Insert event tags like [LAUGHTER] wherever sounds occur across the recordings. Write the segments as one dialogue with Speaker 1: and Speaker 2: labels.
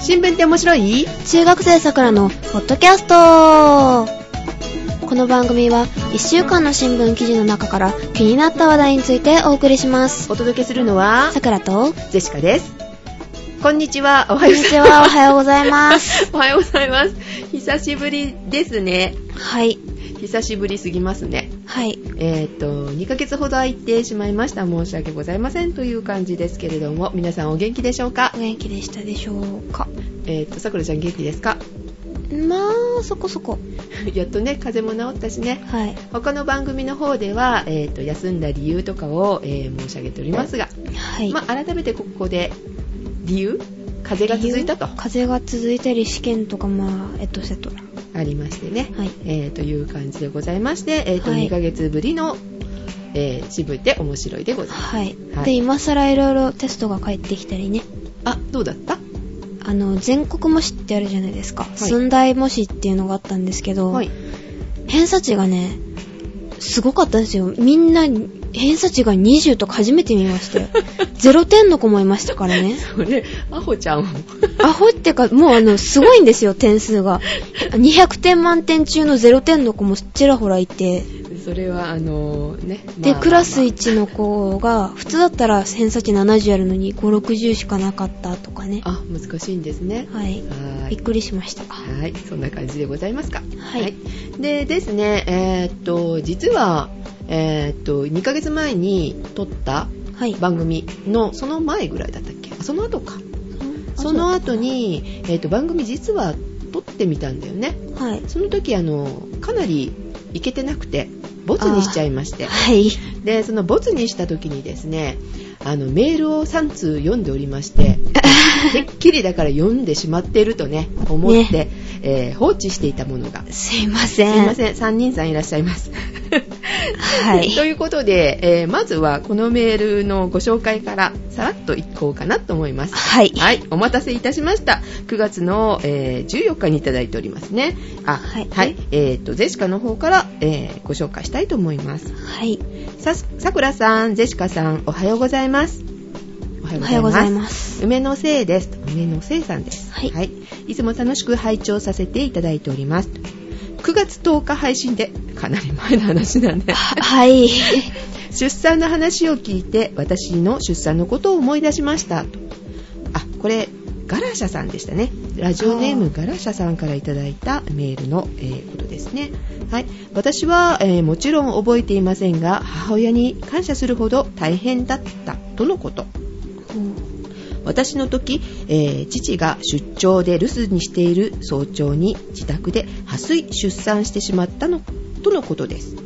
Speaker 1: 新聞って面白い
Speaker 2: 中学生さくらのポッドキャストこの番組は1週間の新聞記事の中から気になった話題についてお送りします
Speaker 1: お届けするのは
Speaker 2: さくらと
Speaker 1: ジェシカですこんにちはお
Speaker 2: こ
Speaker 1: は
Speaker 2: ん
Speaker 1: よう
Speaker 2: にちはおはようございます
Speaker 1: [LAUGHS] おはようございます久しぶりですね
Speaker 2: [LAUGHS] はい
Speaker 1: 久しぶりすぎますね
Speaker 2: はい
Speaker 1: えー、と2ヶ月ほど空いてしまいました申し訳ございませんという感じですけれども皆さんお元気でしょうか
Speaker 2: お、元気でしたでしょうか
Speaker 1: えー、とさくらちゃん元気ですか [LAUGHS]
Speaker 2: まあそこそこ
Speaker 1: やっとね風邪も治ったしね
Speaker 2: はい
Speaker 1: 他の番組の方では、えー、と休んだ理由とかを、えー申し上げておりますが、
Speaker 2: はい、
Speaker 1: まあ、改めてここで理由風が続いたと
Speaker 2: 風が続いたり試験とかまあエトセトラは
Speaker 1: ありましてね、
Speaker 2: い
Speaker 1: えー、という感じでございまして、えーと
Speaker 2: はい
Speaker 1: 2ヶ月ぶりの、えー、渋いて面白いでございます
Speaker 2: はい、
Speaker 1: はい
Speaker 2: で今更いろいろテストが返ってきたりね
Speaker 1: あどうだった
Speaker 2: あの全国模試ってあるじゃないですか、
Speaker 1: い
Speaker 2: 寸大模試っていうのがあったんですけど、
Speaker 1: はい
Speaker 2: 偏差値がねすごかったんですよみんな偏差値が20とか初めて見ました
Speaker 1: [LAUGHS]
Speaker 2: よ0点の子もいましたからね
Speaker 1: これアホちゃんを
Speaker 2: アホってかもうあのすごいんですよ点数が200点満点中の0点の子もちらほらいて
Speaker 1: [LAUGHS] それはあのね、
Speaker 2: で、
Speaker 1: まあ
Speaker 2: クラス
Speaker 1: まあ
Speaker 2: 1の子が普通だったら偏差値70あるのに560しかなかったとかね
Speaker 1: あ難しいんですね
Speaker 2: はい
Speaker 1: は
Speaker 2: びっ
Speaker 1: い
Speaker 2: くりしました
Speaker 1: はいそんな感じでございますか
Speaker 2: はい
Speaker 1: でですねえーっと実はえーっと2ヶ月前に撮った
Speaker 2: はい
Speaker 1: 番組のその前ぐらいだったっけあその後かその後に、えーっと番組実は撮ってみたんだよね
Speaker 2: はい
Speaker 1: その時あのかなりいけてなくてボツにしちゃいまして
Speaker 2: はい
Speaker 1: でそのボツにした時にですねあのメールを3通読んでおりまして
Speaker 2: [LAUGHS]
Speaker 1: てっきりだから読んでしまっているとね思って、えー放置していたものが
Speaker 2: すいません
Speaker 1: すいません3人さんいらっしゃいます
Speaker 2: は
Speaker 1: [LAUGHS] と
Speaker 2: い
Speaker 1: いうことで、えーまずはこのメールのご紹介からさらっといこうかなと思います
Speaker 2: はい
Speaker 1: はい、お待たせいたしました。9月の、えー14日にいただいておりますね。あ、
Speaker 2: は
Speaker 1: はいい。えっ、と、ゼシカの方から、えーご紹介したいと思います。
Speaker 2: はい
Speaker 1: さ、さくらさん、ゼシカさん、おはようございます。おは
Speaker 2: おはようござい
Speaker 1: す。
Speaker 2: ます
Speaker 1: 梅のせいです。梅のせいさんです。
Speaker 2: はい
Speaker 1: はい。いつも楽しく拝聴させていただいております。9月10日配信で、かなり前の話だ
Speaker 2: [LAUGHS]
Speaker 1: ね。
Speaker 2: ははい
Speaker 1: 出産の話を聞いて私の出産のことを思い出しましたとあこれガラシャさんでしたねラジオネー
Speaker 2: あ
Speaker 1: ム
Speaker 2: ー
Speaker 1: ガラシャさんからいただいたメールの、えーことですね、はい、私は、えーもちろん覚えていませんが母親に感謝するほど大変だったとのこと私の時、えー父が出張で留守にしている早朝に自宅で破水出産してしまったのとのことです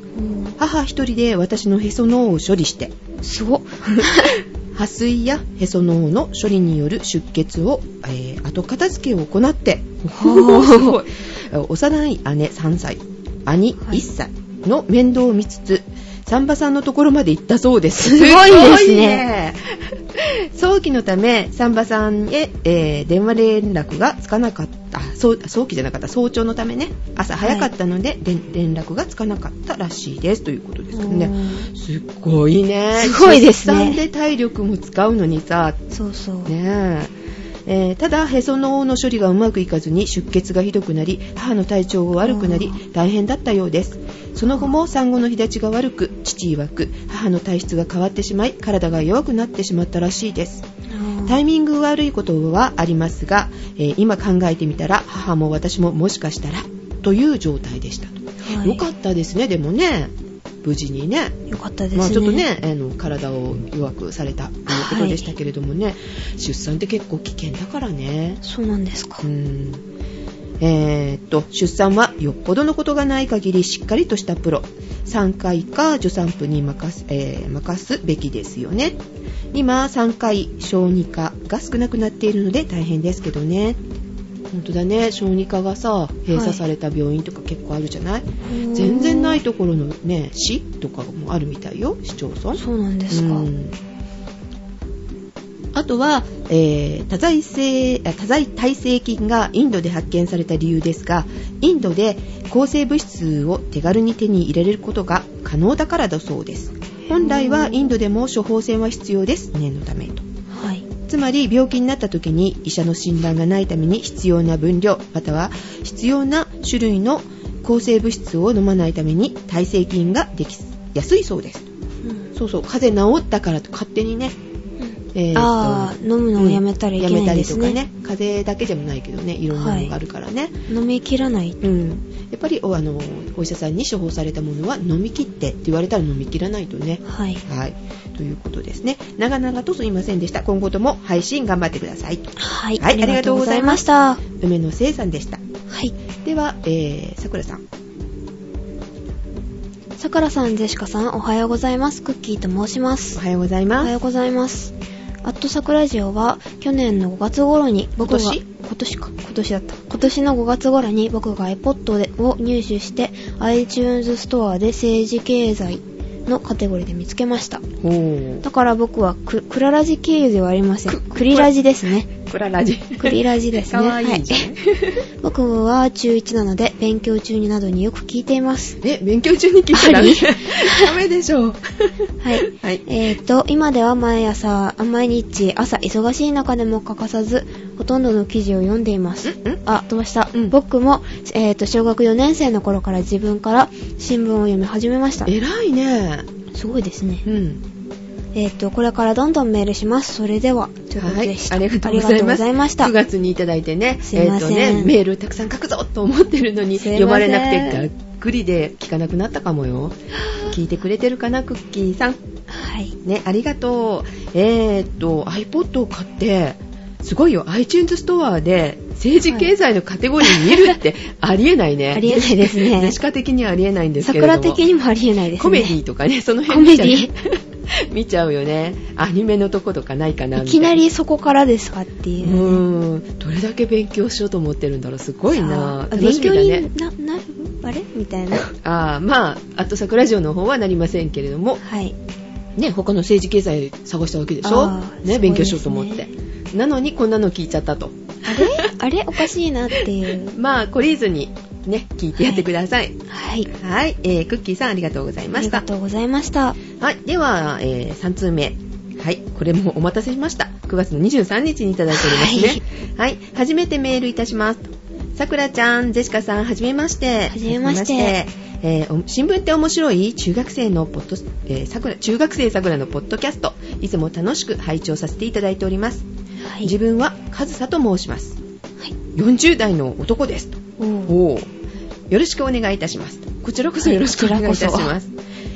Speaker 1: 母一人で私のへその緒を処理して
Speaker 2: すごっ
Speaker 1: 破水やへその緒の処理による出血を、えー後片付けを行って
Speaker 2: おー
Speaker 1: すごい [LAUGHS] 幼い姉3歳兄
Speaker 2: はい
Speaker 1: 1歳の面倒を見つつ三馬さんのところまで行ったそうです
Speaker 2: すごいで
Speaker 1: すご
Speaker 2: すね
Speaker 1: いね早期のため三馬さんへ、えー電話連絡がつかなかったあそう早期じゃなかった早朝のためね朝早かったので、で連絡がつかなかったらしいですということですね、
Speaker 2: うん
Speaker 1: すごいね。
Speaker 2: すごいですね
Speaker 1: 出産で体力も使うのにさ、
Speaker 2: そうそう
Speaker 1: ねええーただ、へその緒の処理がうまくいかずに出血がひどくなり、母の体調が悪くなり
Speaker 2: あ、
Speaker 1: 大変だったようです。その後も産後の日立ちが悪く、父曰く、母の体質が変わってしまい、体が弱くなってしまったらしいです。タイミング悪いことはありますが、えー今考えてみたら、母も私ももしかしたら、という状態でした。
Speaker 2: はい
Speaker 1: よかったですね、でもね。無事にね。
Speaker 2: よかったですね、
Speaker 1: まあ、ちょっとねあの体を弱くされたということでしたけれどもね、出産って結構危険だからね
Speaker 2: そうなんですか、
Speaker 1: うんえーっと出産はよっぽどのことがない限りしっかりとしたプロ産科医か助産婦に任す,、えー任すべきですよね今産科医小児科が少なくなっているので大変ですけどね本当だね小児科がさ閉鎖された病院とか結構あるじゃない全然ないところのね市とかもあるみたいよ市町村
Speaker 2: そうなんですか、
Speaker 1: うんあとは、えー多剤性あ多剤耐性菌がインドで発見された理由ですがインドで抗生物質を手軽に手に入れれることが可能だからだそうです本来はインドでも処方箋は必要です念のためと
Speaker 2: はい
Speaker 1: つまり病気になった時に医者の診断がないために必要な分量または必要な種類の抗生物質を飲まないために耐性菌ができやすいそうです
Speaker 2: うん
Speaker 1: そうそう風邪治ったからと勝手にね、えーと
Speaker 2: あー飲むのをやめたらいけないんですね
Speaker 1: やめたりとかね風邪だけでもないけどねいろんなものがあるからね、
Speaker 2: 飲みきらない
Speaker 1: うん、やっぱりおあのお医者さんに処方されたものは飲み切ってって言われたら飲み切らないとね。
Speaker 2: はい
Speaker 1: はい、ということですね。長々とすみませんでした。今後とも配信頑張ってください。
Speaker 2: はい、
Speaker 1: はい
Speaker 2: ありがとうございましたは
Speaker 1: 梅野聖さんでした。
Speaker 2: い
Speaker 1: では、えー、さくらさん。
Speaker 2: さくらさんジェシカさんおはようございますクッキーと申します
Speaker 1: おはようござい
Speaker 2: お
Speaker 1: ま
Speaker 2: は
Speaker 1: す。
Speaker 2: ようございます。アットサクラジオは去年の5月頃に僕が
Speaker 1: 今年
Speaker 2: 今年か今年だった今年の5月頃に僕が iPod を入手して iTunes ストアで政治経済のカテゴリーで見つけました
Speaker 1: ほう。
Speaker 2: だから僕はククララジ経由ではありませんクリラジですね
Speaker 1: クララジ。
Speaker 2: クリラジですね
Speaker 1: かわいいじゃん
Speaker 2: は。僕は中1なので勉強中になどによく聞いています
Speaker 1: [LAUGHS] え、勉強中に聞いたら
Speaker 2: あり
Speaker 1: [LAUGHS] ダメでしょう。
Speaker 2: はい
Speaker 1: はい。
Speaker 2: えー、と今では毎朝毎日朝忙しい中でも欠かさずほとんどの記事を読んでいます
Speaker 1: んん
Speaker 2: あ飛ばした、
Speaker 1: うん
Speaker 2: 僕も、えー、と小学4年生の頃から自分から新聞を読み始めました
Speaker 1: 偉いね。
Speaker 2: すごいですね
Speaker 1: うん。
Speaker 2: えー、とこれからどんどんメールしますそれではということ
Speaker 1: はい
Speaker 2: でし。た、
Speaker 1: ありがとうござい
Speaker 2: ありがとうご
Speaker 1: ます。
Speaker 2: ざいました
Speaker 1: 9月にいただいてね、
Speaker 2: すいません
Speaker 1: えっ、とね、メールたくさん書くぞと思ってるのに、
Speaker 2: すいません
Speaker 1: 読まれなくてがっくりで聞かなくなったかもよ。聞いてくれてるかな、クッキーさん。
Speaker 2: はい
Speaker 1: ね、ありがとう。えっ、と、iPod を買って、すごいよ、iTunes ストアで政治経済のカテゴリー見るって、ありえないね。
Speaker 2: ありえないです
Speaker 1: [LAUGHS]
Speaker 2: ね
Speaker 1: ジェシカ的にはありえないんですけれども。
Speaker 2: 桜的にもありえないですね
Speaker 1: コメディとかね、その
Speaker 2: コ
Speaker 1: 辺
Speaker 2: メ
Speaker 1: 見
Speaker 2: デ
Speaker 1: ちゃう [LAUGHS]
Speaker 2: ィ
Speaker 1: 見ちゃうよね。アニメのとことかないかなみ
Speaker 2: い
Speaker 1: た
Speaker 2: き
Speaker 1: いな。
Speaker 2: なりそこからですかっていうう、ね、
Speaker 1: ーんどれだけ勉強しようと思ってるんだろうすごいな
Speaker 2: あ
Speaker 1: 楽
Speaker 2: 勉
Speaker 1: しみ
Speaker 2: 強
Speaker 1: だ
Speaker 2: に
Speaker 1: ね
Speaker 2: ななるあれ
Speaker 1: [LAUGHS]
Speaker 2: みたいな
Speaker 1: ああまああと桜城の方はなりませんけれども
Speaker 2: はい
Speaker 1: ね他の政治経済探したわけでしょ
Speaker 2: あー
Speaker 1: ね勉強しようと思っ
Speaker 2: そうで
Speaker 1: て、
Speaker 2: す
Speaker 1: なのにこんなの聞いちゃったと
Speaker 2: あれ [LAUGHS] あれおかしいなっていう。
Speaker 1: [LAUGHS] まあ懲りずにね聞いてやってください
Speaker 2: はい。
Speaker 1: はい、えー、クッキーさんありがとうござい
Speaker 2: あ
Speaker 1: ま
Speaker 2: り
Speaker 1: し
Speaker 2: が
Speaker 1: た
Speaker 2: とうございました。
Speaker 1: はいでは、え3通目はいこれもお待たせしました9月の23日にいただいておりますねはい、初めてメールいたしますさくらちゃんジェシカさんはじめまして
Speaker 2: はじめまして
Speaker 1: はじめましてえーお新聞って面白い中学生のポッド、えーさくら中学生さくらのポッドキャストいつも楽しく拝聴させていただいております、
Speaker 2: はい。
Speaker 1: 自分はカズサと申します
Speaker 2: はい。
Speaker 1: 40代の男ですと
Speaker 2: おー
Speaker 1: おーよろしくお願いいたします。こちらこそよろしくお願いいたし
Speaker 2: は
Speaker 1: ます。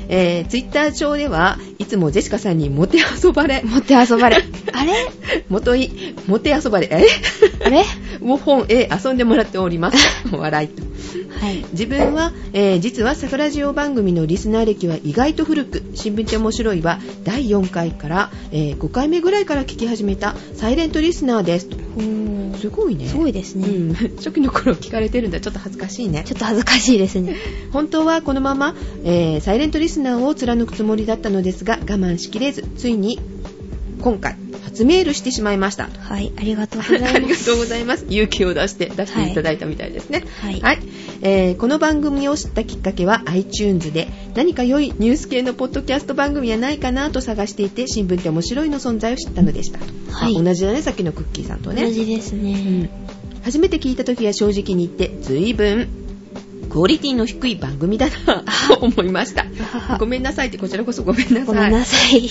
Speaker 1: えー、ツイッター上ではいつもジェシカさんにモテ遊ばれ、
Speaker 2: 持って遊
Speaker 1: [LAUGHS]
Speaker 2: ばれ。あれ
Speaker 1: もとい、モテ遊ばれ、え [LAUGHS]
Speaker 2: あれ
Speaker 1: を本へ遊んでもらっております。
Speaker 2: [LAUGHS]
Speaker 1: お笑いと。
Speaker 2: はい。
Speaker 1: 自分は、えー実は桜ジオ番組のリスナー歴は意外と古く、新聞って面白いは第4回から、えー5回目ぐらいから聞き始めたサイレントリスナーですと。
Speaker 2: おー
Speaker 1: すごいね。
Speaker 2: すごいですね。
Speaker 1: うん、 [LAUGHS] 初期の頃聞かれてるんだ。ちょっと恥ずかしいね。
Speaker 2: ちょっと恥ずかしいですね。
Speaker 1: 本当はこのまま、えーサイレントリスナーを貫くつもりだったのですが我慢しきれずついに今回初メールしてしまいました
Speaker 2: はい。ありがとうございます。
Speaker 1: ありがとうございます勇気を出して出していただいたみたいですね
Speaker 2: はい
Speaker 1: えーこの番組を知ったきっかけは iTunes で何か良いニュース系のポッドキャスト番組はないかなと探していて新聞って面白いの存在を知ったのでしたと、
Speaker 2: はい
Speaker 1: あ同じだねさっきのクッキーさんとね
Speaker 2: 同じですね。
Speaker 1: 初めて聞いた時は正直に言って随分クオリティの低い番組だ
Speaker 2: [LAUGHS]
Speaker 1: なと思いました
Speaker 2: あはは
Speaker 1: ごめんなさいってこちらこそごめんなさい
Speaker 2: ごめんなさい。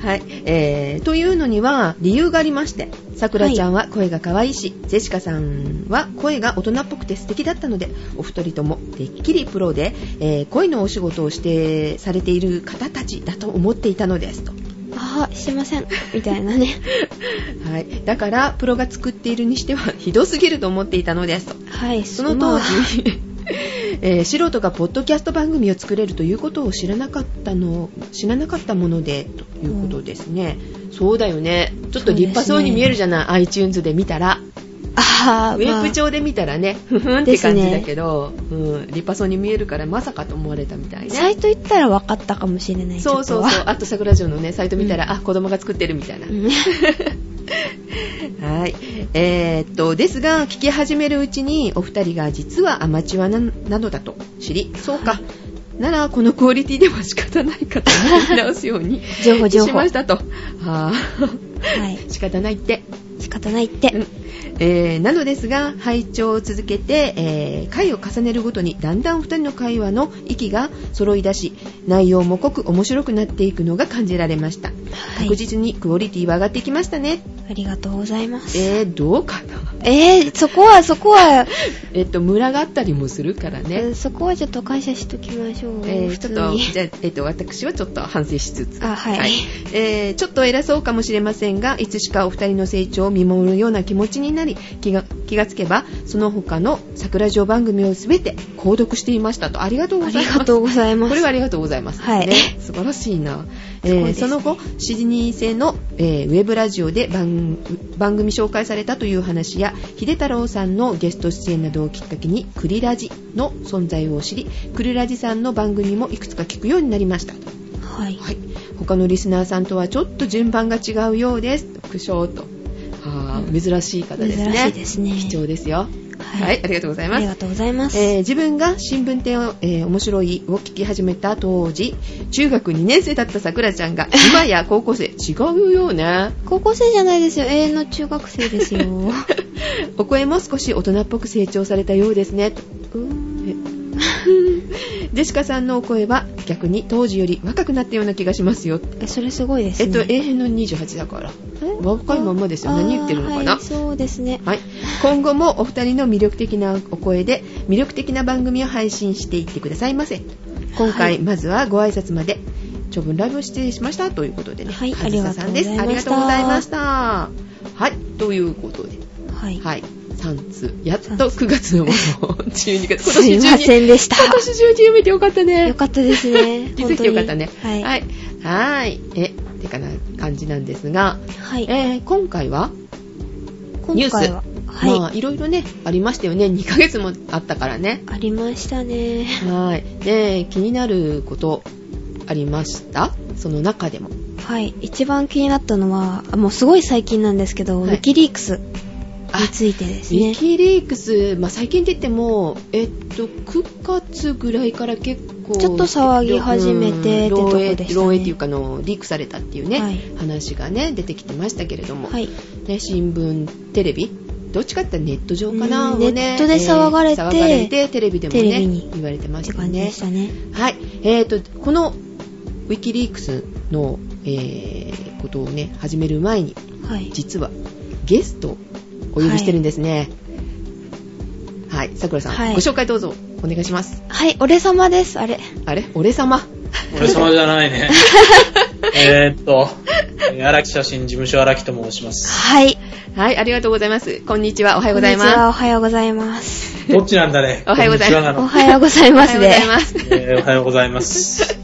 Speaker 1: はいえー、というのには理由がありましてさくらちゃんは声が可愛いし、ジェシカさんは声が大人っぽくて素敵だったのでお二人ともてっきりプロで、えー声のお仕事をしてされている方たちだと思っていたの
Speaker 2: [LAUGHS]
Speaker 1: ですと
Speaker 2: あー、してません。みたいなね。
Speaker 1: はい、だからプロが作っているにしてはひどすぎると思っていたのですと
Speaker 2: はい。
Speaker 1: その当時、 [LAUGHS] えー素人がポッドキャスト番組を作れるということを知らなかったの知らなかったものでということですね、そうだよねちょっと立派そうに見えるじゃない、iTunes で見たら
Speaker 2: あ
Speaker 1: ウ
Speaker 2: ー、ま
Speaker 1: ェ
Speaker 2: あ
Speaker 1: ブ上で見たらねふふんって感じだけど、うん、立派そうに見えるからまさかと思われたみたい
Speaker 2: サ
Speaker 1: ね
Speaker 2: イト行ったら分かったかもしれない。
Speaker 1: そうそうそうあと桜城のねサイト見たら、
Speaker 2: うん
Speaker 1: あ子供が作ってるみたいな、
Speaker 2: う。
Speaker 1: [LAUGHS] はい。えーっと、ですが、聞き始めるうちに、お二人が実はアマチュアななのだと知り、そうか。なら、このクオリティでは仕方ないかと思い直すように
Speaker 2: [LAUGHS] 情報情報
Speaker 1: しましたと。はあ [LAUGHS]
Speaker 2: はい。
Speaker 1: 仕方ないって。
Speaker 2: 仕方ないって。
Speaker 1: うんえーなのですが拝聴を続けて、えー回を重ねるごとにだんだん2人の会話の息が揃い出し内容も濃く面白くなっていくのが感じられました
Speaker 2: はい
Speaker 1: 確。実にクオリティは上がってきましたね、
Speaker 2: ありがとうございます。
Speaker 1: えーどうかな
Speaker 2: えー、そこは、そこは、
Speaker 1: えっとムラがあったりもするから
Speaker 2: う
Speaker 1: ね
Speaker 2: ん、そこはちょっと感謝しときましょう。
Speaker 1: えー
Speaker 2: 普
Speaker 1: ち
Speaker 2: 通
Speaker 1: ょっ
Speaker 2: に。
Speaker 1: とじゃあ、えっと私はちょっと反省しつつ
Speaker 2: あ、はい。
Speaker 1: はいえーちょっと偉そうかもしれませんがいつしかお二人の成長を見守るような気持ちになり気が気がつけばその他の桜城番組をすべて購読していましたとありがとう
Speaker 2: あ
Speaker 1: ござい
Speaker 2: り
Speaker 1: ます
Speaker 2: がとうございます。
Speaker 1: これはありがとうございます、
Speaker 2: はい
Speaker 1: ね、素晴らしいな、え
Speaker 2: [LAUGHS] す
Speaker 1: ー
Speaker 2: ごいです
Speaker 1: そ
Speaker 2: ね
Speaker 1: の後シドニー製の、えーウェブラジオで番番組紹介されたという話や秀太郎さんのゲスト出演などをきっかけにクリラジの存在を知りクリラジさんの番組もいくつか聞くようになりました
Speaker 2: はい。
Speaker 1: はい、他のリスナーさんとはちょっと順番が違うようです。苦笑と。はあ、珍しい方ですね。
Speaker 2: 珍しいですね。
Speaker 1: 貴重ですよ。はい、
Speaker 2: はい。
Speaker 1: ありがとうござい
Speaker 2: あ
Speaker 1: ま
Speaker 2: り
Speaker 1: す。
Speaker 2: がとうございます。
Speaker 1: えー自分が新聞店を、えー面白いを聞き始めた当時、中学2年生だったさくらちゃん
Speaker 2: [LAUGHS]
Speaker 1: が、今や高校生、違うよね。
Speaker 2: 高校生じゃないですよ。永遠の中学生ですよ。う
Speaker 1: [LAUGHS] お声も少し大人っぽく成長されたようですね。
Speaker 2: ーん
Speaker 1: ジェシカさんのお声は逆に当時より若くなったような気がしますよ。
Speaker 2: えそれすごいです
Speaker 1: え
Speaker 2: ね。
Speaker 1: っと、永遠の28だから。若いまんまですよ
Speaker 2: あー
Speaker 1: 何言ってるのかな
Speaker 2: はい、そうですね。
Speaker 1: はい、今後もお二人の魅力的なお声で魅力的な番組を配信していってくださいませ今
Speaker 2: は
Speaker 1: 回、
Speaker 2: い
Speaker 1: まずはご挨拶まで長文ライブを失礼しましたということでね
Speaker 2: はい
Speaker 1: ずささんですあ
Speaker 2: あ
Speaker 1: り
Speaker 2: り
Speaker 1: が
Speaker 2: が
Speaker 1: と
Speaker 2: と
Speaker 1: うご
Speaker 2: うご
Speaker 1: ざ
Speaker 2: ざ
Speaker 1: い
Speaker 2: い
Speaker 1: ま
Speaker 2: ま
Speaker 1: し
Speaker 2: した
Speaker 1: はいということで
Speaker 2: はい。
Speaker 1: はい3通やっと9
Speaker 2: 三
Speaker 1: 月
Speaker 2: [LAUGHS]
Speaker 1: のものを12月 [LAUGHS] 今
Speaker 2: すい
Speaker 1: 年中
Speaker 2: ま
Speaker 1: に
Speaker 2: せんでした。
Speaker 1: 今年中に読めてよかったね
Speaker 2: よかったですね。
Speaker 1: [LAUGHS] 気づいてよかったね
Speaker 2: 本当には。
Speaker 1: はいいはいえってかな感じなんですが、
Speaker 2: はい。
Speaker 1: えー今回はニュース
Speaker 2: 今回は、はい、
Speaker 1: まあいろいろねありましたよね2ヶ月もあったからね
Speaker 2: ありましたね。
Speaker 1: はいで気になることありましたその中でも
Speaker 2: はい。一番気になったのは、あもうすごい最近なんですけど、
Speaker 1: はい
Speaker 2: ウィキリークスに
Speaker 1: あ
Speaker 2: ついてです
Speaker 1: ウィ
Speaker 2: ね。
Speaker 1: キリークス、まあ、最近って言っても、えっと、9月ぐらいから結構
Speaker 2: ちょっと騒ぎ始めてってとこでしたね
Speaker 1: 漏洩漏洩っていうかあのリークされたっていうね、
Speaker 2: はい
Speaker 1: 話がね出てきてましたけれども、
Speaker 2: はい。
Speaker 1: ね、新聞テレビどっちかって言ったらネット上かな、
Speaker 2: うん
Speaker 1: をね
Speaker 2: ネットで騒がれて
Speaker 1: 騒がれてテレビでも
Speaker 2: テレ
Speaker 1: ね
Speaker 2: ビに
Speaker 1: 言われてま
Speaker 2: っ
Speaker 1: してた
Speaker 2: 感じ
Speaker 1: ね
Speaker 2: でしたね。
Speaker 1: はい、えー、とこのウィキリークスの、えーことをね始める前に
Speaker 2: はい。
Speaker 1: 実はゲストをお呼びしてるんですねはいさくらさん、
Speaker 2: はい
Speaker 1: ご紹介どうぞお願いします
Speaker 2: はい、俺様です。あれ。
Speaker 1: あれ俺様
Speaker 3: 俺様じゃないね。えーっと、えー荒木写真事務所荒木と申し
Speaker 2: [LAUGHS]
Speaker 3: ます。
Speaker 2: はい。
Speaker 1: はいありがとうございますこんにちはおはようござい
Speaker 2: こんにちは
Speaker 1: ま
Speaker 2: おはようございます。
Speaker 3: どっちなんだね。
Speaker 1: おはようございます
Speaker 3: こんにちな
Speaker 2: お
Speaker 3: の
Speaker 2: はようござい
Speaker 1: す
Speaker 2: ます
Speaker 1: おはよう
Speaker 2: で
Speaker 1: ござい。ます
Speaker 3: えーおはようございます。はい。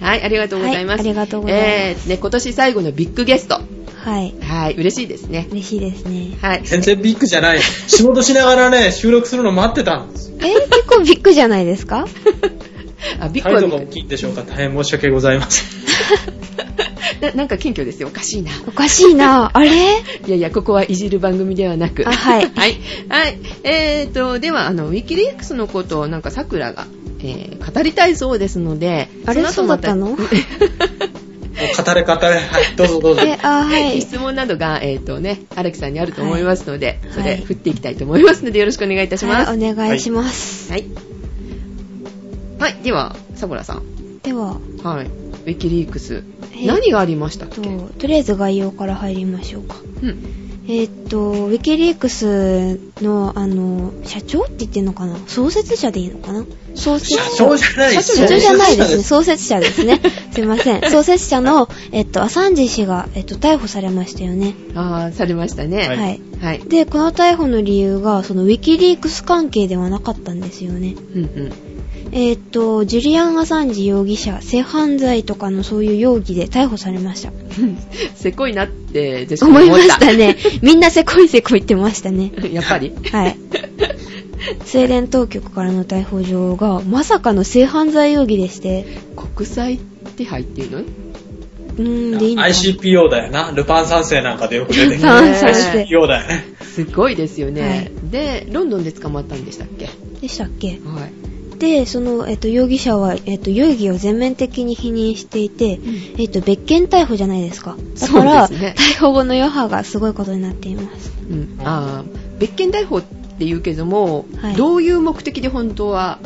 Speaker 1: はいありがとうございます、
Speaker 2: はいありがとうございます
Speaker 1: えーね、今年最後のビッグゲスト
Speaker 2: はい。
Speaker 1: はい嬉しいですね
Speaker 2: 嬉しいですね。
Speaker 1: はい
Speaker 3: 全然ビッグじゃない。仕事しながらね、収録するの待ってたんです。
Speaker 2: えー、結構ビッグじゃないで
Speaker 1: [LAUGHS]
Speaker 2: すか
Speaker 1: あビッグ
Speaker 3: 態
Speaker 1: は
Speaker 3: 度
Speaker 1: ビ
Speaker 3: が
Speaker 1: ッ
Speaker 3: 大
Speaker 1: グ
Speaker 3: きいんでしょうか。大変申し訳ございません。
Speaker 1: [LAUGHS] ななんか謙虚ですよおかしいな
Speaker 2: おかしいなあれ
Speaker 1: いやいや、ここはいじる番組ではなく。
Speaker 2: あはい
Speaker 1: [LAUGHS] はい。はい。えーと、では、あの、ウィキリークスのことをなんか桜が、えー語りたいそうですので、
Speaker 2: あれ
Speaker 1: そ
Speaker 2: そう
Speaker 1: の
Speaker 2: だ
Speaker 1: 後
Speaker 2: った
Speaker 1: ま
Speaker 2: の
Speaker 1: [LAUGHS]
Speaker 3: もう語れ語れ。はい、どうぞどうぞ。
Speaker 2: え、あはい。
Speaker 1: 質問などが、えーとね、荒木さんにあると思いますので、
Speaker 2: はい
Speaker 1: そ
Speaker 2: は
Speaker 1: れ
Speaker 2: い
Speaker 1: 振っていきたいと思いますので、よろしくお願いいたします。は。
Speaker 2: はいい、お願いします。
Speaker 1: はい。では、さくらさん。
Speaker 2: では、
Speaker 1: はい。ウィキリークス。
Speaker 2: えー
Speaker 1: 何がありましたっけ、
Speaker 2: と、とりあえず概要から入りましょうか。
Speaker 1: うん。
Speaker 2: えーっと、ウィキリークスの、あの、社長って言ってんのかな創設者でいいのかな創設
Speaker 3: 社長じゃない
Speaker 1: 社
Speaker 2: 社長じゃないで
Speaker 3: 社長
Speaker 2: すね。創設者ですね。 [LAUGHS] すいません。創設者の、えっと、アサンジ氏が、えっと、逮捕されましたよね。
Speaker 1: ああ、されましたね。
Speaker 3: は
Speaker 2: はいい。
Speaker 1: はい。
Speaker 2: で、この逮捕の理由が、その、ウィキリークス関係ではなかったんですよね。
Speaker 1: うんうん。
Speaker 2: えっと、ジュリアン・アサンジ容疑者、性犯罪とかのそういう容疑で逮捕されました。
Speaker 1: [LAUGHS] せこいなって、ジェシカ
Speaker 2: 思いま
Speaker 1: っ
Speaker 2: したね。みんなせこいせこい言ってましたね。
Speaker 1: [LAUGHS] た。やっぱり。
Speaker 2: はい。スウェーデン当局からの逮捕状が、まさかの性犯罪容疑でして、
Speaker 1: 国際手配っていうの
Speaker 2: うーん、でいいのかな
Speaker 3: ICPO だよな。ルパン三世なんかでよく
Speaker 1: [LAUGHS]
Speaker 3: 出てきた。
Speaker 2: 三世
Speaker 3: ICPO だよね。
Speaker 1: すごいですよね、
Speaker 2: はい
Speaker 1: でロンドンで捕まったんでしたっけ
Speaker 2: でしたっけ
Speaker 1: はい
Speaker 2: で、その、えっと、容疑者は、えっと、容疑を全面的に否認していて、
Speaker 1: ん
Speaker 2: えっと、別件逮捕じゃないですか。だから、
Speaker 1: そうですね
Speaker 2: 逮捕後の余波がすごいことになっています。
Speaker 1: うん、あー別件逮捕って言うけども、
Speaker 2: はい
Speaker 1: どういう目的で本当は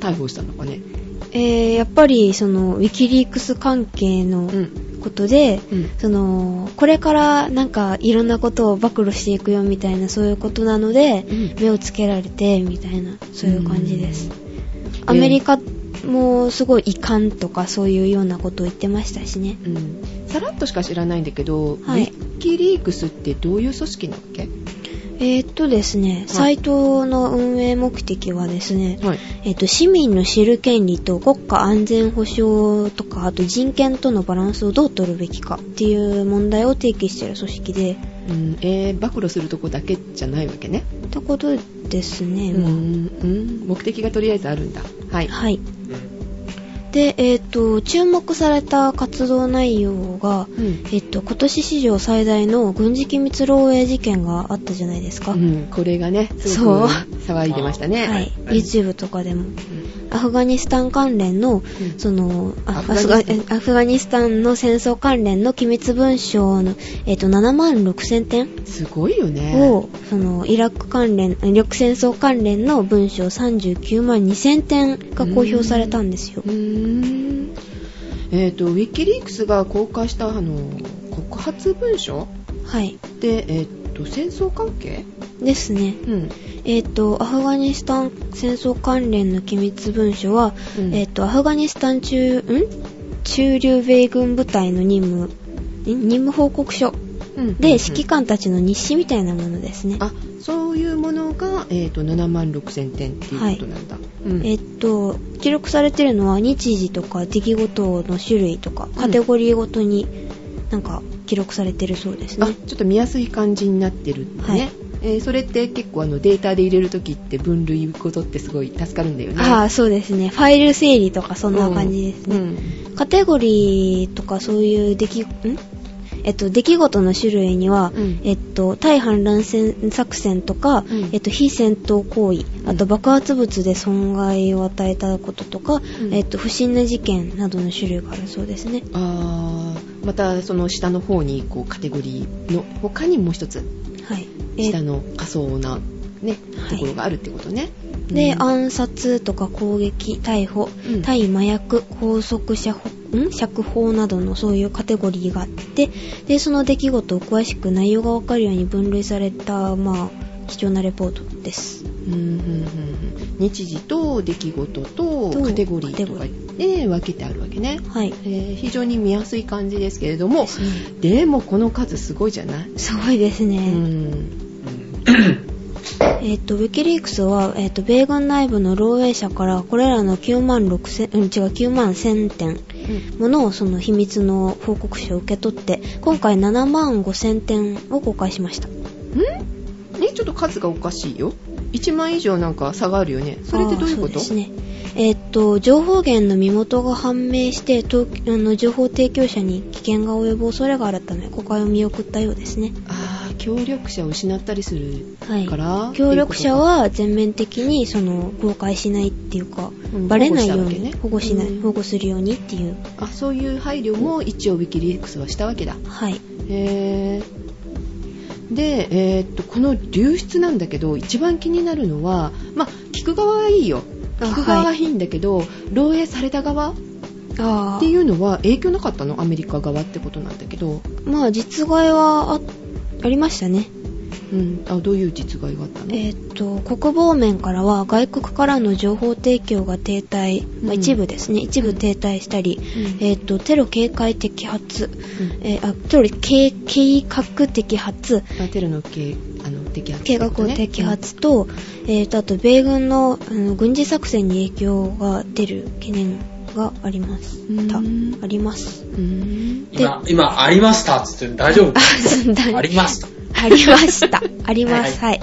Speaker 1: 逮捕したのかね。
Speaker 2: えー、やっぱり、その、ウィキリークス関係
Speaker 1: う
Speaker 2: の
Speaker 1: ん、
Speaker 2: ことで、
Speaker 1: うん、
Speaker 2: その、これからなんかいろんなことを暴露していくよみたいなそういうことなので、
Speaker 1: うん
Speaker 2: 目をつけられてみたいな、そういう感じです。
Speaker 1: うん
Speaker 2: アメリカもすごい遺憾とかそういうようなことを言ってましたしね。
Speaker 1: うん。さらっとしか知らないんだけど、
Speaker 2: は
Speaker 1: ウ
Speaker 2: い
Speaker 1: ィキリークスってどういう組織なわけ
Speaker 2: えーっとですね、サイトの運営目的はですね、
Speaker 1: はい。
Speaker 2: えーっと、市民の知る権利と国家安全保障とか、あと人権とのバランスをどう取るべきかっていう問題を提起している組織で、
Speaker 1: うん、えー、暴露するとこだけじゃないわけね。
Speaker 2: ってことですね、
Speaker 1: うん、う
Speaker 2: まあ
Speaker 1: ん、目的がとりあえずあるんだ。はい。
Speaker 2: はい。
Speaker 3: うん
Speaker 2: で、えっ、と、注目された活動内容が、
Speaker 1: うん。
Speaker 2: えっ、と、今年史上最大の軍事機密漏洩事件があったじゃないですか。
Speaker 1: うん、これがね、す
Speaker 2: そう
Speaker 1: ごく騒いでましたね。
Speaker 2: はい。
Speaker 3: はい
Speaker 2: YouTube とかでも。
Speaker 1: うん
Speaker 2: アフガニスタン関連の、
Speaker 1: ん
Speaker 2: その、あ
Speaker 1: ア
Speaker 2: ア
Speaker 1: フガニス
Speaker 2: フ
Speaker 1: タン
Speaker 2: ガアフガニスタンの戦争関連の機密文書の、えっ、と、7万6000点
Speaker 1: すごいよね。
Speaker 2: を、その、イラク関連、イラク戦争関連の文書39万2000点が公表されたんですよ
Speaker 1: う。ーんえっ、と、ウィキリークスが公開した、あの、告発文書
Speaker 2: はい。
Speaker 1: で、えっ、と、戦争関係
Speaker 2: ですね。
Speaker 1: うん。
Speaker 2: えっ、と、アフガニスタン戦争関連の機密文書は、
Speaker 1: うん
Speaker 2: えっ、と、アフガニスタン中、ん中流米軍部隊の任務、ん任務報告書
Speaker 1: うん
Speaker 2: で、
Speaker 1: うん
Speaker 2: 指揮官たちの日誌みたいなものですね。
Speaker 1: あ、そういうものが、えっ、と、7万6千点っていうことなんだ。うん
Speaker 2: えっ、と、記録されてるのは日時とか出来事の種類とか、カテゴリーごとになんか記録されてるそうですね
Speaker 1: あ、。ちょっと見やすい感じになってるんだね。
Speaker 2: はい
Speaker 1: えーそれって結構あのデータで入れるときって分類ことってすごい助かるんだよね。
Speaker 2: ああ、そうですね。ファイル整理とかそんな感じですね。
Speaker 1: うん
Speaker 2: カテゴリーとかそういう出来、んえっと、出来事の種類には、
Speaker 1: うん
Speaker 2: えっと、対反乱戦作戦とか、
Speaker 1: うん
Speaker 2: えっと、非戦闘行為、
Speaker 1: うん
Speaker 2: あと爆発物で損害を与えたこととか、
Speaker 1: うん
Speaker 2: えっと、不審な事件などの種類があるそうですね。
Speaker 1: あーまたその下の方にこうカテゴリーの他にもう一つ
Speaker 2: はい。え
Speaker 1: 下の仮想な、ね
Speaker 2: はい
Speaker 1: ところがあるってことね。
Speaker 2: で、
Speaker 1: うん
Speaker 2: 暗殺とか攻撃、逮捕、
Speaker 1: うん
Speaker 2: 対麻薬、拘束者ほ、ん釈放などのそういうカテゴリーがあって、で、その出来事を詳しく内容がわかるように分類された、まあ、貴重なレポートです。
Speaker 1: うんうんうんうん日時と出来事と
Speaker 2: と
Speaker 1: カテゴリーとか
Speaker 2: カテ
Speaker 1: で分けてあるわけね。
Speaker 2: はい。
Speaker 1: えー非常に見やすい感じですけれども
Speaker 2: ですね
Speaker 1: でもこの数すごいじゃない、
Speaker 2: すごいですね。
Speaker 1: うん
Speaker 2: えっ、と、ウィキリークスは、えっ、と、米軍内部の漏洩者から、これらの9万6千、うん、違う、9万1000点もの、その秘密の報告書を受け取って、今回7万5000点を公開しました。
Speaker 1: んねちょっと数がおかしいよ1万以上なんか差があるよねそれってどういうこと
Speaker 2: あーそうですね。えっと、情報源の身元が判明して、東あの情報提供者に危険が及ぶ恐れがあるため、公開を見送ったようですね。
Speaker 1: ああ協力者を失ったりする
Speaker 2: はい
Speaker 1: から、
Speaker 2: 協力者
Speaker 1: っ
Speaker 2: は全面的にその公開しないっていうか、
Speaker 1: うん
Speaker 2: バレないよ
Speaker 1: 保
Speaker 2: う
Speaker 1: 護したわけ
Speaker 2: に
Speaker 1: ね
Speaker 2: 保護しない、
Speaker 1: うん
Speaker 2: 保護するようにっていう
Speaker 1: てことかあそういう配慮も一応ウィキリークスはしたわけだ
Speaker 2: はい
Speaker 1: へーで、えーっとこの流出なんだけど一番気になるのはまあ聞く側はいいよ
Speaker 2: あ
Speaker 1: 聞く側はいいんだけど、漏洩された側っ
Speaker 2: あ
Speaker 1: ていうのは影響なかったのアメリカ側ってことなんだけど、
Speaker 2: まあ実害はあありましたね
Speaker 1: うん、あどういう実害があったの、
Speaker 2: えーっと国防面からは外国からの情報提供が停滞、まあ
Speaker 1: うん
Speaker 2: 一部ですね一部停滞したり、
Speaker 1: うん
Speaker 2: えーっとテロ警戒摘発、
Speaker 1: うん
Speaker 2: えーあテロ計計画摘発
Speaker 1: あテロの計あの摘発って
Speaker 2: 計画を
Speaker 1: ことね
Speaker 2: 摘発と,、えーっとあと米軍のあの軍事作戦に影響が出る懸念がありました
Speaker 1: うん
Speaker 2: あり
Speaker 1: [LAUGHS]
Speaker 2: ます
Speaker 1: うんうん
Speaker 3: 今、今、ありましたっつって大丈夫ありました。
Speaker 2: ありました。あります。はい。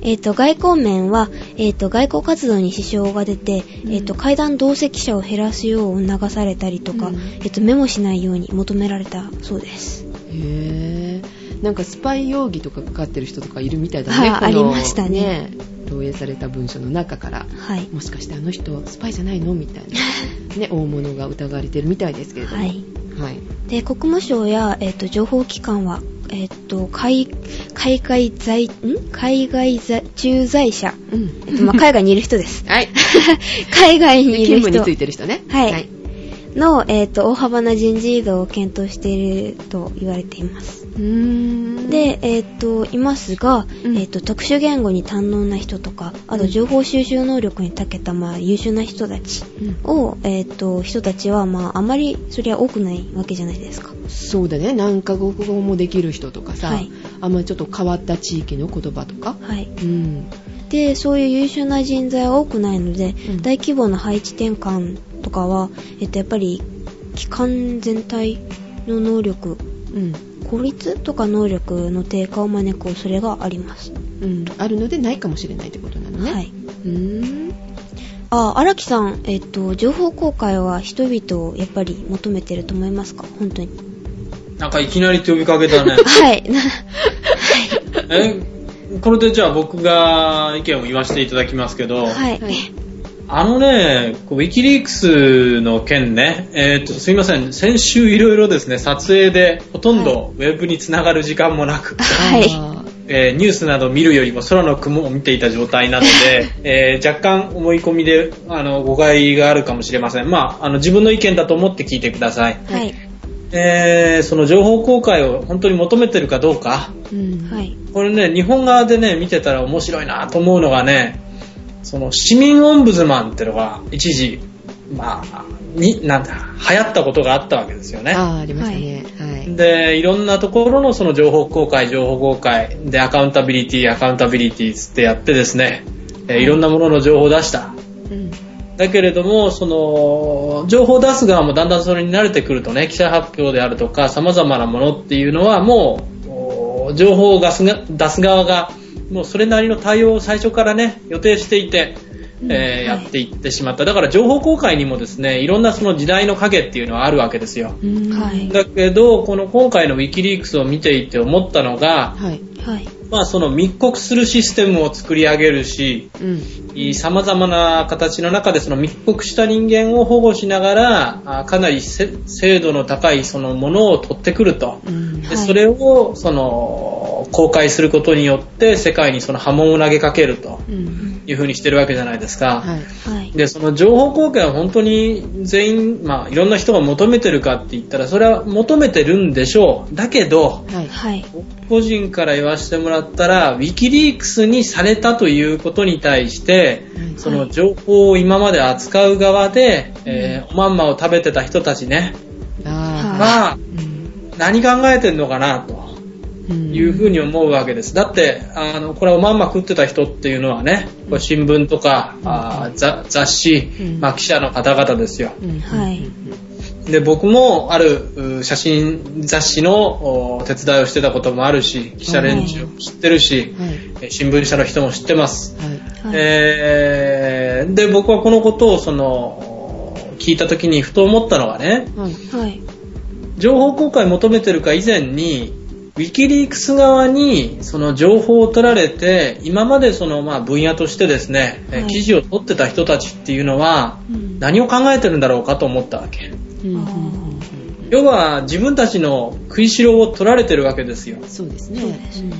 Speaker 2: えっ、と、外交面は、えっ、と、外交活動に支障が出て、
Speaker 1: うん
Speaker 2: えっ、と、会談同席者を減らすよう促されたりとか、
Speaker 1: うん
Speaker 2: えっ、と、メモしないように求められたそうです。
Speaker 1: へえなんかスパイ容疑とかかかってる人とかいるみたいだね
Speaker 2: はい
Speaker 1: この
Speaker 2: ありましたね
Speaker 1: ど投影された文書の中から、
Speaker 2: はい。 [LAUGHS]
Speaker 1: もしかしてあの人、スパイじゃないのみたいな、ね、大物が疑われてるみたいですけれども、
Speaker 2: は
Speaker 1: はいい、
Speaker 2: で、国務省や、えっ、と、情報機関は、えっ、と、海、海外在、ん海外在、駐在者。
Speaker 1: うん
Speaker 2: えっと
Speaker 1: [LAUGHS]
Speaker 2: まあ、海外 [LAUGHS] にいる人です。
Speaker 1: はい、
Speaker 2: 海外にい
Speaker 1: 勤
Speaker 2: る
Speaker 1: 務につい
Speaker 2: 人
Speaker 1: てる人ね、
Speaker 2: はいの、えっ、と、大幅な人事異動を検討していると言われています。
Speaker 1: うーん
Speaker 2: で、えっ、と、いますが、
Speaker 1: うん
Speaker 2: えっ、と、特殊言語に堪能な人とか、あ
Speaker 1: う
Speaker 2: と、
Speaker 1: ん
Speaker 2: 情報収集能力に長けた、まあ、優秀な人たち
Speaker 1: うん
Speaker 2: を、えっ、と、人たちは、まあ、あまり、そりゃ多くないわけじゃないですか。
Speaker 1: そうだね何カ国語もできる人とかさ、
Speaker 2: はい
Speaker 1: あんまりちょっと変わった地域の言葉とか、
Speaker 2: はい。
Speaker 1: うん、
Speaker 2: でそういう優秀な人材は多くないので、
Speaker 1: うん
Speaker 2: 大規模な配置転換とかは、えっと、やっぱり機関全体の能力
Speaker 1: うん
Speaker 2: 効率とか能力の低下を招く恐れがあります、
Speaker 1: うん、あるのでないかもしれないってことなのね、
Speaker 2: はい、
Speaker 1: うーん
Speaker 2: あ荒木さん、えっと、情報公開は人々をやっぱり求めてると思いますか本当に。
Speaker 3: なんかいきなりって呼びかけたね
Speaker 2: はいな
Speaker 3: え、これでじゃあ僕が意見を言わせていただきますけど、
Speaker 2: [LAUGHS] はい、
Speaker 1: はい
Speaker 3: あのね、こうウィキリークスの件ね、えーっと、すいません、先週いろいろですね、撮影でほとんどウェブにつながる時間もなく、
Speaker 2: はい
Speaker 1: あ
Speaker 3: えーニュースなど見るよりも空の雲を見ていた状態なの
Speaker 2: [LAUGHS]
Speaker 3: で、えー若干思い込みであの誤解があるかもしれません。まあ、あの自分の意見だと思って聞いてください。
Speaker 2: はい
Speaker 3: えーその情報公開を本当に求めてるかどうか、
Speaker 1: ーうん
Speaker 2: はい
Speaker 3: これね、日本側でね、見てたら面白いなと思うのがね、その市民オンブズマンってのが一時、まあ、に、なんだ、流行ったことがあったわけですよね。
Speaker 1: あーありましたねはい、
Speaker 3: で、いろんなところのその情報公開、情報公開、で、アカウンタビリティ、アカウンタビリティつってやってですね、えーいろんなものの情報を出した。
Speaker 1: うん
Speaker 3: だけれども、その、情報を出す側もだんだんそれに慣れてくるとね、記者発表であるとか、様々なものっていうのはもう、お情報を出すが出す側が、もうそれなりの対応を最初からね、予定していて、えー
Speaker 2: はい
Speaker 3: やっていってしまった。だから情報公開にもですね、いろんなその時代の影っていうのはあるわけですよ。
Speaker 1: うん
Speaker 2: はい
Speaker 3: だけど、この今回のウィキリークスを見ていて思ったのが、
Speaker 1: はい
Speaker 2: はい
Speaker 3: まあその密告するシステムを作り上げるし、
Speaker 1: うん
Speaker 3: 様々な形の中でその密告した人間を保護しながら、あかなりせ精度の高いそのものを取ってくると。
Speaker 1: うん
Speaker 3: で
Speaker 2: はい
Speaker 3: それをその公開することによって世界にその波紋を投げかけると
Speaker 1: うん
Speaker 3: いうふうにしてるわけじゃないですか。
Speaker 1: はい
Speaker 2: はい
Speaker 3: で、その情報公開は本当に全員、まあ、いろんな人が求めてるかって言ったら、それは求めてるんでしょう。だけど、
Speaker 1: はい
Speaker 2: はい
Speaker 3: 個人から言わせてもらったら、ウィキリークスにされたということに対して、その情報を今まで扱う側で、えーおまんまを食べてた人たちね、
Speaker 1: あ
Speaker 3: まあ
Speaker 1: ー、うん
Speaker 3: 何考えてんのかな、と
Speaker 1: うん
Speaker 3: いうふうに思うわけです。だって、あの、これおまんま食ってた人っていうのはね、これ新聞とか、あーざ雑誌
Speaker 1: うん、
Speaker 3: まあ記者の方々ですよ。
Speaker 1: うん
Speaker 2: はい
Speaker 3: で、僕もあるう写真雑誌のお手伝いをしてたこともあるし、記者連中も知ってるし、
Speaker 1: はい
Speaker 3: え新聞社の人も知ってます。
Speaker 1: はい
Speaker 2: はい
Speaker 3: えーで、僕はこのことをその、聞いた時にふと思ったのがね、
Speaker 1: はい
Speaker 2: はい
Speaker 3: 情報公開求めてるか以前に、ウィキリークス側にその情報を取られて、今までそのまあ分野としてですね、え
Speaker 2: はい
Speaker 3: 記事を取ってた人たちっていうのは、
Speaker 1: うん
Speaker 3: 何を考えてるんだろうかと思ったわけ。
Speaker 1: うんうん
Speaker 2: あー
Speaker 3: 要は自分たちの食いしろを取られてるわけですよ。
Speaker 1: そうですね
Speaker 2: そうですね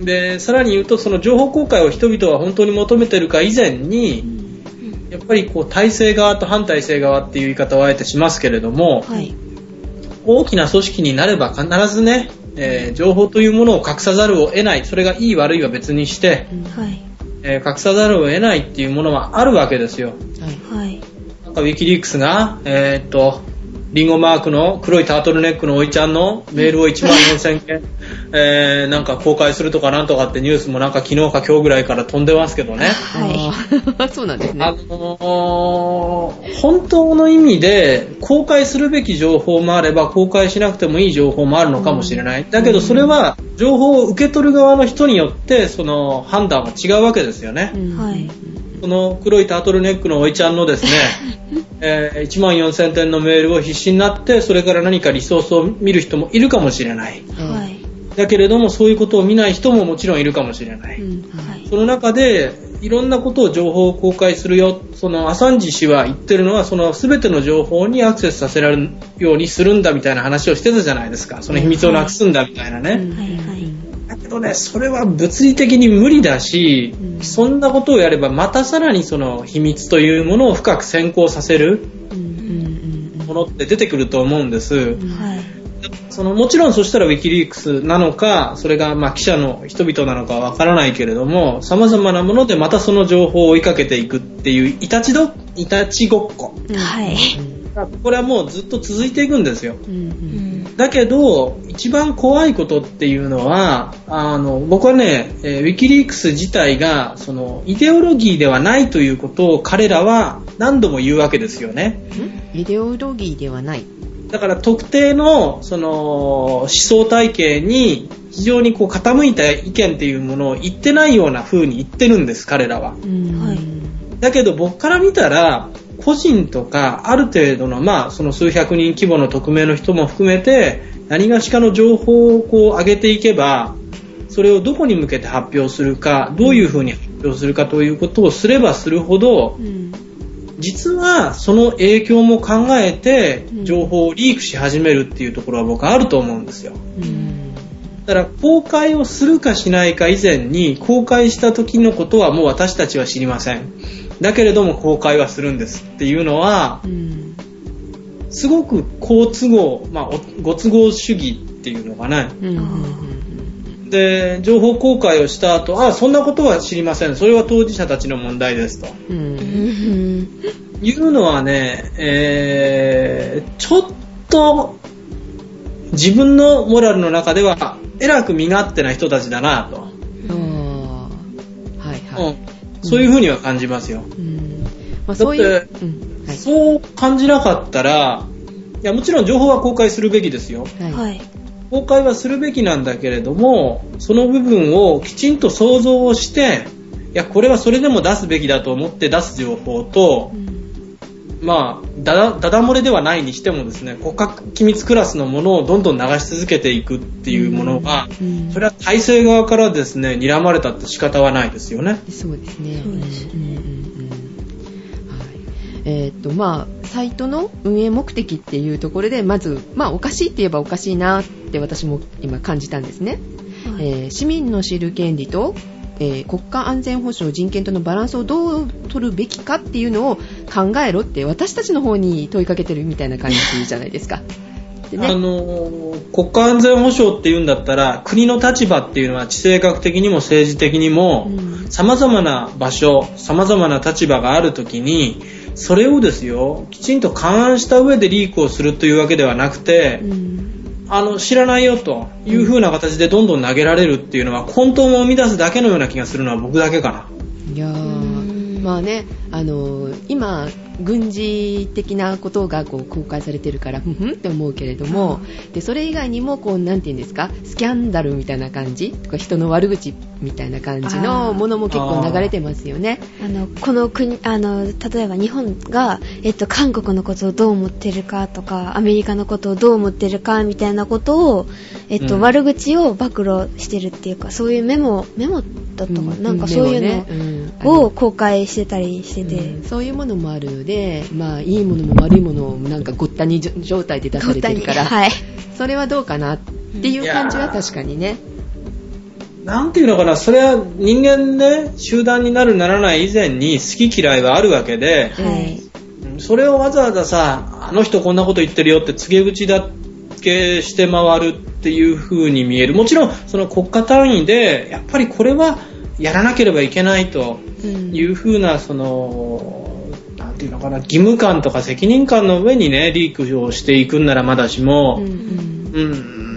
Speaker 3: で、さらに言うと、その情報公開を人々は本当に求めてるか以前
Speaker 1: う
Speaker 3: に、
Speaker 1: ん
Speaker 2: うん
Speaker 3: やっぱりこう、体制側と反体制側っていう言い方をあえてしますけれども、
Speaker 2: はい
Speaker 3: 大きな組織になれば必ずね、えー情報というものを隠さざるを得ない、それがいい悪いは別にして、
Speaker 1: うんは
Speaker 2: はい
Speaker 3: えー隠さざるを得ないっていうものはあるわけですよ。
Speaker 1: い
Speaker 2: はい
Speaker 3: なんかウィキリークスが、えーっと、リンゴマークの黒いタートルネックのおいちゃんのメールを1万4000件、えー、なんか公開するとかなんとかってニュースもなんか昨日か今日ぐらいから飛んでますけどね。
Speaker 2: はい
Speaker 1: あーそうなんです
Speaker 3: あ
Speaker 1: ね
Speaker 3: のー本当の意味で公開するべき情報もあれば公開しなくてもいい情報もあるのかもしれない。だけどそれは情報を受け取る側の人によってその判断は違うわけですよね。
Speaker 1: うん
Speaker 2: はい
Speaker 3: この黒いタートルネックのおいちゃんのですね、
Speaker 1: [LAUGHS]
Speaker 3: えー1万4000点のメールを必死になって、それから何かリソースを見る人もいるかもしれない。
Speaker 2: は
Speaker 1: え
Speaker 2: い
Speaker 3: だけれども、そういうことを見ない人ももちろんいるかもしれな
Speaker 1: え
Speaker 3: い。
Speaker 1: うん
Speaker 2: はい
Speaker 3: その中で、いろんなことを情報を公開するよ。そのアサンジ氏は言ってるのは、その全ての情報にアクセスさせられるようにするんだみたいな話をしてたじゃないですか。その秘密をなくすんだみたいなね。
Speaker 2: はいはい
Speaker 3: だけどね、それは物理的に無理だし、
Speaker 1: うん
Speaker 3: そんなことをやればまたさらにその秘密というものを深く先行させるものって出てくると思うんです。
Speaker 2: はい
Speaker 3: そのもちろんそしたらウィキリークスなのか、それがまあ記者の人々なのかわからないけれども、様々なものでまたその情報を追いかけていくっていういたちど、いたちごっこ。
Speaker 2: はい
Speaker 3: これはもうずっと続いていくんですよ。
Speaker 2: うん
Speaker 3: だけど、一番怖いことっていうのは、あの、僕はね、えーウィキリークス自体が、その、イデオロギーではないということを彼らは何度も言うわけですよね。
Speaker 1: イデオロギーではない。
Speaker 3: だから特定の、その、思想体系に非常にこう傾いた意見っていうものを言ってないような風に言ってるんです、彼らは。
Speaker 2: はい
Speaker 3: だけど僕から見たら、個人とか、ある程度の、まあ、その数百人規模の匿名の人も含めて、何がしかの情報をこう上げていけば、それをどこに向けて発表するか、どういうふうに発表するかということをすればするほど、実はその影響も考えて、情報をリークし始めるっていうところは僕はあると思うんですよ。だから公開をするかしないか以前に公開した時のことはもう私たちは知りませんだけれども公開はするんですっていうのはすごく好都合、まあ、おご都合主義っていうのかなで情報公開をした後あそんなことは知りませんそれは当事者たちの問題ですと
Speaker 2: うん
Speaker 3: いうのはね、えー、ちょっと自分のモラルの中ではえらく身勝手な人たちだなと。
Speaker 1: はいは
Speaker 3: う
Speaker 1: い
Speaker 3: ん。そういうふうには感じますよ。
Speaker 1: うんまあそういう。うんはい
Speaker 3: そう感じなかったら、いや、もちろん情報は公開するべきですよ。
Speaker 1: は
Speaker 2: はいい
Speaker 3: 公開はするべきなんだけれども、その部分をきちんと想像をして、いや、これはそれでも出すべきだと思って出す情報と、まあ、だだ、だだ漏れではないにしてもですね、骨格機密クラスのものをどんどん流し続けていくっていうものが、
Speaker 1: うん
Speaker 3: それは体制側からですね、睨まれたって仕方はないですよね。
Speaker 1: そうですね。
Speaker 2: そうですね
Speaker 1: うんうんうんはいえーっとまあ、サイトの運営目的っていうところでまず、まあ、おかしいって言えばおかしいなって私も今感じたんですね、
Speaker 2: はい
Speaker 1: えー市民の知る権利と、えー国家安全保障人権とのバランスをどう取るべきかっていうのを考えろって私たちの方に問いかけてるみたいな感じじゃないですか。で
Speaker 3: あ
Speaker 1: ね、
Speaker 3: の国家安全保障っていうんだったら国の立場っていうのは地政学的にも政治的にも
Speaker 1: うん
Speaker 3: 様々な場所様々な立場があるときにそれをですよきちんと勘案した上でリークをするというわけではなくて、あの知らないよという風な形でどんどん投げられるっていうのは混沌を生み出すだけのような気がするのは僕だけかな。
Speaker 1: いやー
Speaker 2: うん
Speaker 1: まあね、あのー今、軍事的なことがこう公開されてるから、ふふんって思うけれども、でそれ以外にもこう、なんていうんですか、スキャンダルみたいな感じ、とか人の悪口みたいな感じ
Speaker 2: あ
Speaker 1: の
Speaker 2: ー
Speaker 1: ものも結構流れてますよね。
Speaker 2: あのこの国あの例えば日本が、えっと、韓国のことをどう思ってるかとかアメリカのことをどう思ってるかみたいなことを、えっと
Speaker 3: うん
Speaker 2: 悪口を暴露してるっていうかそういうメモメモだったかな,、
Speaker 1: うん
Speaker 2: なんかそういう
Speaker 1: うんうんあ
Speaker 2: のを公開してたりしてて、
Speaker 1: うんそういうものもあるので、まあ、いいものも悪いものもなんかごったにじょ状態で出されてるから、
Speaker 2: はい、
Speaker 1: それはどうかなっていう感じは確かにね。
Speaker 3: なんていうのかな、それは人間ね、集団になるならない以前に好き嫌いはあるわけで、
Speaker 2: はい
Speaker 3: それをわざわざさ、あの人こんなこと言ってるよって告げ口だけして回るっていう風に見える。もちろん、その国家単位で、やっぱりこれはやらなければいけないと
Speaker 2: うん
Speaker 3: いう風な、その、なんていうのかな、義務感とか責任感の上にね、リークをしていくんならまだしも、
Speaker 2: うん
Speaker 3: う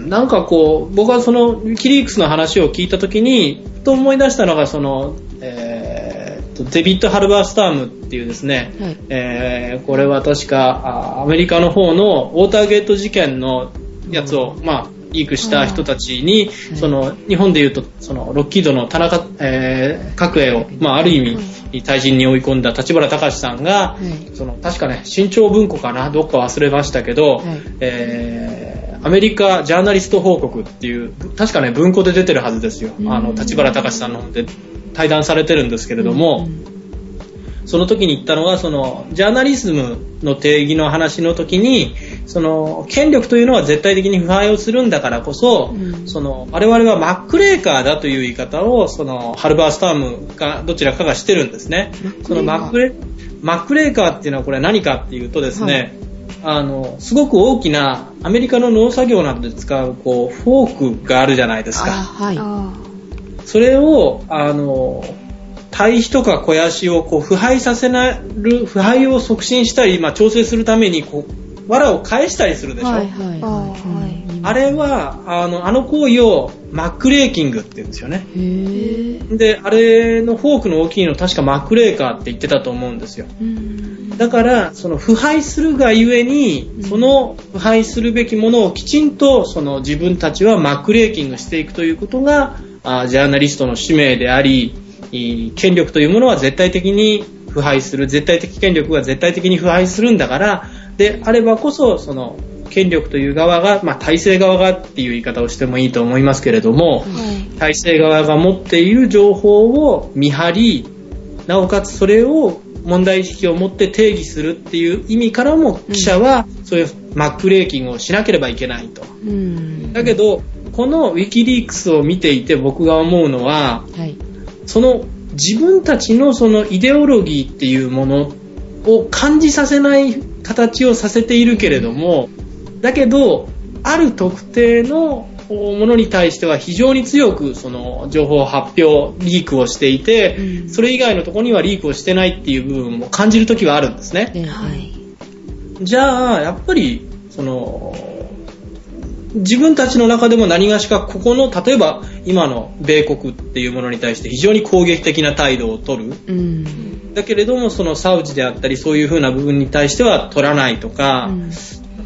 Speaker 3: ん、なんかこう、僕はそのウィキリークスの話を聞いたときに、ふと思い出したのが、その、えーっと、デビッド・ハルバースタームっていうですね、
Speaker 1: はい
Speaker 3: えーこれは確かあアメリカの方のウォーターゲート事件のやつを、まあ、リークした人たちに、
Speaker 1: うん
Speaker 3: その日本でいうとそのロッキードの田中、えー角栄を、まあ、ある意味退陣に追い込んだ立花隆さんが、
Speaker 1: はい
Speaker 3: その確かね新潮文庫かなどっか忘れましたけど、
Speaker 1: はい
Speaker 3: えーアメリカジャーナリスト報告っていう確かね文庫で出てるはずですよ、あの立花隆さんの本で対談されてるんですけれども、
Speaker 1: うん
Speaker 3: その時に言ったのが、その、ジャーナリズムの定義の話の時に、その、権力というのは絶対的に腐敗をするんだからこそ、
Speaker 1: うん
Speaker 3: その、我々はマックレーカーだという言い方を、その、ハルバースタームか、どちらかがしてるんですね。そのマックレ、マックレーカーっていうのはこれ何かっていうとですね、あの、すごく大きな、アメリカの農作業などで使う、こう、フォークがあるじゃないです
Speaker 1: あ
Speaker 3: か。
Speaker 1: はい。
Speaker 2: あ
Speaker 3: それを、あの、堆肥とか肥やしをこう腐敗させなる、腐敗を促進したり、まあ、調整するために、こう、藁を返したりするでしょ。
Speaker 1: はいはい
Speaker 2: あはい
Speaker 1: はいうん。
Speaker 3: あれは、あの、あの行為をマックレーキングって言うんですよね。
Speaker 1: へえ。
Speaker 3: で、あれのフォークの大きいの確かマックレーカーって言ってたと思うんですよ。
Speaker 1: うん。
Speaker 3: だから、その腐敗するがゆえに、その腐敗するべきものをきちんと、その自分たちはマックレーキングしていくということが、あジャーナリストの使命であり、い権力というものは絶対的に腐敗する、絶対的権力は絶対的に腐敗するんだから、であればこそ、その、権力という側が、まあ、体制側がっていう言い方をしてもいいと思いますけれども、
Speaker 2: あはい
Speaker 3: 体制側が持っている情報を見張り、なおかつそれを問題意識を持って定義するっていう意味からも記者はそういうマックレーキングをしなければいけないと。
Speaker 1: うん。
Speaker 3: だけど、このウィキリークスを見ていて僕が思うのは、
Speaker 1: はい。
Speaker 3: その自分たちのそのイデオロギーっていうものを感じさせない形をさせているけれども、だけど、ある特定のものに対しては非常に強くその情報発表、リークをしていて、
Speaker 1: うん
Speaker 3: それ以外のところにはリークをしてないっていう部分も感じるときはあるんですね。
Speaker 1: ええ
Speaker 2: はい。
Speaker 3: じゃあ、やっぱり、その、自分たちの中でも何がしかここの、例えば今の米国っていうものに対して非常に攻撃的な態度を取る。
Speaker 1: うん。
Speaker 3: だけれども、そのサウジであったり、そういう風な部分に対しては取らないとか、
Speaker 1: うん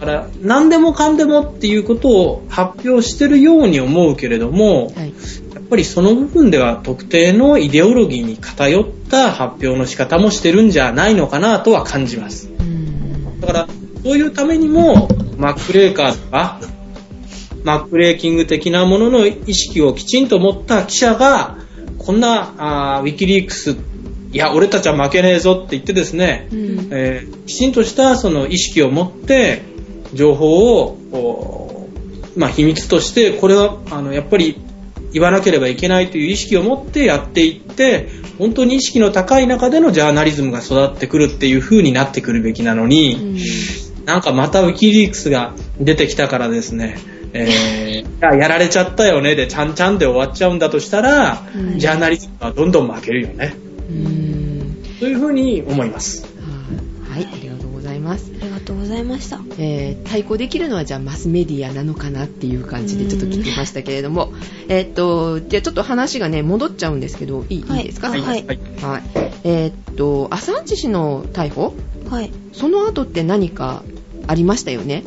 Speaker 3: だから何でもかんでもっていうことを発表してるように思うけれども、
Speaker 1: はい。
Speaker 3: やっぱりその部分では特定のイデオロギーに偏った発表の仕方もしてるんじゃないのかなとは感じます。
Speaker 1: うん。
Speaker 3: だから、そういうためにも、マックレーカーとか、マックレーキング的なものの意識をきちんと持った記者が、こんな、あーウィキリークス、いや、俺たちは負けねえぞって言ってですね、
Speaker 1: うん
Speaker 3: えーきちんとしたその意識を持って、情報を、こうまあ、秘密として、これは、あの、やっぱり、言わなければいけないという意識を持ってやっていって、本当に意識の高い中でのジャーナリズムが育ってくるっていう風になってくるべきなのに、なんかまたウィキリークスが出てきたからですね、えーやられちゃったよねで、ちゃんちゃんで終わっちゃうんだとしたら、
Speaker 1: うん
Speaker 3: ジャーナリズムはどんどん負けるよね。
Speaker 1: うん。
Speaker 3: というふうに思います。
Speaker 1: はい。ありがとうございます。
Speaker 2: ありがとうございました。
Speaker 1: えー対抗できるのはじゃあマスメディアなのかなっていう感じでちょっと聞きましたけれども、えーっと、じゃあちょっと話がね、戻っちゃうんですけど、いい,、、
Speaker 2: はいい
Speaker 1: いですか
Speaker 2: は
Speaker 1: はいい。
Speaker 3: はい。
Speaker 1: えーっと、アサンチ氏の逮捕
Speaker 2: はい。
Speaker 1: その後って何かありましたよね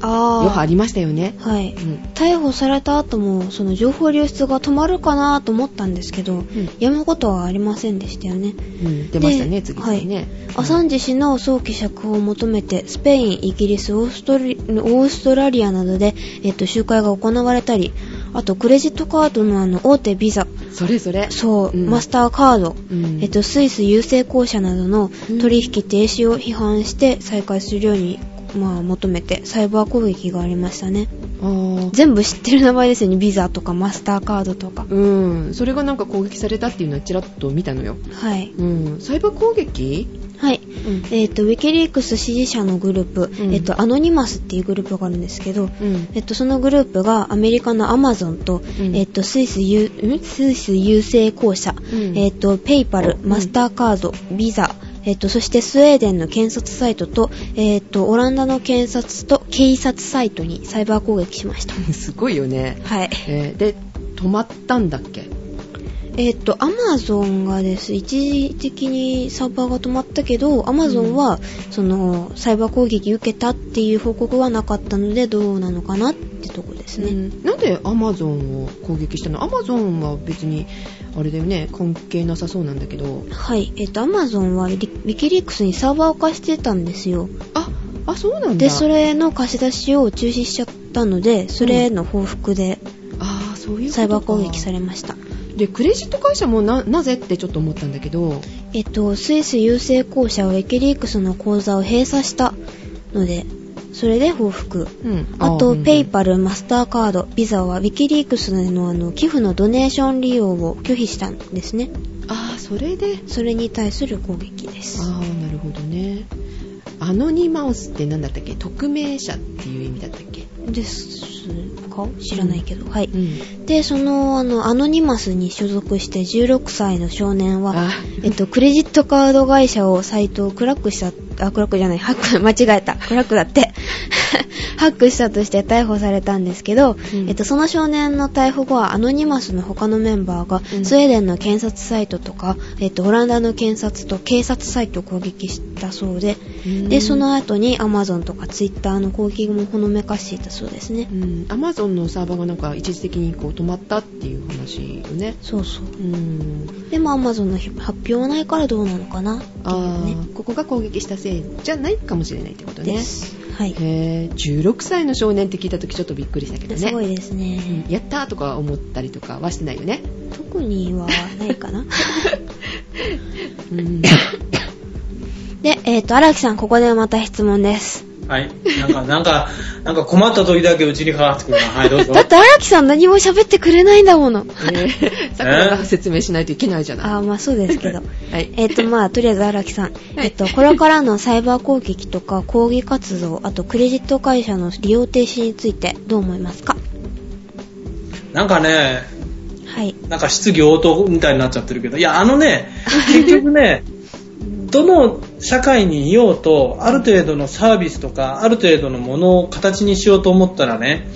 Speaker 1: 余波あ
Speaker 2: あ
Speaker 1: りましたよね
Speaker 2: あ。はい。
Speaker 1: うん。
Speaker 2: 逮捕された後も、その情報流出が止まるかなと思ったんですけど、やむことはありませんでしたよね。
Speaker 1: うん、出ましたね、
Speaker 2: で
Speaker 1: 次々ね。
Speaker 2: アサンジ氏の早期釈放を求めて、スペイン、イギリス、オーストリオーストラリアなどで、えっと、集会が行われたり、あと、クレジットカードのあの、大手ビザ、
Speaker 1: それそれ。
Speaker 2: そ
Speaker 1: う
Speaker 2: う、
Speaker 1: ん
Speaker 2: マスターカード、
Speaker 1: うん
Speaker 2: えっと、スイス郵政公社などの取引停止を批判して再開するように、まあ、求めてサイバー攻撃がありましたね
Speaker 1: あー
Speaker 2: 全部知ってる名前ですよねビザとかマスターカードとか、
Speaker 1: うん、それがなんか攻撃されたっていうのはちらっと見たのよ。
Speaker 2: はい
Speaker 1: うん、サイバー攻撃
Speaker 2: はい
Speaker 1: うん。
Speaker 2: えっとウィキリークス支持者のグループ、
Speaker 1: うん
Speaker 2: えっとアノニマスっていうグループがあるんですけど、
Speaker 1: うん。
Speaker 2: えっと、そのグループがアメリカのアマゾンと、
Speaker 1: うん
Speaker 2: えっと、スイスゆんスイス郵政公社、
Speaker 1: うん
Speaker 2: えっと、ペイパル、マスターカード、ビザ、えっと、そしてスウェーデンの検察サイトと、えっと、オランダの検察と警察サイトにサイバー攻撃しました。
Speaker 1: [LAUGHS] すごいよね。
Speaker 2: はい。
Speaker 1: えーで、止まったんだっけ
Speaker 2: えっと、アマゾンがです、一時的にサーバーが止まったけど、アマゾンは、その、サイバー攻撃受けたっていう報告はなかったので、どうなのかなってとこですね。
Speaker 1: うんなんでアマゾンを攻撃したのアマゾンは別にあれだよね関係なさそうなんだけど
Speaker 2: はい、えっと、アマゾンはリウィキリークスにサーバーを貸してたんですよ。
Speaker 1: ああそうなんだ
Speaker 2: で、それの貸し出しを中止しちゃったので、それへの報復で
Speaker 1: ああそういうことか
Speaker 2: サイバー攻撃されました。
Speaker 1: でクレジット会社もななぜってちょっと思ったんだけど
Speaker 2: えっと、スイス郵政公社はウィキリークスの口座を閉鎖したので、それで報復。
Speaker 1: うん
Speaker 2: あと、ペイ
Speaker 1: パ
Speaker 2: パル、マスターカード、ビザはウィキリークスへのあの寄付のドネーション利用を拒否したんですね。
Speaker 1: ああそれで
Speaker 2: それに対する攻撃です。
Speaker 1: ああなるほどねアノニマウスって何だったっけ匿名者っていう意味だったっけ
Speaker 2: ですか知らないけど。はい。
Speaker 1: ん
Speaker 2: で、その、あの、アノニマスに所属して16歳の少年は
Speaker 1: あ、
Speaker 2: えっと、クレジットカード会社をサイトをクラックした、あ、クラックじゃない、ハック、 [LAUGHS] 間違えた。クラックだって。 [LAUGHS] ハックしたとして逮捕されたんですけど、
Speaker 1: うん
Speaker 2: えっと、その少年の逮捕後はアノニマスの他のメンバーが、
Speaker 1: うん
Speaker 2: スウェーデンの検察サイトとか、えっと、オランダの検察と警察サイトを攻撃したそうで、で、その後にアマゾンとかツイッターの攻撃もほのめかしていたそうですね。
Speaker 1: アマゾンのサーバーがなんか一時的にこう止まったっていう話よね
Speaker 2: そうそう。
Speaker 1: うん
Speaker 2: でも Amazon の発表はないからどうなのかなって
Speaker 1: あ
Speaker 2: いう
Speaker 1: ーここが攻撃したせいじゃないかもしれないってこと
Speaker 2: ね。で
Speaker 1: ね
Speaker 2: す。はい。
Speaker 1: へえ16歳の少年って聞いた時ちょっとびっくりしたけどね
Speaker 2: すごいですね。
Speaker 1: うんやったーとか思ったりとかはしてないよ
Speaker 2: [LAUGHS]
Speaker 1: ね
Speaker 2: 特にはないかな。 [LAUGHS]
Speaker 1: うん
Speaker 2: で、えっ、と、荒木さん、ここでまた質問です。
Speaker 3: はい。なんか、なんか、なんか困った時だけうちにかかってくるな。はい、どうぞ。
Speaker 2: だって荒木さん何も喋ってくれないんだもの。
Speaker 1: さくらが説明しないといけないじゃない。
Speaker 2: ああ、まあそうですけど。
Speaker 1: はい。
Speaker 2: えっ、と、まあ、とりあえず荒木さん。えっ、と、これからのサイバー攻撃とか抗議活動、あとクレジット会社の利用停止についてどう思いますか
Speaker 3: なんかね、
Speaker 2: はい。
Speaker 3: なんか質疑応答みたいになっちゃってるけど、いや、あの
Speaker 2: [LAUGHS]
Speaker 3: ね、結局ね、どの社会にいようと、ある程度のサービスとか、ある程度のものを形にしようと思ったらね、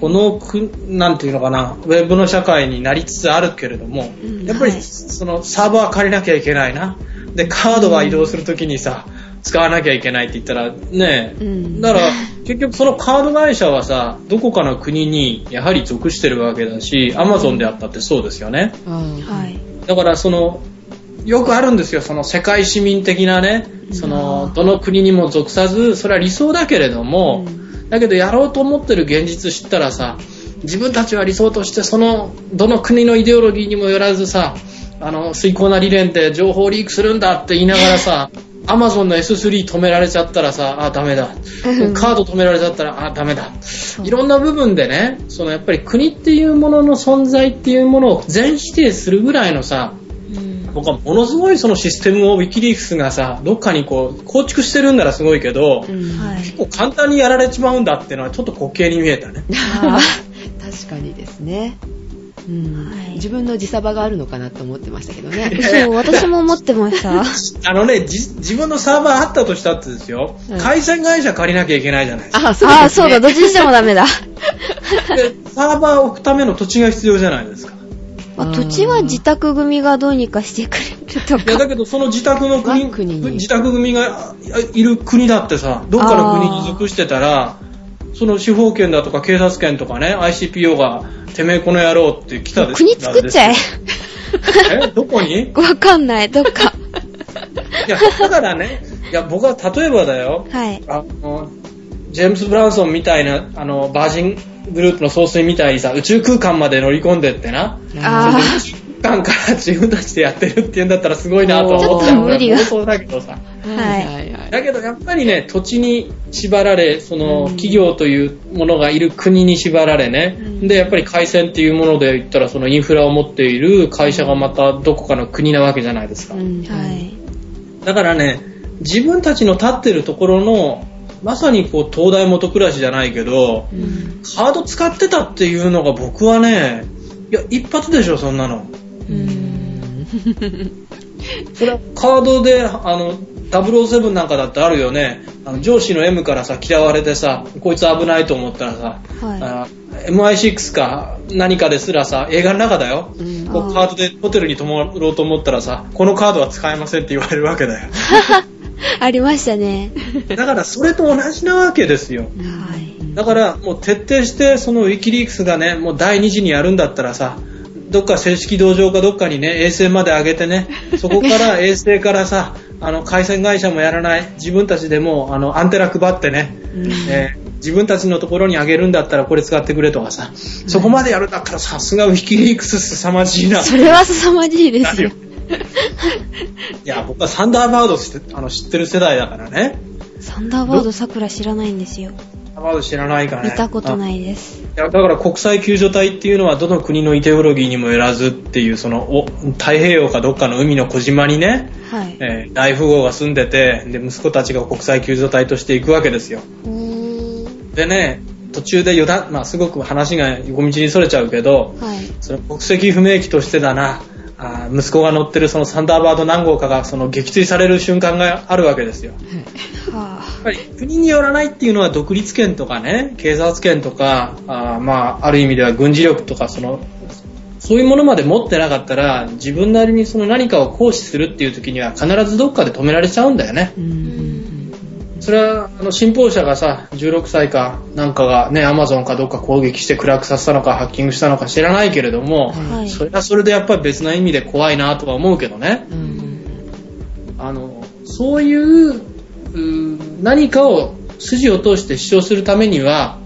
Speaker 3: このく、なんていうのかな、ウェブの社会になりつつあるけれども、
Speaker 2: うん
Speaker 3: やっぱり、
Speaker 2: はい
Speaker 3: そのサーバー借りなきゃいけないな。で、カードは移動するときにさ、使わなきゃいけないって言ったら、ね
Speaker 1: う、ん。
Speaker 3: だから、結局そのカード会社はさ、どこかの国にやはり属してるわけだし、アマゾンであったってそうですよね。
Speaker 1: は。
Speaker 2: はいい。
Speaker 3: だからその、よくあるんですよ、その世界市民的なね、その、どの国にも属さず、それは理想だけれども、だけどやろうと思ってる現実知ったらさ、自分たちは理想として、その、どの国のイデオロギーにもよらずさ、あの、遂行な理念で情報リークするんだって言いながらさ、アマゾンの S3 止められちゃったらさ、あ、ダメだ。カード止められちゃったら、あ、ダメだ。
Speaker 2: う
Speaker 3: いろんな部分でね、そのやっぱり国っていうものの存在っていうものを全否定するぐらいのさ、
Speaker 2: うん。
Speaker 3: 僕はものすごいそのシステムをウィキリークスがさ、どっかにこう構築してるんならすごいけど、
Speaker 1: は。
Speaker 2: はいい。
Speaker 3: もう簡単にやられちまうんだってのはちょっと滑稽に見えたね。
Speaker 2: あ
Speaker 1: 確かにですね。うん
Speaker 2: はい
Speaker 1: 自分の自サバがあるのかなと思ってましたけど
Speaker 2: ー
Speaker 1: ね。
Speaker 2: 嘘、私も思ってました。
Speaker 3: あのね、じ自分のサーバーあったとしたってですよ、
Speaker 1: うん
Speaker 3: 回線会社借りなきゃいけないじゃないですか。
Speaker 1: あ、
Speaker 2: ああ、
Speaker 1: です
Speaker 2: そう
Speaker 1: ね
Speaker 2: だ、どっちにしてもダメだ。
Speaker 3: でサーバーを置くための土地が必要じゃないですか。
Speaker 2: ま
Speaker 1: う
Speaker 2: [LAUGHS] あ、
Speaker 1: ん
Speaker 2: 土地は自宅組がどうにかしてくれると
Speaker 3: いや
Speaker 2: か。
Speaker 3: だけどその自宅の国
Speaker 1: まあ国に
Speaker 3: 自宅組があいる国だってさどっかの国に属してたらその司法権だとか警察権とかね ICPO がてめえこの野郎って来た
Speaker 2: [LAUGHS]
Speaker 3: で
Speaker 2: 国作っちゃえ。
Speaker 3: えどこにい
Speaker 2: わかんない、どっ [LAUGHS] か。
Speaker 3: やだからねいや僕は例えばだよ
Speaker 2: はい。
Speaker 3: あのジェームス・ブランソンみたいなあのバージングループの総帥みたいにさ宇宙空間まで乗り込んでってな
Speaker 2: あ
Speaker 3: 宇宙空間から自分たちでやってるって言うんだったらすごいなとは思った
Speaker 2: ちょっと無理が
Speaker 3: 俺妄想だけどさ
Speaker 1: ー
Speaker 2: はい
Speaker 1: いはい。
Speaker 3: だけどやっぱりね、土地に縛られ、その
Speaker 1: うん
Speaker 3: 企業というものがいる国に縛られね、
Speaker 2: うん
Speaker 3: で、やっぱり回線っていうもので言ったら、そのインフラを持っている会社がまたどこかの国なわけじゃないですか。
Speaker 1: うん
Speaker 2: はい。
Speaker 3: だからね、自分たちの立ってるところの、まさにこう、東大元暮らしじゃないけど、
Speaker 1: うん
Speaker 3: カード使ってたっていうのが僕はね、いや、一発でしょ、そんなの。それはカードで、あの、007なんかだってあるよね。あの上司の M からさ、嫌われてさ、こいつ危ないと思ったらさ、
Speaker 2: は
Speaker 3: あ MI6 か何かですらさ、映画の中だよ。
Speaker 1: うん
Speaker 3: こう
Speaker 2: あー
Speaker 3: カードでホテルに泊まろうと思ったらさ、このカードは使えませんって言われるわ
Speaker 1: [LAUGHS]
Speaker 3: けだよ。
Speaker 2: い。ありました [LAUGHS] ね。
Speaker 3: だからそれと同じなわけですよ。
Speaker 2: はい。
Speaker 3: だからもう徹底して、そのウィキリークスがね、もう第2次にやるんだったらさ、どっか正式道場かどっかにね、衛星まで上げてね、そ
Speaker 2: [LAUGHS]
Speaker 3: こから衛星からさ、あの、回線会社もやらない、自分たちでもう、あの、アンテナ配ってね、
Speaker 1: うん
Speaker 3: え自分たちのところにあげるんだったらこれ使ってくれとかさ、そこまでやるんだったらさすがウィキリークス凄まじいな。
Speaker 2: それは凄まじいですよ。
Speaker 3: いや、僕はサンダーバード知ってあの知ってる世代だからね。
Speaker 2: サンダーバード桜知らないんですよ。
Speaker 3: サンダーバード知らないからね。
Speaker 2: 見たこと
Speaker 3: い。
Speaker 2: ないです。
Speaker 3: いや、だから国際救助隊っていうのはどの国のイデオロギーにもよらずっていう、その、お太平洋かどっかの海の小島にね、
Speaker 2: はい。
Speaker 3: えー大富豪が住んでて、で、息子たちが国際救助隊として行くわけですよ。
Speaker 2: うーん。
Speaker 3: でね、途中で余談、まあすごく話が横道に逸れちゃうけど、
Speaker 2: はい。
Speaker 3: その国籍不明記としてだな、あー息子が乗ってるそのサンダーバード何号かがその撃墜される瞬間があるわけですよ。
Speaker 2: はぁ、
Speaker 3: やっぱり国によらないっていうのは独立権とかね、警察権とか、あーまあ、ある意味では軍事力とか、その、そういうものまで持ってなかったら、自分なりにその何かを行使するっていう時には必ずどっかで止められちゃうんだよね。
Speaker 1: うんうん
Speaker 3: それは、あの、信奉者がさ、16歳かなんかがね、アマゾンかどっか攻撃して暗くさせたのか、ハッキングしたのか知らないけれども、
Speaker 2: はい
Speaker 3: それはそれでやっぱり別な意味で怖いなとは思うけどね。
Speaker 1: うんうん
Speaker 3: あの、そういう、うー何かを筋を通して主張するためには、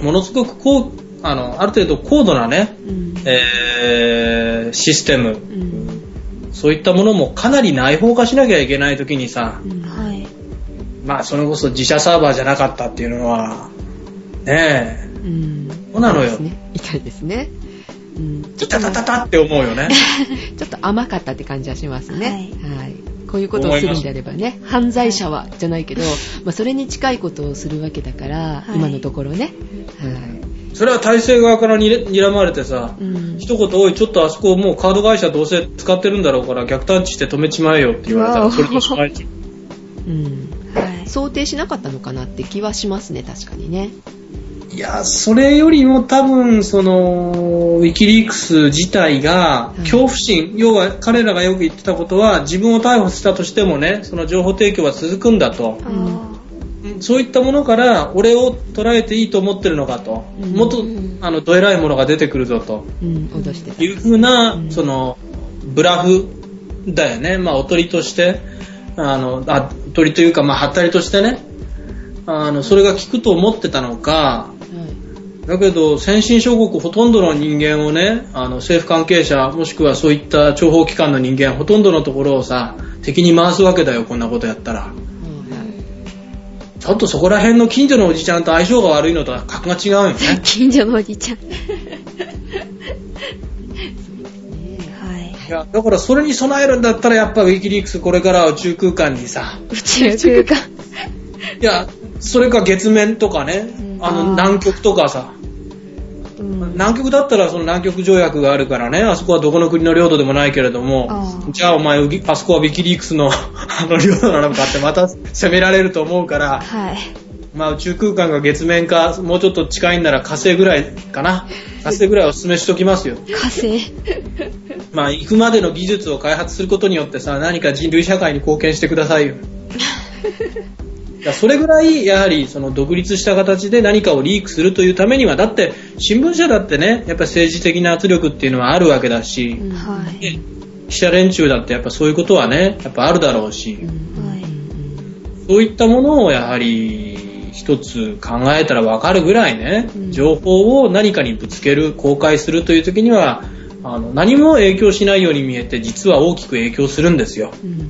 Speaker 3: ものすごくこう、あの、ある程度高度なね、
Speaker 1: うん
Speaker 3: えーシステム、
Speaker 1: うん
Speaker 3: そういったものもかなり内包化しなきゃいけないときにさ、
Speaker 1: うん
Speaker 2: はい。
Speaker 3: まあ、それこそ自社サーバーじゃなかったっていうのは、ね
Speaker 1: うん
Speaker 3: そうなのよ
Speaker 1: 痛いですね痛いですね、うん、
Speaker 3: え、いたたたたって思うよね。
Speaker 1: [LAUGHS] ちょっと甘かったって感じはしますね。はい。こういうことを
Speaker 3: 思い
Speaker 1: する
Speaker 3: ます
Speaker 1: んであればね、犯罪者は、じゃないけど、まあ、それに近いことをするわけだから、
Speaker 2: はい
Speaker 1: 今のところね。は
Speaker 3: それは体制側からにれ睨まれてさ、
Speaker 1: い。うん。
Speaker 3: 一言、おい、ちょっとあそこもうカード会社どうせ使ってるんだろうから逆探知して止めちまえよって言われた
Speaker 2: わお
Speaker 3: ら、それとしないし
Speaker 1: うん。
Speaker 2: はい。
Speaker 1: 想定しなかったのかなって気はしますね、確かにね。
Speaker 3: いや、それよりも多分、その、ウィキリークス自体が
Speaker 1: い、
Speaker 3: 恐怖心、要は彼らがよく言ってたことは、自分を逮捕したとしてもね、その情報提供は続くんだと。
Speaker 2: あ
Speaker 1: うん
Speaker 2: ー。
Speaker 3: そういったものから、俺を捉えていいと思ってるのかと。
Speaker 1: うん
Speaker 3: もっと、あの、どえらいものが出てくるぞと。
Speaker 1: うん、脅してた。
Speaker 3: いうふうな
Speaker 1: うん、
Speaker 3: その、ブラフだよね。まあ、おとりとして、あの、あ、おとりというか、まあ、はったりとしてね、あの、それが効くと思ってたのか、
Speaker 1: はい
Speaker 3: だけど、先進諸国ほとんどの人間をね、あの、政府関係者、もしくはそういった諜報機関の人間、ほとんどのところをさ、敵に回すわけだよ、こんなことやったら。ちょっとそこら辺の近所のおじちゃんと相性が悪いのとは格が違うよね
Speaker 2: [LAUGHS] 近所のおじちゃん。はい。
Speaker 3: いや、だからそれに備えるんだったらやっぱウィキリークスこれからは宇宙空間にさ、
Speaker 2: 宇宙空間。
Speaker 3: いや、それか月面とかね、あ
Speaker 2: あー
Speaker 3: の南極とかさ、
Speaker 2: うん。
Speaker 3: 南極だったらその南極条約があるからね、あそこはどこの国の領土でもないけれども
Speaker 2: あ、ー
Speaker 3: じゃあお前、ウギあそこはウィキリークスの [LAUGHS] あの領土なのかってまた責められると思うから、
Speaker 2: はい。
Speaker 3: まあ宇宙空間が月面か、もうちょっと近いんなら火星ぐらいかな。火星ぐらいお勧めしときますよ。
Speaker 2: 火星。
Speaker 3: まあ行くまでの技術を開発することによってさ、何か人類社会に貢献してくだ
Speaker 1: [LAUGHS]
Speaker 3: さいよ。いやそれぐらい、やはり、その独立した形で何かをリークするというためには、だって、新聞社だってね、やっぱ政治的な圧力っていうのはあるわけだし、
Speaker 1: うん
Speaker 2: は。い。
Speaker 3: ね記者連中だってやっぱそういうことはね、やっぱあるだろうし
Speaker 1: う、ん
Speaker 2: はい
Speaker 3: そういったものをやはり、一つ考えたらわかるぐらいね
Speaker 1: うん、
Speaker 3: 情報を何かにぶつける、公開するという時には、あの何も影響しないように見えて、実は大きく影響するんですよ。
Speaker 1: うんうん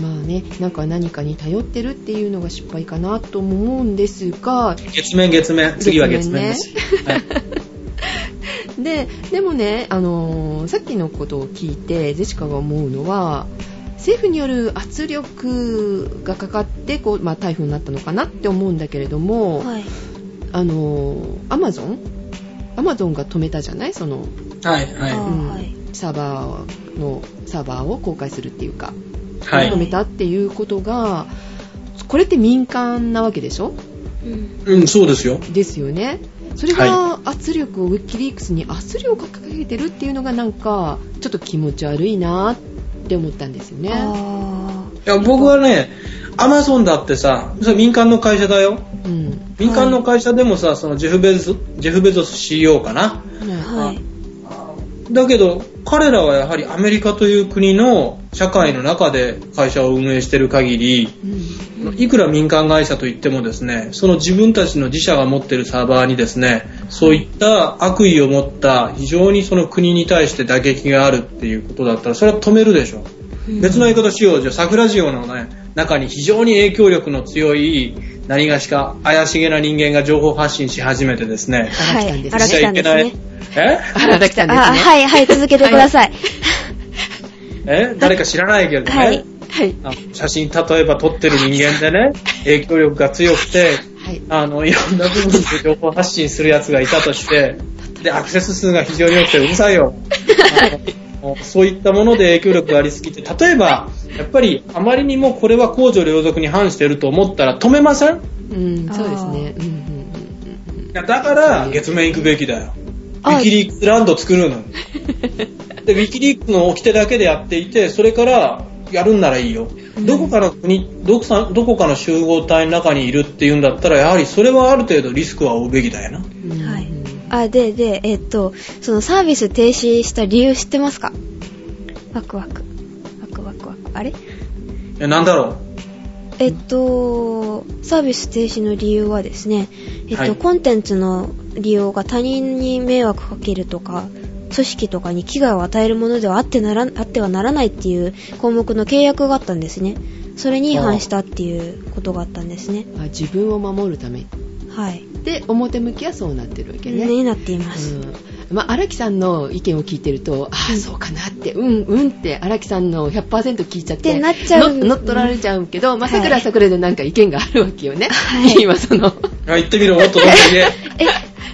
Speaker 1: まあね、なんか何かに頼ってるっていうのが失敗かなとも思うんですが、
Speaker 3: 月面、月面、次は月面です。はい
Speaker 1: ででもね、あのーさっきのことを聞いてジェシカが思うのは政府による圧力がかかってこう、まあ、台風になったのかなって思うんだけれども、
Speaker 2: はい。
Speaker 1: あのーアマゾンアマゾンが止めたじゃないその、
Speaker 3: はい、
Speaker 2: あ
Speaker 3: は
Speaker 1: うん
Speaker 2: ーはい。
Speaker 1: サーバーのサーバーを公開するっていうか、
Speaker 3: い。は
Speaker 1: 止
Speaker 3: い。
Speaker 1: めたっていうことがこれって民間なわけでしょ
Speaker 2: うん。
Speaker 3: うん、そうですよ。
Speaker 1: ですよね。それが圧力をウィキリークスに圧力をかけてるっていうのがなんかちょっと気持ち悪いなって思ったんですよね。
Speaker 2: あ
Speaker 3: いや、僕はね、アマゾンだってさ、それ民間の会社だよ。
Speaker 1: うん。
Speaker 3: 民間の会社でもさ、そのジェフ・ベゾジェフベゾス CEO かな。
Speaker 2: あ。はい。
Speaker 3: だけど、彼らはやはりアメリカという国の社会の中で会社を運営している限り、いくら民間会社といってもですね、その自分たちの自社が持っているサーバーにですね、そういった悪意を持った非常にその国に対して打撃があるっていうことだったら、それは止めるでしょう。別の言い方しよう。じゃあ、桜塩のね、中に非常に影響力の強い、何がしか怪しげな人間が情報発信し始めてですね、
Speaker 2: は
Speaker 1: 荒木
Speaker 2: い。
Speaker 1: さんです
Speaker 2: 荒木さんですね。
Speaker 3: え
Speaker 1: あら、できたんですね。
Speaker 2: あ、はい、はい、続けてください。
Speaker 3: え誰か知らないけれどね、
Speaker 2: はい。
Speaker 1: はい。
Speaker 3: あの写真例えば撮ってる人間でね、影響力が強くて、
Speaker 1: はい。
Speaker 3: あの、いろんな部分で情報発信する奴がいたとして、で、アクセス数が非常に多くてうるさいよ。あのそういったもので影響力がありすぎて、例えば、やっぱりあまりにもこれは公序良俗に反していると思ったら止めません
Speaker 1: うん、そうですね。
Speaker 2: あ
Speaker 1: うんうんうん
Speaker 3: いやだから、月面行くべきだよ。ウ
Speaker 2: あ
Speaker 3: ィキリークスランド作るのよ。で、ウィキリークの掟だけでやっていて、それからやるんならいいよ。どこかの国、どこさどこかの集合体の中にいるっていうんだったら、やはりそれはある程度リスクは負うべきだよな。
Speaker 1: うんうん。
Speaker 2: はい。あ、で、で、えっと、そのサービス停止した理由知ってますかワクワク。ワクワクワク。あれ
Speaker 3: え、なんだろ
Speaker 2: えっと、サービス停止の理由はですね、えっと、
Speaker 3: はい
Speaker 2: コンテンツの利用が他人に迷惑かけるとか、組織とかに危害を与えるものではあってならあってはならないっていう項目の契約があったんですね。それに違反したっていうことがあったんですね。
Speaker 1: あ自分を守るため
Speaker 2: はい。
Speaker 1: で表向きはそうなってるわけね。
Speaker 2: になっていうます。
Speaker 1: んまあ、荒木さんの意見を聞いてると、ああ、そうかなって、うん、うんって、荒木さんの100%聞いちゃって、
Speaker 2: ってなっちゃう
Speaker 1: の乗っ取られちゃうけど、まあ、
Speaker 2: はい
Speaker 1: 桜は桜でなんか意見があるわけよね。
Speaker 2: はい
Speaker 1: 今、その、
Speaker 3: うあ行ってみろ、もっとどっか言え。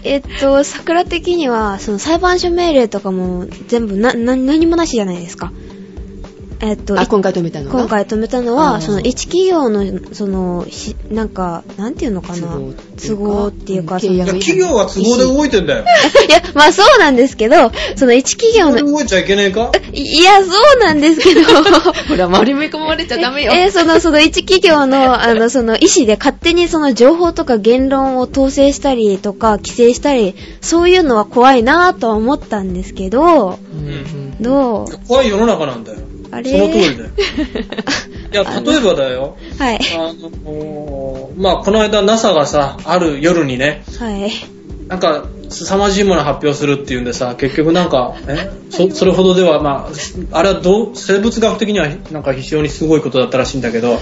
Speaker 2: え、えっと、桜的には、その裁判所命令とかも全部な、な、何もなしじゃないですか。えっと、
Speaker 1: あ、今回止めたのが。
Speaker 2: 今回止めたの
Speaker 1: あ
Speaker 2: は、
Speaker 1: ー
Speaker 2: その一企業の、その、しなんか、なんていうのかな。
Speaker 1: 都合っていうか
Speaker 2: 都合って
Speaker 1: うん契
Speaker 2: いうか、その [LAUGHS] い
Speaker 1: 約
Speaker 2: や、
Speaker 1: い
Speaker 3: 企業は都合で動いてんだよ。
Speaker 2: まあそうなんですけど、その一企業
Speaker 3: 都合で
Speaker 2: の、
Speaker 3: 動いちゃいけねえか
Speaker 2: いや、そうなんです
Speaker 1: [LAUGHS]
Speaker 2: けど、
Speaker 1: ほら、丸め込まれちゃダメよ。
Speaker 2: えーその、その一企業の、あの、その意思で勝手にその情報とか言論を統制したりとか、規制したり、そういうのは怖いなぁとは思ったんですけど、
Speaker 1: うんうん
Speaker 2: どう
Speaker 3: 怖い世の中なんだよ。
Speaker 2: あれ
Speaker 3: その通りだ
Speaker 2: [LAUGHS]
Speaker 3: よ。いや、例えばだよ。
Speaker 2: はい。
Speaker 3: あの、まあ、この間 NASA がさ、ある夜にね、
Speaker 2: はい。
Speaker 3: なんか、凄まじいものを発表するっていうんでさ、結局なんか、えそそれほどでは、まあ、あれはどう生物学的にはなんか非常にすごいことだったらしいんだけど、
Speaker 2: は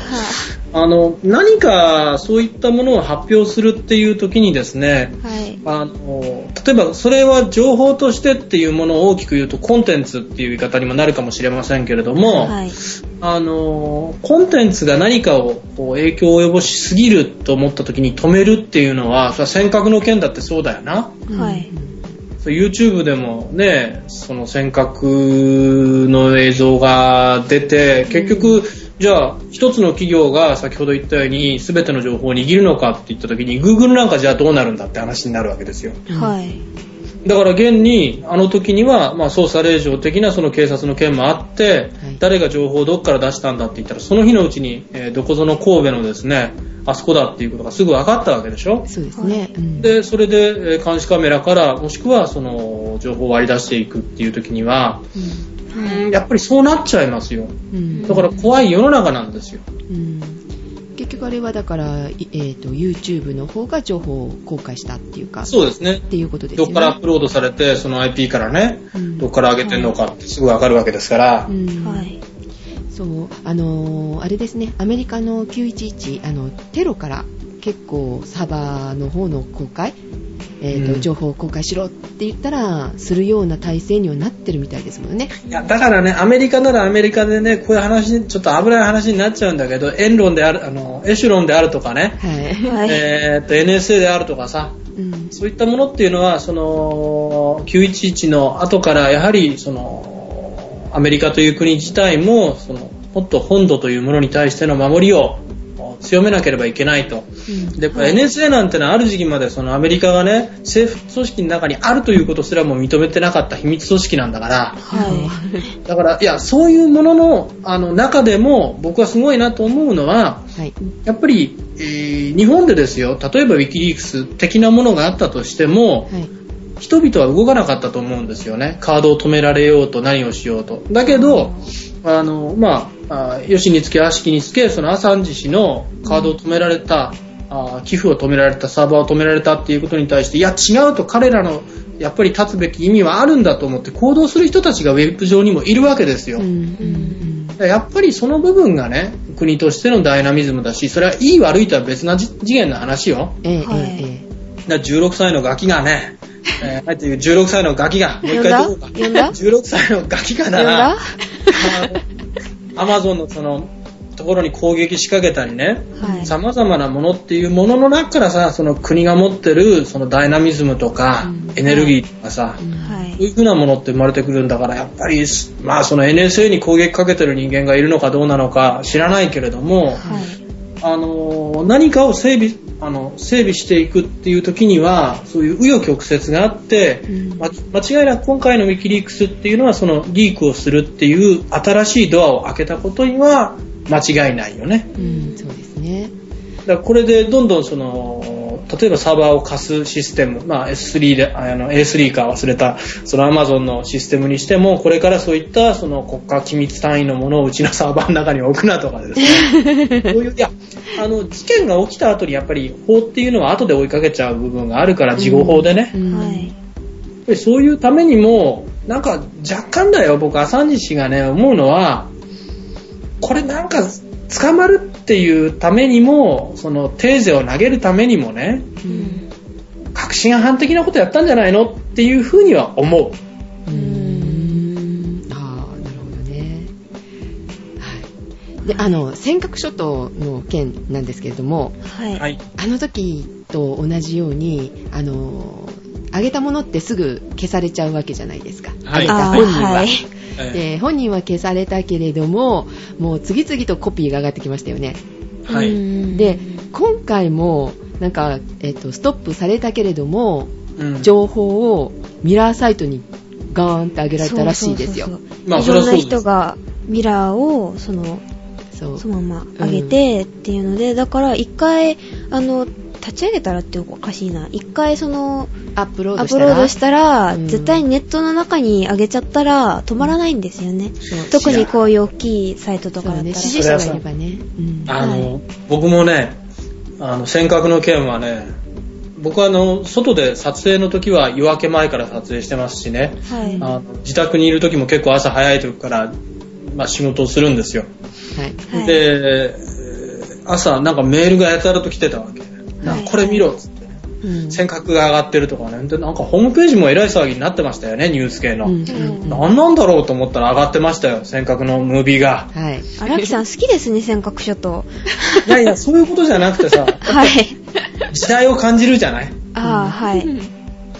Speaker 3: あの、何かそういったものを発表するっていう時にですね、
Speaker 2: あはい。
Speaker 3: あの例えばそれは情報としてっていうものを大きく言うとコンテンツっていう言い方にもなるかもしれませんけれども、
Speaker 2: はい。
Speaker 3: あのコンテンツが何かをこう影響を及ぼしすぎると思った時に止めるっていうのはそれは尖閣の件だってそうだよな。
Speaker 2: はい。
Speaker 3: そう YouTube でもね、その尖閣の映像が出て、結局、じゃあ、一つの企業が先ほど言ったように、全ての情報を握るのかって言った時に、Google なんかじゃあどうなるんだって話になるわけですよ。
Speaker 2: はい。
Speaker 3: だから現に、あの時には、まあ、捜査令状的なその警察の件もあって、
Speaker 1: はい
Speaker 3: 誰が情報をどっから出したんだって言ったら、その日のうちに、えーどこぞの神戸のですね、あそこだっていうことがすぐ分かったわけでしょ。
Speaker 1: そうですね。うん
Speaker 3: で、それで、えー監視カメラから、もしくは、その、情報を割り出していくっていう時には、うんやっぱりそうなっちゃいますよ。
Speaker 1: うん
Speaker 3: だから怖い世の中なんですよ。
Speaker 1: うん結局あれはだから、いえー、と YouTube の方が情報を公開したっていうか
Speaker 3: そうですね。
Speaker 1: っていうことです
Speaker 3: ど
Speaker 1: よ
Speaker 3: っ
Speaker 1: ね。
Speaker 3: からアップロードされて、その IP からね、
Speaker 1: うん
Speaker 3: どっから上げてんのかってすぐわかるわけですから
Speaker 1: う、ん
Speaker 2: はい。
Speaker 1: そうあのーあれですねアメリカの911あのテロから結構サーバーの方の公開、えーと
Speaker 3: うん
Speaker 1: 情報を公開しろって言ったらするような体制にはなってるみたいですもんね。
Speaker 3: いや、だからね、アメリカならアメリカでね、こういう話、ちょっと危ない話になっちゃうんだけど、エンロンである、あの、エシュロンであるとかね、
Speaker 1: はい。
Speaker 2: はい。
Speaker 3: えーっと、NSA であるとかさ、
Speaker 1: うん
Speaker 3: そういったものっていうのは、その、911の後から、やはり、その、アメリカという国自体も、その、もっと本土というものに対しての守りを強めなければいけないと。で、これ NSA なんてのはある時期までそのアメリカがね、政府組織の中にあるということすらも認めてなかった秘密組織なんだから、
Speaker 2: はい。
Speaker 3: だから、いや、そういうものの、あの、中でも、僕はすごいなと思うのは、
Speaker 1: はい。
Speaker 3: やっぱり、えー日本でですよ、例えばウィキリークス的なものがあったとしても、
Speaker 1: はい。
Speaker 3: 人々は動かなかったと思うんですよね。カードを止められようと何をしようと。だけど、あの、まあ、あ吉につけ、悪しきにつけ、そのアサンジ氏のカードを止められた、あ寄付を止められた、サーバーを止められたっていうことに対して、いや違うと彼らのやっぱり立つべき意味はあるんだと思って行動する人たちがウェブ上にもいるわけですよ。
Speaker 1: うん
Speaker 3: やっぱりその部分がね、国としてのダイナミズムだし、それはいい悪いとは別なじ次元の話よ。
Speaker 1: ええ
Speaker 2: はい
Speaker 1: ええ
Speaker 3: だから16歳のガキがね、えー、あえて言う16歳のガキが、もう一回どうか。
Speaker 2: 呼ん
Speaker 3: [LAUGHS]
Speaker 2: だ呼んだ
Speaker 3: 16歳のガキが
Speaker 2: 読んだ
Speaker 3: な、アマゾンのその、ところに攻撃仕掛けたりね、
Speaker 2: はい。
Speaker 3: 様々なものっていうものの中からさ、その国が持ってるそのダイナミズムとか
Speaker 1: うん、
Speaker 3: エネルギーとかさ、
Speaker 2: は
Speaker 3: そう
Speaker 2: い。
Speaker 3: いうふうなものって生まれてくるんだから、やっぱり、まあその NSA に攻撃かけてる人間がいるのかどうなのか知らないけれども、
Speaker 2: はい。
Speaker 3: あの何かを整備あの整備していくっていう時にはそういう紆余曲折があって、
Speaker 1: うん
Speaker 3: ま間違いなく今回のウィキリークスっていうのはそのリークをするっていう新しいドアを開けたことには間違いないよね
Speaker 1: うん、そうですね。
Speaker 3: だからこれでどんどんその例えばサーバーを貸すシステム、まあ、S3 であの A3 か忘れたその Amazon のシステムにしてもこれからそういったその国家機密単位のものをうちのサーバーの中に置くなとかですねそういう、いや、あの、事件が起きた後にやっぱり法っていうのは後で追いかけちゃう部分があるから、事後法でね。
Speaker 1: うん
Speaker 2: はい。
Speaker 3: やっぱりそういうためにも、なんか若干だよ、僕、アサンジ氏がね、思うのは、これなんか捕まるっていうためにも、そのテーゼを投げるためにもね、
Speaker 1: うん
Speaker 3: 確信犯的なことやったんじゃないのっていうふうには思う。
Speaker 1: うんああ、なるほどね。はい。で、あの、尖閣諸島の件なんですけれども、
Speaker 2: はい。
Speaker 3: い。
Speaker 1: あの時と同じように、あの、あげたものってすぐ消されちゃうわけじゃないですか。
Speaker 3: は
Speaker 1: あ
Speaker 3: い
Speaker 1: げた
Speaker 2: あ
Speaker 1: 本人は。
Speaker 2: はい。
Speaker 1: で本人は消されたけれども、もう次々とコピーが上がってきましたよね。
Speaker 3: はい。
Speaker 1: で、今回も、なんか、えっと、ストップされたけれども、
Speaker 3: うん
Speaker 1: 情報をミラーサイトにガーンって上げられたらしいですよ
Speaker 2: そう。そうそうそう
Speaker 3: まあ
Speaker 2: い
Speaker 3: それ
Speaker 2: ろん
Speaker 3: は
Speaker 2: な
Speaker 3: そうです
Speaker 2: 人がミラーをその
Speaker 1: そう
Speaker 2: そのまま上げてっていうので、だから一回あの立ち上げたらっておかしいな一回その
Speaker 1: アップロード
Speaker 2: アッ
Speaker 1: した
Speaker 2: プ
Speaker 1: ら
Speaker 2: ロードしたら、
Speaker 1: うん
Speaker 2: 絶対にネットの中に上げちゃったら止まらないんですよね、
Speaker 1: そう
Speaker 2: 特にこういう大きいサイトと
Speaker 1: そ
Speaker 2: か
Speaker 1: う
Speaker 2: だった
Speaker 1: ね、
Speaker 2: ら
Speaker 1: 支持者がいればね。うん
Speaker 3: あの、僕もね、あの、尖閣の件はね、僕はあの、外で撮影の時は夜明け前から撮影してますしね、
Speaker 2: はい
Speaker 3: あの自宅にいる時も結構朝早い時から、まあ仕事をするんですよ。
Speaker 1: はい。
Speaker 2: はい
Speaker 3: で、えー朝なんかメールがやたらと来てたわけ。なんかこれ見ろっつって、ね。
Speaker 1: うん
Speaker 3: 尖閣が上がってるとかね。で、なんかホームページもえらい騒ぎになってましたよね、ニュース系の。
Speaker 1: うん
Speaker 2: うん
Speaker 3: なんなんだろうと思ったら上がってましたよ、尖閣のムービーが。
Speaker 1: はい。
Speaker 2: 荒木さん好きですね尖閣諸島
Speaker 3: いやいや、そういうことじゃなくてさ、
Speaker 2: はい
Speaker 3: 時代を感じるじゃない
Speaker 2: ああはい、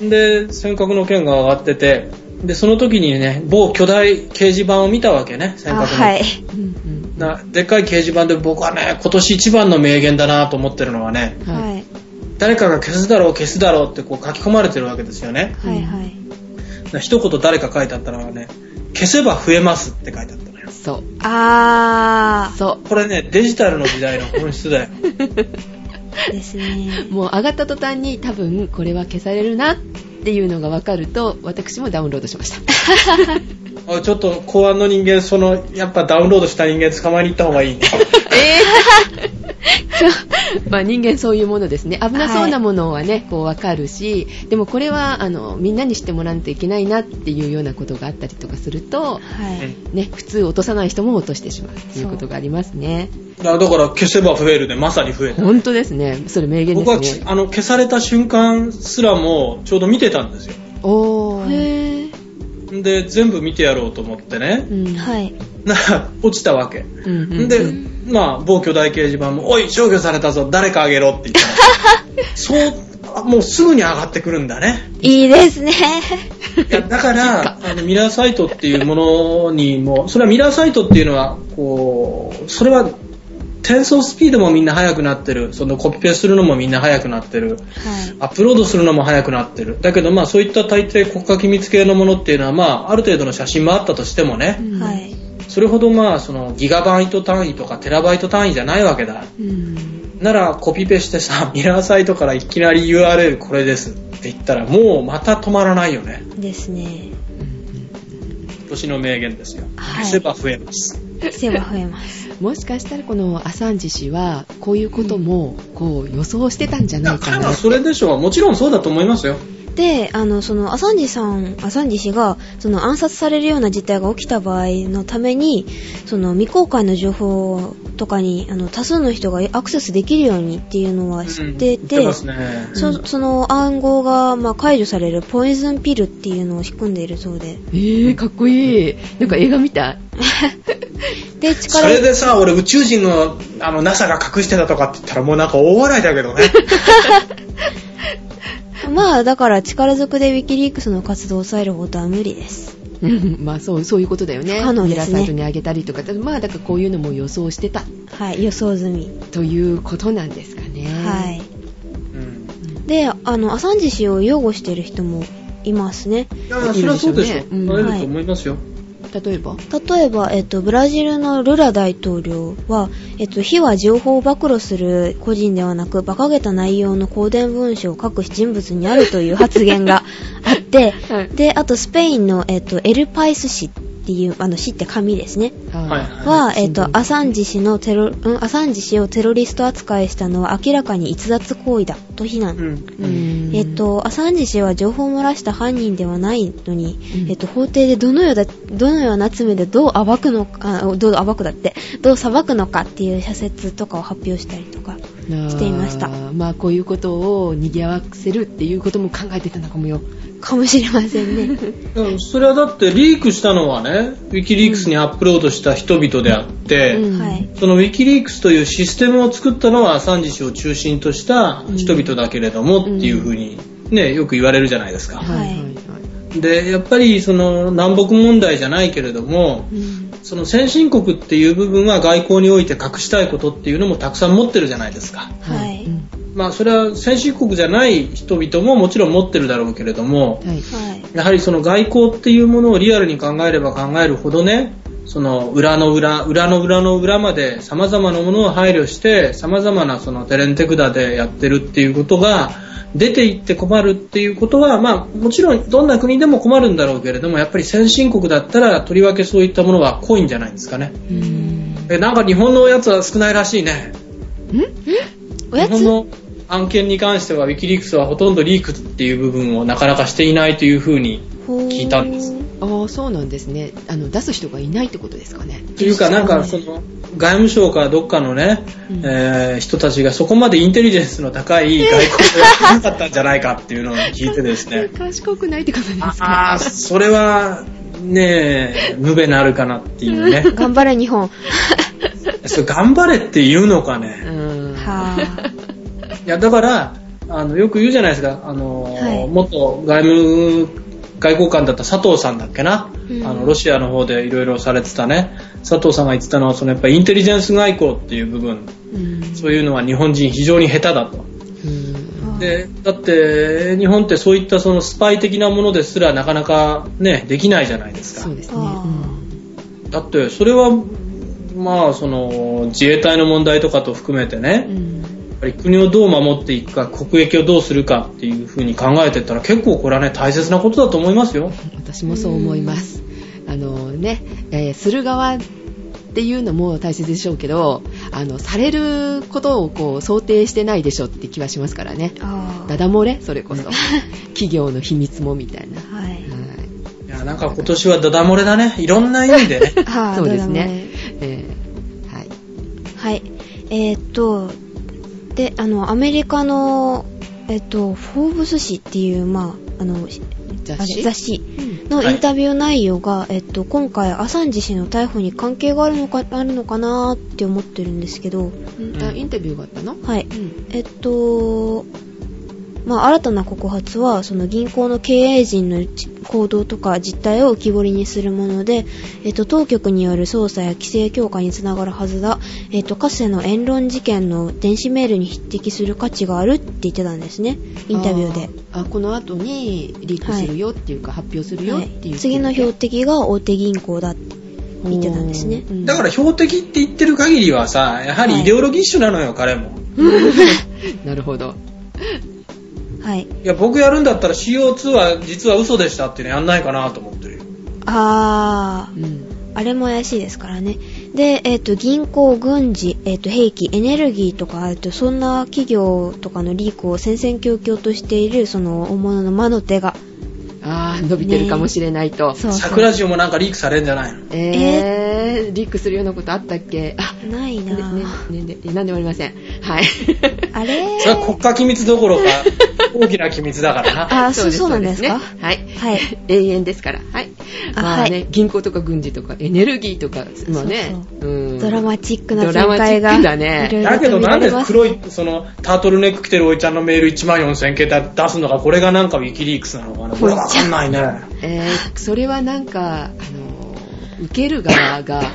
Speaker 3: で、尖閣の件が上がってて、で、その時にね、某巨大掲示板を見たわけね、尖閣
Speaker 2: あ
Speaker 3: の。
Speaker 2: はい
Speaker 1: うん
Speaker 3: なでっかい掲示板で僕はね、今年一番の名言だなと思ってるのはね
Speaker 1: う、ん
Speaker 2: は
Speaker 1: はい
Speaker 3: 誰かが消すだろう、消すだろうってこう書き込まれてるわけですよね。
Speaker 2: はいはい
Speaker 3: な一言誰か書いてあったのはね、消せば増えますって書いてあったのよ
Speaker 1: い。。そう。
Speaker 2: あ
Speaker 1: そ
Speaker 3: これね、デジタルの時代の本質
Speaker 1: [LAUGHS]
Speaker 3: だよ。
Speaker 2: ーですね
Speaker 1: う。もう上がった途端に多分これは消されるなっていうのが分かると、私もダウンロードしました。
Speaker 3: あちょっと公安の人間、その、やっぱダウンロードした人間捕まえに行った方がいいね。
Speaker 1: [LAUGHS] まあ人間そういうものですね。危なそうなものはね、こう分かるし、でもこれは、あの、みんなにしてもらわないといけないなっていうようなことがあったりとかすると、
Speaker 2: はい
Speaker 1: ね、普通落とさない人も落としてしまうっていうことがありますね。
Speaker 3: だだから消せば増えるで、まさに増えた。
Speaker 1: 本当ですね。それ名言
Speaker 3: 僕は
Speaker 1: で
Speaker 3: き
Speaker 1: すね。
Speaker 3: あの消された瞬間すらもちょうど見てたんですよ
Speaker 1: おー。
Speaker 2: へー
Speaker 3: で全部見てやろうと思ってね、
Speaker 1: うん
Speaker 2: はい
Speaker 3: なら落ちたわけ、
Speaker 1: うんうん
Speaker 3: で、まあ某巨大掲示板も「おい消去されたぞ誰かあげろ」って言ったらそうあもうすぐに上がってくるんだね
Speaker 2: いいですね。
Speaker 3: いやだからあのミラーサイトっていうものにもそれはミラーサイトっていうのはこうそれは転送スピードもみんな速くなってるそのコピペするのもみんな速くなってる
Speaker 2: は
Speaker 3: アップロードするのも早くなってる。だけどまあそういった大抵国家機密系のものっていうのはまあある程度の写真もあったとしてもね、
Speaker 2: い。は
Speaker 1: はい。
Speaker 2: い。
Speaker 3: それほどまあそのギガバイト単位とかテラバイト単位じゃないわけだ。
Speaker 1: うん
Speaker 3: ならコピペしてさ、 [LAUGHS] ミラーサイトからいきなり URL これですって言ったら、もうまた止まらないよね。
Speaker 2: ですね。
Speaker 3: 今年の名言ですよ。
Speaker 2: はい
Speaker 3: 消せば増えます。
Speaker 2: 背が増えます。
Speaker 1: もしかしたらこのアサンジ氏はこういうこともこう予想してたんじゃない
Speaker 3: だ
Speaker 1: か
Speaker 3: か
Speaker 1: な
Speaker 3: らそれでしょう。もちろんそうだと思いますよ。
Speaker 2: で、あの、その、アサンジさん、アサンジ氏が、その、暗殺されるような事態が起きた場合のために、その、未公開の情報とかに、あの、多数の人がアクセスできるようにっていうのは知って
Speaker 3: うん
Speaker 2: て、
Speaker 3: 言ってますね。
Speaker 2: そその暗号が、まあ、解除されるポイズンピルっていうのを仕込んでいるそう
Speaker 3: [LAUGHS]
Speaker 2: で。
Speaker 1: えー、かっこいいなんか映画みたい
Speaker 2: で、
Speaker 3: そ
Speaker 2: 力
Speaker 3: れでさ、俺宇宙人のあの NASA が隠してたとかって言ったらもうなんか大笑いだけどね。
Speaker 2: まあ、だから力ずくでウィキリークスの活動を抑えることは無理です。
Speaker 1: うんまあそうそういうことだよね
Speaker 2: 可能で
Speaker 1: ミ
Speaker 2: すね
Speaker 1: ラーサイトにあげたりとかまあだからこういうのも予想してた
Speaker 2: はい、予想済み。
Speaker 1: ということなんですかね
Speaker 2: はい。
Speaker 3: うん
Speaker 2: で、あの、アサンジ氏を擁護している人もいますね。
Speaker 3: いや、それはそうでしょ
Speaker 1: いいでしょうねうん
Speaker 3: う。なれると思いますよ。
Speaker 1: 例えば
Speaker 2: 例えば、えっと、ブラジルのルラ大統領は、えっと、非は情報を暴露する個人ではなく、馬鹿げた内容の公伝文書を書く人物にあるという発言があって、
Speaker 1: [LAUGHS] はい
Speaker 2: で、あとスペインの、えっと、エルパイス氏っていう、あの、氏って紙ですね。
Speaker 3: はい
Speaker 2: は、え
Speaker 1: 新聞
Speaker 2: っと、アサンジ氏のテロ、うん、アサンジ氏をテロリスト扱いしたのは明らかに逸脱行為だと非難。
Speaker 3: うん。
Speaker 1: うん
Speaker 2: えっと、アサンジ氏は情報を漏らした犯人ではないのに、
Speaker 1: うん
Speaker 2: えっと、法廷でどのようだ、どのような罪でどう暴くのか、あどう暴くだって、どう裁くのかっていう社説とかを発表したりとかしていました。
Speaker 1: あーまあこういうことを賑わせるっていうことも考えてたのかもよ
Speaker 2: かもしれませんね。
Speaker 3: [LAUGHS] うんそれはだってリークしたのはね、ウィキリークスにアップロードした人々であって、
Speaker 1: うん
Speaker 2: はい。
Speaker 3: そのウィキリークスというシステムを作ったのはアサンジ氏を中心とした人々だけれどもっていうふうに、ね、よく言われるじゃないですか。
Speaker 2: はい
Speaker 3: で、やっぱりその南北問題じゃないけれども、その先進国っていう部分は外交において隠したいことっていうのもたくさん持ってるじゃないですか。
Speaker 2: は
Speaker 1: はい
Speaker 2: い。
Speaker 1: うん
Speaker 3: まあそれは先進国じゃない人々ももちろん持ってるだろうけれども、
Speaker 1: はい
Speaker 2: はい。
Speaker 3: やはりその外交っていうものをリアルに考えれば考えるほどね、その裏の裏、裏の裏の裏まで様々なものを配慮して、様々なそのテレンテクダでやってるっていうことが、出ていって困るっていうことは、まあもちろんどんな国でも困るんだろうけれども、やっぱり先進国だったらとりわけそういったものは濃いんじゃないんですかね。え、なんか日本のやつは少ないらしいね。
Speaker 2: おや
Speaker 3: 日本
Speaker 2: つ。
Speaker 3: の案件に関してはウィキリークスはほとんどリークっていう部分をなかなかしていないというふうに聞いたんです。
Speaker 1: ああそうなんですねあの出す人がいないってことですかね
Speaker 3: というか、なんか、その、外務省かどっかのね、
Speaker 1: うん。
Speaker 3: えー人たちがそこまでインテリジェンスの高い外交をやってなかったんじゃないかっていうのを聞いてですね
Speaker 1: [LAUGHS] 賢くないってことですか
Speaker 3: ああ、それは、ねえ、無べなるかなっていうね
Speaker 2: [LAUGHS] 頑張れ日本。は
Speaker 3: それ頑張れって言うのかね。
Speaker 1: うん
Speaker 2: ぁ。
Speaker 3: いや、だから、あの、よく言うじゃないですか、あの、
Speaker 2: はい
Speaker 3: 元外務、外交官だった佐藤さんだっけな、
Speaker 2: うん
Speaker 3: あの、ロシアの方でいろいろされてたね、佐藤さんが言ってたのは、そのやっぱりインテリジェンス外交っていう部分、
Speaker 1: うん
Speaker 3: そういうのは日本人非常に下手だと。
Speaker 1: うん
Speaker 3: で、だって、日本ってそういったそのスパイ的なものですらなかなかね、できないじゃないです
Speaker 1: そ
Speaker 3: か
Speaker 1: う。ですね
Speaker 2: あ
Speaker 3: だって、それは、まあ、その、自衛隊の問題とかと含めてね、
Speaker 1: うんうん
Speaker 3: やっぱり国をどう守っていくか、国益をどうするかっていうふうに考えてったら結構これはね、大切なことだと思いますよ。
Speaker 1: 私もそう思いますあのね、えーする側っていうのも大切でしょうけどあのされることをこう想定してないでしょって気はしますからね
Speaker 2: あ
Speaker 1: ダダ漏れそれこそ企業の秘密もみたいな、
Speaker 2: ー [LAUGHS] はい。
Speaker 1: はい、
Speaker 3: や、なんか今年はダダ漏れだね。いろんな意味でね。
Speaker 2: はい
Speaker 1: [LAUGHS]
Speaker 2: ぁ、
Speaker 1: そうです
Speaker 2: ども
Speaker 1: ね、えーはい、
Speaker 2: はい。えーっと、で、あの、アメリカの、えっと、フォーブス誌っていう、まあ、あの、しあ
Speaker 1: 雑誌
Speaker 2: れ雑誌
Speaker 1: うん
Speaker 2: のインタビュー内容が、えっと、今回、アサンジ氏の逮捕に関係があるのか、あるのかなーって思ってるんですけど、
Speaker 1: うんあインタビューがあったの、。
Speaker 2: はいう
Speaker 1: ん
Speaker 2: えっと、まあ、新たな告発は、その銀行の経営陣のじ行動とか実態を浮き彫りにするもので、えっと、当局による捜査や規制強化につながるはずだ、えっと、かつての言論事件の電子メールに匹敵する価値があるって言ってたんですね、インタビューで。
Speaker 1: あーあこの後にリークするよっていうか、発表するよって
Speaker 2: は
Speaker 1: いうことで、
Speaker 2: い、次の標的が大手銀行だって言ってたんですね。
Speaker 1: うん
Speaker 3: だから標的って言ってる限りはさ、やはりイデオロギッシュなのよ、彼も。
Speaker 1: [LAUGHS]
Speaker 2: [LAUGHS]
Speaker 1: なるほど。
Speaker 2: はい。
Speaker 3: いや、僕やるんだったら CO2 は実は嘘でしたっていうのやんないかなと思ってるよ。
Speaker 2: あー、
Speaker 1: うん。
Speaker 2: あれも怪しいですからね。で、えっ、と、銀行、軍事、えっ、と、兵器、エネルギーとか、えっ、と、そんな企業とかのリークを戦々恐々としている、その、大物の魔の手が。
Speaker 1: ああ、伸びてるかもしれないと。
Speaker 2: そうそう。
Speaker 3: 桜塩もなんかリークされるんじゃないの
Speaker 1: えー、リークするようなことあったっけあ、
Speaker 2: ないな
Speaker 1: ね、
Speaker 2: ぁ、
Speaker 1: ね、ね、ね、なんでもありません。はい。
Speaker 2: あれ
Speaker 3: それは国家機密
Speaker 2: [LAUGHS]
Speaker 3: どころか、大きな機密だからな。
Speaker 2: あ、そう、
Speaker 1: です
Speaker 2: そうなんですか
Speaker 1: そうねはい。
Speaker 2: はい。
Speaker 1: 永遠ですから。はい。
Speaker 2: あ
Speaker 1: まあね、
Speaker 2: は
Speaker 1: 銀行とか軍事とかエネルギーとか、まあね、うん
Speaker 2: ドラマチックな
Speaker 1: ドラ
Speaker 2: 展
Speaker 1: マチ
Speaker 2: 開が。
Speaker 1: ックだね
Speaker 2: いろいろ
Speaker 3: だけど
Speaker 2: と見
Speaker 3: な
Speaker 2: ら
Speaker 3: んで
Speaker 2: れます
Speaker 3: 黒い、その、タートルネック着てるおいちゃんのメール1万4000件出すのが、これがなんかウィキリークスなのかなこれわかんないね。
Speaker 1: えーそれはなんか、あの、受ける側が、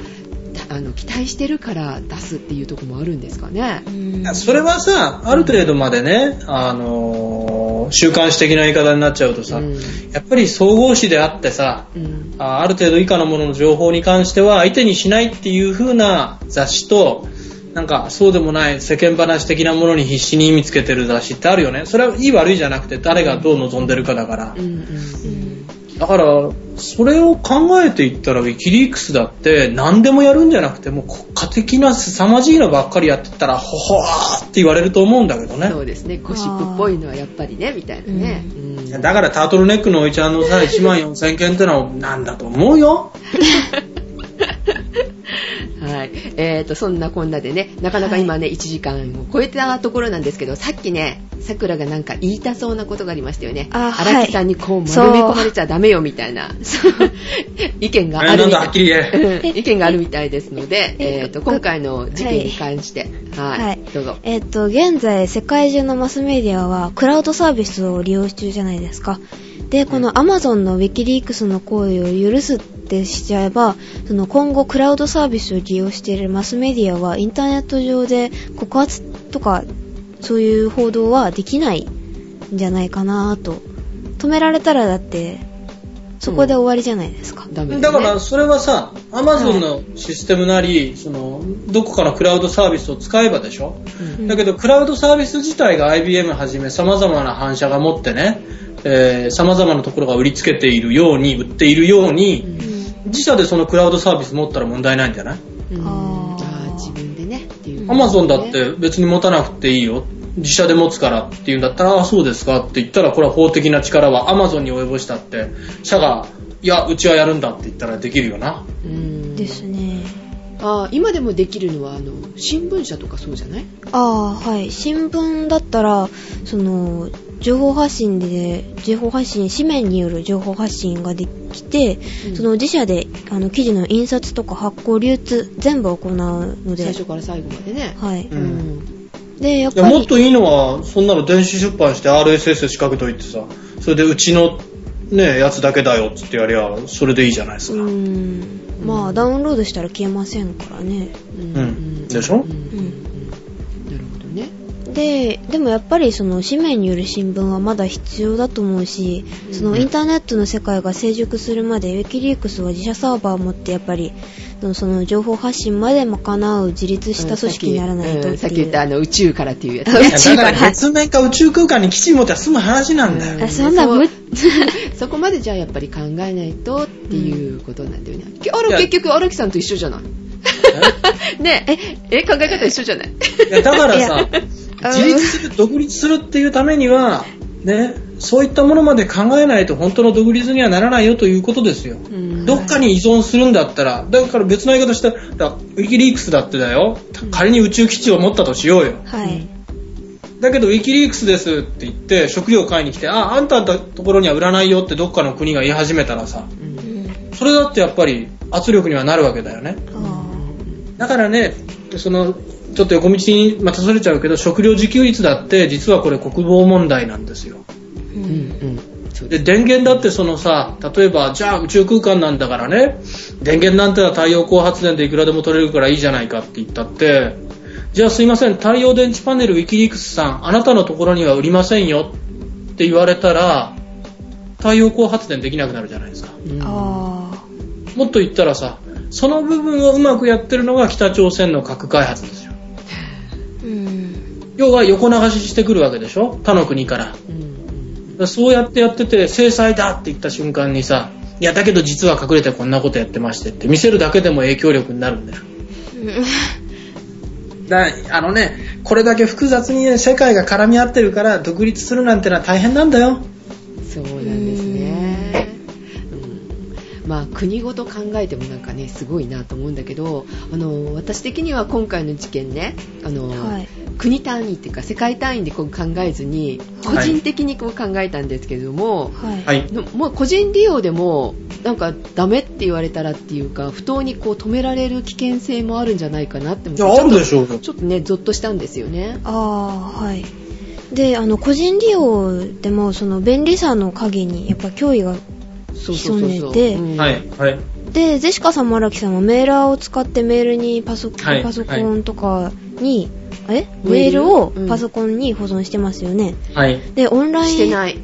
Speaker 1: たあの、期待してるから出すっていうとこもあるんですかね。
Speaker 2: うん
Speaker 3: それはさ、ある程度までね、あのー週刊誌的な言い方になっちゃうとさ、
Speaker 1: うん
Speaker 3: やっぱり総合誌であってさ、
Speaker 1: うん。
Speaker 3: あある程度以下のものの情報に関しては相手にしないっていう風な雑誌と、なんかそうでもない世間話的なものに必死に意味つけてる雑誌ってあるよね。それはいい悪いじゃなくて誰がどう望んでるかだから
Speaker 1: うん。うん。
Speaker 3: だから、それを考えていったらウィキリークスだって何でもやるんじゃなくてもう国家的な凄まじいのばっかりやってったら、ほほーって言われると思うんだけどね。
Speaker 1: そうですね。ゴシップっぽいのはやっぱりね、みたいなね。
Speaker 2: う
Speaker 1: うん。
Speaker 3: だからタートルネックのおいちゃんのさ、1万4000件ってのはなんだと思うよ。
Speaker 1: [LAUGHS] はい。えーと、そんなこんなでね、なかなか今ね、1時間を超えたところなんですけど、さっきね、さくらがなんか言いたそうなことがありましたよね。
Speaker 2: あはい
Speaker 1: 荒木さんにこう丸め込まれちゃダメよ、みたいな。 [LAUGHS] 意見があ
Speaker 3: あれ
Speaker 1: る
Speaker 3: なん
Speaker 1: みた
Speaker 3: だ、はいっきり言え。
Speaker 1: うん意見があるみたいですので、
Speaker 2: え
Speaker 1: えーと、今回の事件に関して、はい、
Speaker 2: はい
Speaker 1: どうぞ。
Speaker 2: えっと、現在、世界中のマスメディアは、クラウドサービスを利用中じゃないですか。で、この Amazon の Wikileaks の行為を許すってしちゃえば、その今後クラウドサービスを利用しているマスメディアは、インターネット上で告発とか、そういう報道はできないんじゃないかなと。止められたらだって、そこで終わりじゃないですか。
Speaker 1: ダメです、
Speaker 3: だ
Speaker 1: ね。
Speaker 3: からそれはさ、アマゾンのシステムなり、その、どこかのクラウドサービスを使えばでしょ、
Speaker 1: うん
Speaker 3: だけど、クラウドサービス自体が IBM はじめ様々な反社が持ってね、えー、様々なところが売りつけているように、売っているように、自社でそのクラウドサービス持ったら問題ないんじゃない
Speaker 1: うん
Speaker 2: あー
Speaker 1: あー自分でね、っていう、
Speaker 3: アマゾンだっ。て別に持たなくていいよ。自社で持つからっていうんだったら、ああ、そうですかって言ったら、これは法的な力はアマゾンに及ぼしたって、社が、いや、うちはやるんだって言ったらできるよな。
Speaker 1: うん。
Speaker 2: ですね。
Speaker 1: あー今でもできるのは、あの、新聞社とかそうじゃない
Speaker 2: ああはい新聞だったらその情報発信で情報発信紙面による情報発信ができて、
Speaker 1: うん
Speaker 2: その自社であの記事の印刷とか発行流通全部行うの
Speaker 1: 最
Speaker 2: で
Speaker 1: 初から最後までね。
Speaker 2: はい、
Speaker 3: う
Speaker 1: うんん。
Speaker 2: でやっ
Speaker 3: いや
Speaker 2: ぱ
Speaker 3: もっ
Speaker 2: り
Speaker 3: といいのは、そんなの電子出版して RSS 仕掛けといてさ、それでうちの、ね、やつだけだよっつってやりゃ、それでいいじゃないです
Speaker 2: う
Speaker 3: か。
Speaker 2: ーんまあダウンロードしたら消えませんからね
Speaker 1: うん
Speaker 3: うんでしょ
Speaker 1: うんうんなるほどね。
Speaker 2: ででもやっぱりその紙面による新聞はまだ必要だと思うしそのインターネットの世界が成熟するまでウィキリークスは自社サーバーを持ってやっぱりそのその情報発信まで賄う自立した組織にならないと
Speaker 1: う
Speaker 2: っ
Speaker 1: んさ
Speaker 2: て
Speaker 1: っき言
Speaker 2: い
Speaker 1: ったあ
Speaker 2: う。
Speaker 1: の宇宙からっていうやつ
Speaker 2: 宇
Speaker 1: ね。
Speaker 2: 宙
Speaker 3: だ
Speaker 2: か
Speaker 3: からら月面か宇宙空間に基地持っては済む話なんだよ。
Speaker 1: うん
Speaker 2: あそんなぶっ
Speaker 1: そこまでじゃあやっぱり考えないとっていうことなんだよね。あ
Speaker 3: い
Speaker 1: ら、
Speaker 3: や
Speaker 1: 結局荒木さんと一緒じゃないねえ、え、考え方一緒じゃない
Speaker 3: いやだからさ、
Speaker 2: や
Speaker 3: 自立する、独立するっていうためには、ね、そういったものまで考えないと本当の独立にはならないよということですよ。
Speaker 1: うん
Speaker 3: どっかに依存するんだったら、だから別の言い方したら、だウィキリークスだってだよ。仮に宇宙基地を持ったとしようよ。
Speaker 2: はい。
Speaker 3: だけど、ウィキリークスですって言って、食料買いに来て、あ、あんたのところには売らないよってどっかの国が言い始めたらさ、
Speaker 1: うん
Speaker 3: それだってやっぱり圧力にはなるわけだよね。
Speaker 2: あ
Speaker 3: だからね、その、ちょっと横道にまたそれちゃうけど、食料自給率だって、実はこれ国防問題なんですよ。
Speaker 2: ー
Speaker 1: う
Speaker 2: う
Speaker 1: んんうんそう
Speaker 3: で、電源だってそのさ、例えば、じゃあ宇宙空間なんだからね、電源なんてのは太陽光発電でいくらでも取れるからいいじゃないかって言ったって、じゃあすいません、太陽電池パネルウィキリークスさん、あなたのところには売りませんよって言われたら、太陽光発電できなくなるじゃないですか。
Speaker 1: うん
Speaker 2: あ
Speaker 3: もっと言ったらさ、その部分をうまくやってるのが北朝鮮の核開発ですよ。
Speaker 2: ーうん
Speaker 3: 要は横流ししてくるわけでしょ他の国から。だか
Speaker 1: うん
Speaker 3: らそうやってやってて、制裁だって言った瞬間にさ、いや、だけど実は隠れてこんなことやってましてって見せるだけでも影響力になるんだよ。だあのね、これだけ複雑にね、世界が絡み合ってるから、独立するなんてのは大変なんだよ。
Speaker 1: そうなんですね。うんまあ、国ごと考えてもなんかねすごいなと思うんだけどあの私的には今回の事件ねあの、
Speaker 2: はい
Speaker 1: 国単位っていうか世界単位でこう考えずに個
Speaker 3: はい
Speaker 1: 人的にこう考えたんですけれども、
Speaker 2: はい、
Speaker 3: はい。
Speaker 1: のもう個人利用でもなんかダメって言われたらっていうか不当にこう止められる危険性もあるんじゃないかなって思っ
Speaker 3: い
Speaker 1: て
Speaker 3: や、あるでしょうよ。
Speaker 1: ちょっとねゾッとしたんですよね。
Speaker 2: ああはいであの個人利用でもその便利さの陰にやっぱ脅威が
Speaker 1: そうそうそうそう。
Speaker 2: 潜んでて
Speaker 1: うん
Speaker 3: はい、はい。
Speaker 2: でゼシカさんも荒木さんもメーラーを使ってメールにパソ,、
Speaker 3: はい
Speaker 2: パソコンとかにえメ
Speaker 1: メ
Speaker 2: ー
Speaker 1: ー
Speaker 2: ル
Speaker 1: ル
Speaker 2: を
Speaker 1: うん
Speaker 2: パソコンに保存してますよね、
Speaker 3: はい。
Speaker 2: でオンライ
Speaker 1: し
Speaker 2: ン
Speaker 1: てない。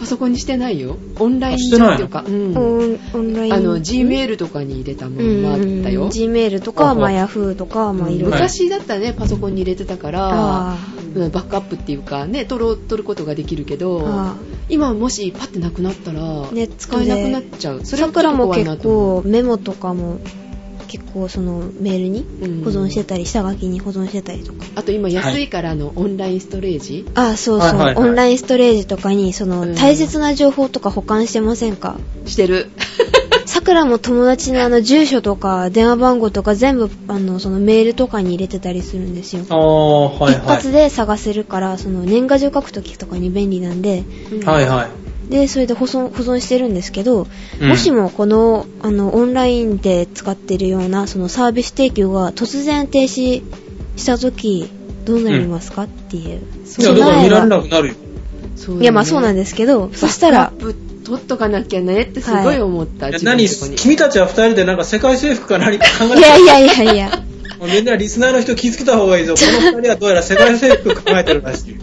Speaker 1: パソコンにしてないよ。オンライン
Speaker 3: あしてな
Speaker 1: 上っ
Speaker 3: い
Speaker 1: ていうか、うん
Speaker 2: オンオンライン
Speaker 1: あの、G メールとかに入れたものもあったよ。
Speaker 2: G メールとか、
Speaker 3: うん
Speaker 2: まあ、Yahoo とか、まあ、いろいろ。
Speaker 3: はい
Speaker 1: 昔だったらね、パソコンに入れてたから
Speaker 2: あ、
Speaker 1: うんバックアップっていうかね、取ろう取ることができるけど
Speaker 2: あ、
Speaker 1: 今もしパッてなくなったら、
Speaker 2: ね
Speaker 1: 使えなくなっちゃう。それはちょ
Speaker 2: さ
Speaker 1: っ
Speaker 2: く
Speaker 1: と
Speaker 2: らも
Speaker 1: 怖いな
Speaker 2: 結
Speaker 1: と思う
Speaker 2: 構メモとかも結構そのメールに保存してたり、下書きに保存してたりとか。
Speaker 1: あと今安いからあの、オンラインストレージ
Speaker 2: ああ、そうそう、
Speaker 3: はいはいはい
Speaker 2: オンラインストレージとかにその
Speaker 1: うん
Speaker 2: 大切な情報とか保管してませんか
Speaker 1: してる。
Speaker 2: さくらも友達のあの住所とか電話番号とか全部あのそのメールとかに入れてたりするんですよ。
Speaker 3: ああ、はい、
Speaker 2: 一
Speaker 3: は
Speaker 2: 発で探せるから、その年賀状書くときとかに便利なんで、
Speaker 3: い。はい、はい。
Speaker 2: で、それで保存保存してるんですけど、
Speaker 3: うん
Speaker 2: もしもこのあのオンラインで使ってるようなそのサービス提供が突然停止した時どうなりますか、っていう。
Speaker 3: いや、だから見
Speaker 2: 備
Speaker 3: られ
Speaker 2: え
Speaker 3: な
Speaker 2: は
Speaker 3: くなるよ。
Speaker 1: そうよね
Speaker 2: いや、まあそうなんですけど、そした
Speaker 1: バ [LAUGHS]
Speaker 2: ら
Speaker 1: ッ、クアップ取っとかなきゃねってすごい思った。
Speaker 3: いや
Speaker 1: 自分の
Speaker 3: 何
Speaker 1: とこに
Speaker 3: 君たちは二人でなんか世界征服か何か考え
Speaker 2: い
Speaker 3: て
Speaker 2: や
Speaker 3: る
Speaker 2: いやいやいや、
Speaker 3: みんなリスナーの人気づけた方がいいぞ。この二人はどうやら世界征服考えてるらしい。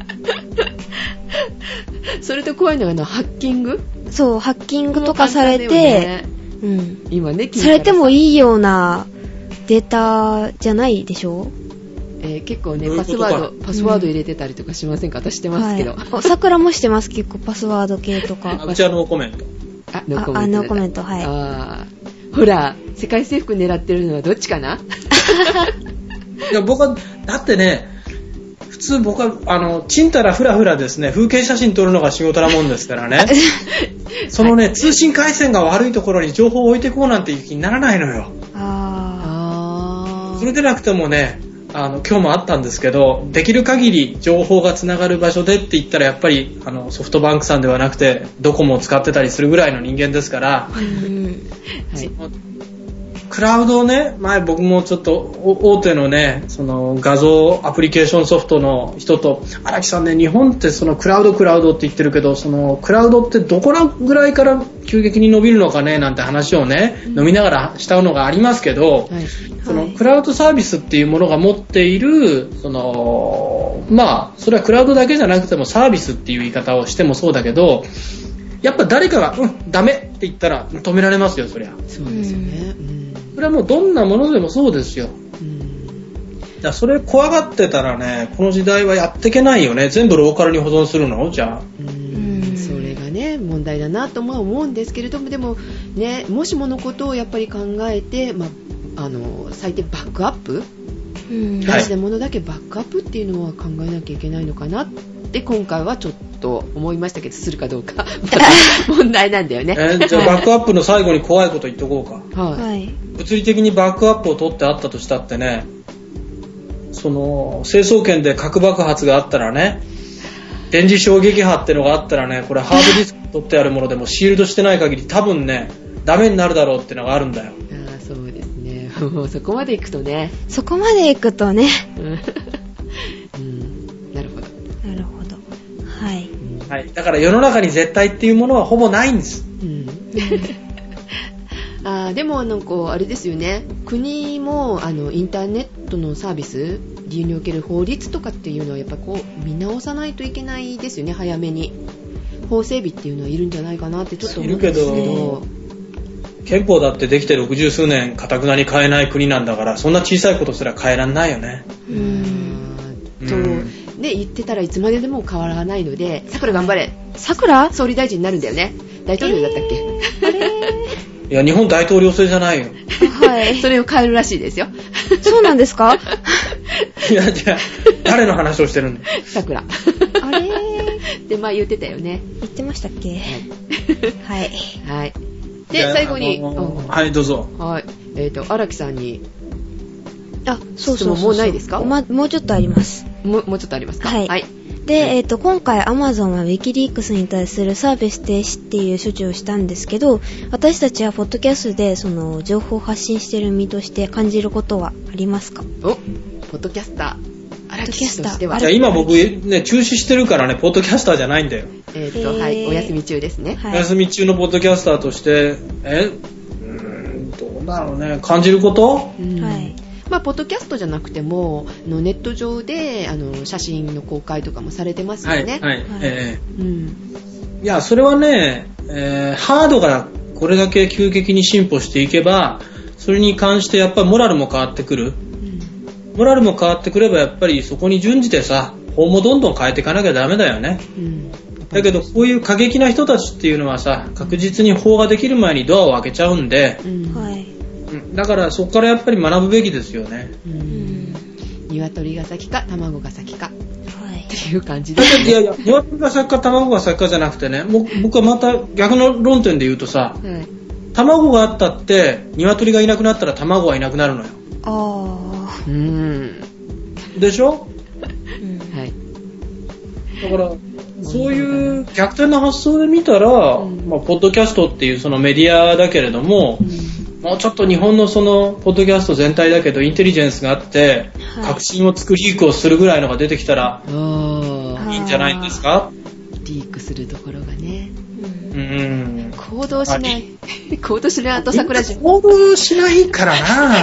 Speaker 1: [LAUGHS] それと怖いのがあのハッキング
Speaker 2: そう、ハッキングとかされて、
Speaker 1: これも簡単だよね
Speaker 2: うん。
Speaker 1: 今ね、聞いた
Speaker 2: さ
Speaker 1: ら
Speaker 2: れてもいいようなデータじゃないでしょ
Speaker 1: えー結構
Speaker 3: どう
Speaker 1: ね、
Speaker 3: いう
Speaker 1: パ
Speaker 3: こ
Speaker 1: ス
Speaker 3: とか
Speaker 1: ワード、パスワード入れてたりとかしませんか私してますけど。
Speaker 2: はいお、 [LAUGHS] 桜もしてます、結構パスワード系と
Speaker 3: あ
Speaker 2: か。
Speaker 3: うちはノーコメント。
Speaker 1: あ、ノーコメントだ。
Speaker 2: あノーコメントはい
Speaker 1: あーほら、世界征服狙ってるのはどっちかない
Speaker 3: や、僕は、だってね、普通僕は、あの、ちんたらふらふらですね、風景写真撮るのが仕事なもんですからね。そのね、通信回線が悪いところに情報を置いてこうなんていう気にならないのよ。
Speaker 2: あ
Speaker 1: あ
Speaker 3: それでなくてもね、あの、今日もあったんですけど、できる限り情報がつながる場所でって言ったら、やっぱり、あの、ソフトバンクさんではなくて、ドコモを使ってたりするぐらいの人間ですから、
Speaker 2: ーうん
Speaker 1: はい。
Speaker 3: クラウドをね、前僕もちょっとお大手のね、その画像アプリケーションソフトの人と、荒木さんね、日本ってそのクラウドクラウドって言ってるけど、そのクラウドってどこらぐらいから急激に伸びるのかね、なんて話をね、飲みながらしたのがありますけど、
Speaker 1: はい。
Speaker 3: そのクラウドサービスっていうものが持っている、その、まあ、それはクラウドだけじゃなくてもサービスっていう言い方をしてもそうだけど、やっぱ誰かが、うん、ダメって言ったら止められますよ、そりゃ。
Speaker 1: そうですよね。うん。
Speaker 3: それはもうどんなものでもそうですよ。
Speaker 1: うん
Speaker 3: いや、それ怖がってたらね、この時代はやってけないよね。全部ローカルに保存するのじゃあ。
Speaker 1: うん
Speaker 2: うん
Speaker 1: それがね問題だなとも思うんですけれどもでも、ね、もしものことをやっぱり考えて、まあ、あの最低バックアップ
Speaker 2: うん
Speaker 3: はい
Speaker 1: 大事なものだけバックアップっていうのは考えなきゃいけないのかなって今回はちょっと思いましたけどするかどう
Speaker 3: [LAUGHS]
Speaker 1: か問題なんだよね。
Speaker 3: えじゃあバックアップの最後に怖いこと言っとこうか。
Speaker 1: は
Speaker 2: はい。
Speaker 3: 物理的にバックアップを取ってあったとしたってね、その、成層圏で核爆発があったらね、電磁衝撃波ってのがあったらね、これハードディスク取ってあるものでもシールドしてない限り多分ね、ダメになるだろうってのがあるんだよ。
Speaker 1: い、ああそうですね [LAUGHS] もうそこまでいくとね、
Speaker 2: そこまで行くとね。
Speaker 1: うんうん、なるほど、
Speaker 2: なるほど。はい。
Speaker 1: うん
Speaker 3: はい。だから世の中に絶対っていうものはほぼないんです。
Speaker 1: うん、 [LAUGHS] あーでもなんかあれですよね国もあのインターネットのサービス利用における法律とかっていうのはやっぱこう見直さないといけないですよね早めに法整備っていうのはいるんじゃないかなってちょっと思うんですけど
Speaker 3: いるけど憲法だってできて60数年、かたくなに変えない国なんだから、そんな小さいことすら変えらんないよね。
Speaker 2: うーん。
Speaker 1: あー
Speaker 3: うん
Speaker 1: ね、言ってたらいつまででも変わらないので、さくら頑張れ。
Speaker 2: さくら
Speaker 1: 総理大臣になるんだよね。大統領だったっけ、
Speaker 3: いや、日本大統領制じゃないよ。 [LAUGHS]
Speaker 2: はい。
Speaker 1: [LAUGHS] それを変えるらしいですよ。
Speaker 2: そうなんですか
Speaker 3: いや、じゃあ、誰の話をしてるんだ
Speaker 1: さくら。
Speaker 2: あれー
Speaker 1: で、まあ言ってたよね。
Speaker 2: 言ってましたっけはい。
Speaker 1: はい。で、
Speaker 3: じゃあ
Speaker 1: 最後に、
Speaker 3: あの
Speaker 1: うん
Speaker 3: はい、どうぞ。
Speaker 1: はい。えっ、と、荒木さんに、
Speaker 2: あ、そうそうそうそう
Speaker 1: 質問もうないですか
Speaker 2: ま、もうちょっとあります。
Speaker 1: もうもうちょっとありますか
Speaker 2: はい
Speaker 1: はい。
Speaker 2: で、えっ、と、今回 Amazon は Wikileaks に対するサービス停止っていう処置をしたんですけど、私たちはポッドキャストでその情報を発信してる身として感じることはありますか
Speaker 1: お、ポッドキャスター、荒木氏としては
Speaker 2: あ
Speaker 3: じゃあ、
Speaker 2: れ
Speaker 3: 今僕、ね、中止してるからね、ポッドキャスターじゃないんだよ。
Speaker 1: えっ、と、は
Speaker 2: へ
Speaker 1: い、
Speaker 2: ー
Speaker 1: お休み中ですね。
Speaker 2: は
Speaker 3: お休み中のポッドキャスターとして、えうーん、どうだろうね。感じること
Speaker 1: うん
Speaker 2: はい
Speaker 1: まあ、ポッドキャストじゃなくてもあのネット上であの写真の公開とかもされてますよ
Speaker 3: はい、
Speaker 1: ね、
Speaker 3: は
Speaker 2: は
Speaker 3: い
Speaker 2: い、
Speaker 3: え
Speaker 1: うん
Speaker 3: えいや、それはね、えーハードがこれだけ急激に進歩していけば、それに関してやっぱりモラルも変わってくる。
Speaker 1: うん
Speaker 3: モラルも変わってくれば、やっぱりそこに準じてさ、法もどんどん変えていかなきゃダメだよね。
Speaker 1: うん
Speaker 3: だけど、こういう過激な人たちっていうのはさ、確実に法ができる前にドアを開けちゃうんで、
Speaker 1: うん
Speaker 2: はい。
Speaker 3: うんだからそこからやっぱり学ぶべきですよね。
Speaker 1: う
Speaker 2: うんん。
Speaker 1: 鶏が先か卵が先かっ
Speaker 2: はい
Speaker 1: て。いう感じで
Speaker 3: だっていやい [LAUGHS] や、鶏が作家、卵が作家じゃなくてね、もう僕はまた逆の論点で言うとさ、
Speaker 1: はい
Speaker 3: 卵があったって、鶏がいなくなったら卵はいなくなるのよ。
Speaker 2: あ
Speaker 1: う
Speaker 2: ー。
Speaker 1: ん
Speaker 3: でしょ
Speaker 2: うん
Speaker 1: はい
Speaker 3: だから、そういう逆転の発想で見たら、
Speaker 1: ん
Speaker 3: まあ、ポッドキャストっていうそのメディアだけれども、もうちょっと日本のその、ポッドキャスト全体だけど、インテリジェンスがあって、
Speaker 2: はい
Speaker 3: 革新を作り、リークをするぐらいのが出てきたら、
Speaker 1: あ
Speaker 2: はい
Speaker 3: いいんじゃないんですか
Speaker 1: ーリークするところがね
Speaker 2: うん
Speaker 3: うん。
Speaker 1: 行動しない [LAUGHS] 行動しないアット桜ジ
Speaker 3: 桜
Speaker 1: ュ
Speaker 3: 行動しないからな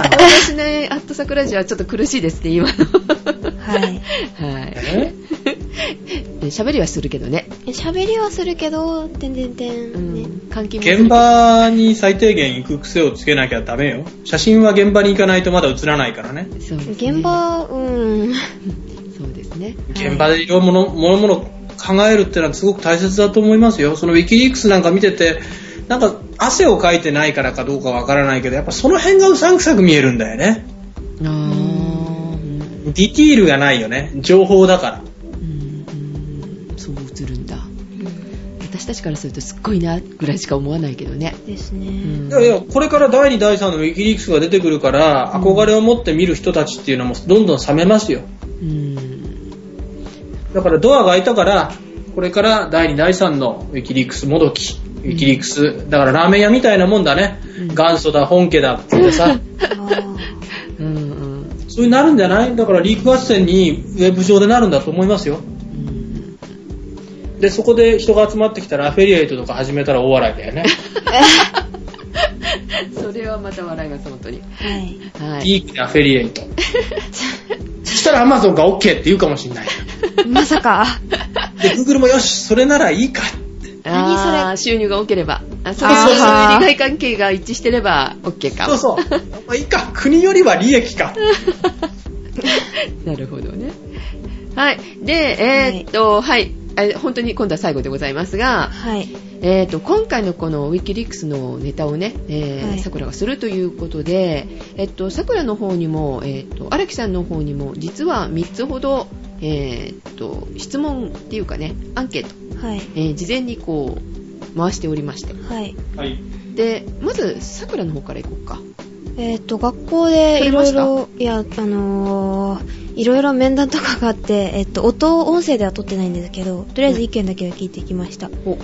Speaker 1: 行動しないアット桜ジュはちょっと苦しいですね今の
Speaker 3: [LAUGHS]
Speaker 2: はい。
Speaker 1: はい
Speaker 3: え
Speaker 1: 喋りはするけどね
Speaker 2: 喋りはするけど、てんてんてん。ね。
Speaker 1: 換気もする
Speaker 3: 現場に最低限行く癖をつけなきゃダメよ。写真は現場に行かないとまだ映らないからね。
Speaker 1: そうですね
Speaker 2: 現場、うん。
Speaker 1: そうですね
Speaker 3: 現場でいろいろもの、もろもろ考えるってのはすごく大切だと思いますよ。そのウィキリークスなんか見てて、なんか汗をかいてないからかどうかわからないけど、やっぱその辺がうさんくさく見えるんだよね。
Speaker 1: あー
Speaker 3: ディティールがないよね。情報だか
Speaker 1: う
Speaker 3: ら。
Speaker 1: んうんそう映るんだ私たちからするとすっごいなぐらいしか思わないけどね
Speaker 2: です
Speaker 1: う
Speaker 2: ね。
Speaker 1: ん
Speaker 3: いやいや、これから第2、第3のウィキリークスが出てくるから、憧れを持って見る人たちっていうのもどんどん冷めますよ。
Speaker 1: うん
Speaker 3: だからドアが開いたから、これから第2、第3のウィキリークスもどき。ウィキリークス、だからラーメン屋みたいなもんだね。
Speaker 1: うん
Speaker 3: 元祖だ、本家だって言っ
Speaker 1: [LAUGHS]
Speaker 3: てさ、
Speaker 2: あー [LAUGHS]
Speaker 1: うんうん
Speaker 3: そういうなるんじゃないだからリーク合戦にウェブ上でなるんだと思いますよ。
Speaker 1: うん
Speaker 3: で、そこで人が集まってきたらアフィリエイトとか始めたら大笑いだよね。
Speaker 1: それはまた笑います本当に
Speaker 2: はい。
Speaker 1: はい
Speaker 3: リークでアフィリエイト。そしたら Amazon が OK って言うかもしんない。
Speaker 2: まさか。
Speaker 3: で、Google もよし、それならいいか。
Speaker 2: 何それ
Speaker 1: あー収入が多ければあそう
Speaker 3: あー
Speaker 1: そうそういう利害関係が一致してれば OK か
Speaker 3: そうそう。まあいいか。国よりは利益か。
Speaker 1: [LAUGHS] なるほどね。はい。で、えーっと、はい。え本当に今度は最後でございますが、
Speaker 2: はい。
Speaker 1: えーっと、今回のこのウィキリックスのネタをね、え
Speaker 2: はい
Speaker 1: さくらがするということで、えっと、さくらの方にも、えーっと、荒木さんの方にも、実は3つほど、えーっと、質問っていうかね、アンケート、
Speaker 2: はい。
Speaker 1: えー事前にこう、回しておりまして。
Speaker 2: はい。
Speaker 3: はい。
Speaker 1: で、まず、さくらの方からいこうか。
Speaker 2: えっ、と、学校でいろいろ
Speaker 1: 撮、
Speaker 2: いや、あのー、いろいろ面談とかがあって、えっ、と、音、音声では撮ってないんですけど、とりあえず意見だけは聞いてきました。
Speaker 1: お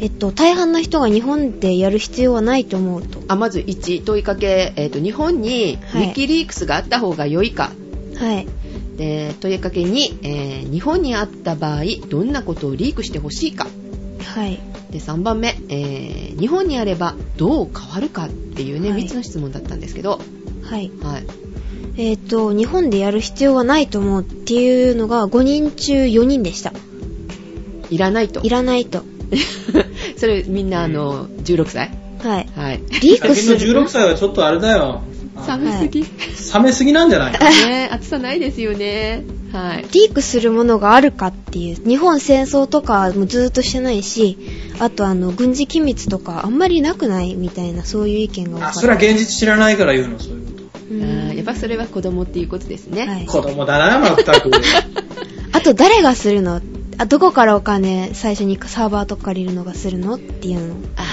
Speaker 2: えっと、大半の人が日本でやる必要はないと思うと。
Speaker 1: あ、まず1、問いかけ、えーっと、日本にウ
Speaker 2: はい
Speaker 1: ィキリックスがあった方が良いか
Speaker 2: はい。
Speaker 1: えー問いかけに、えー日本にあった場合どんなことをリークしてほしいか
Speaker 2: はい。
Speaker 1: で3番目、えー日本にあればどう変わるかっていうね、
Speaker 2: はい
Speaker 1: 3つの質問だったんですけど、
Speaker 2: はい。
Speaker 1: はい、
Speaker 2: えっ、と、日本でやる必要はないと思うっていうのが5人中4人でした。
Speaker 1: いらないと
Speaker 2: いらないと。
Speaker 1: [LAUGHS] それみんなあの16歳 [LAUGHS]
Speaker 2: はい。
Speaker 1: はい
Speaker 2: リーク
Speaker 3: 先
Speaker 2: す
Speaker 3: の
Speaker 2: る。
Speaker 3: 16歳はちょっとあれだよ。あ
Speaker 1: 寒すぎ、 [LAUGHS]
Speaker 3: 冷めすぎなんじゃない
Speaker 1: ね暑さないですよねはい。
Speaker 2: リークするものがあるかっていう日本戦争とかもずっとしてないしあとあの軍事機密とかあんまりなくないみたいなそういう意見が多か
Speaker 3: あ
Speaker 2: った
Speaker 3: それは現実知らないから言うのそういうこ
Speaker 1: あ
Speaker 2: うん
Speaker 1: ーやっぱそれは子供っていうことですね。
Speaker 2: はい
Speaker 3: と子供だな全く
Speaker 2: あと誰がするのあどこからお金最初にサーバーとか借りるのがするのっていうの、
Speaker 1: あー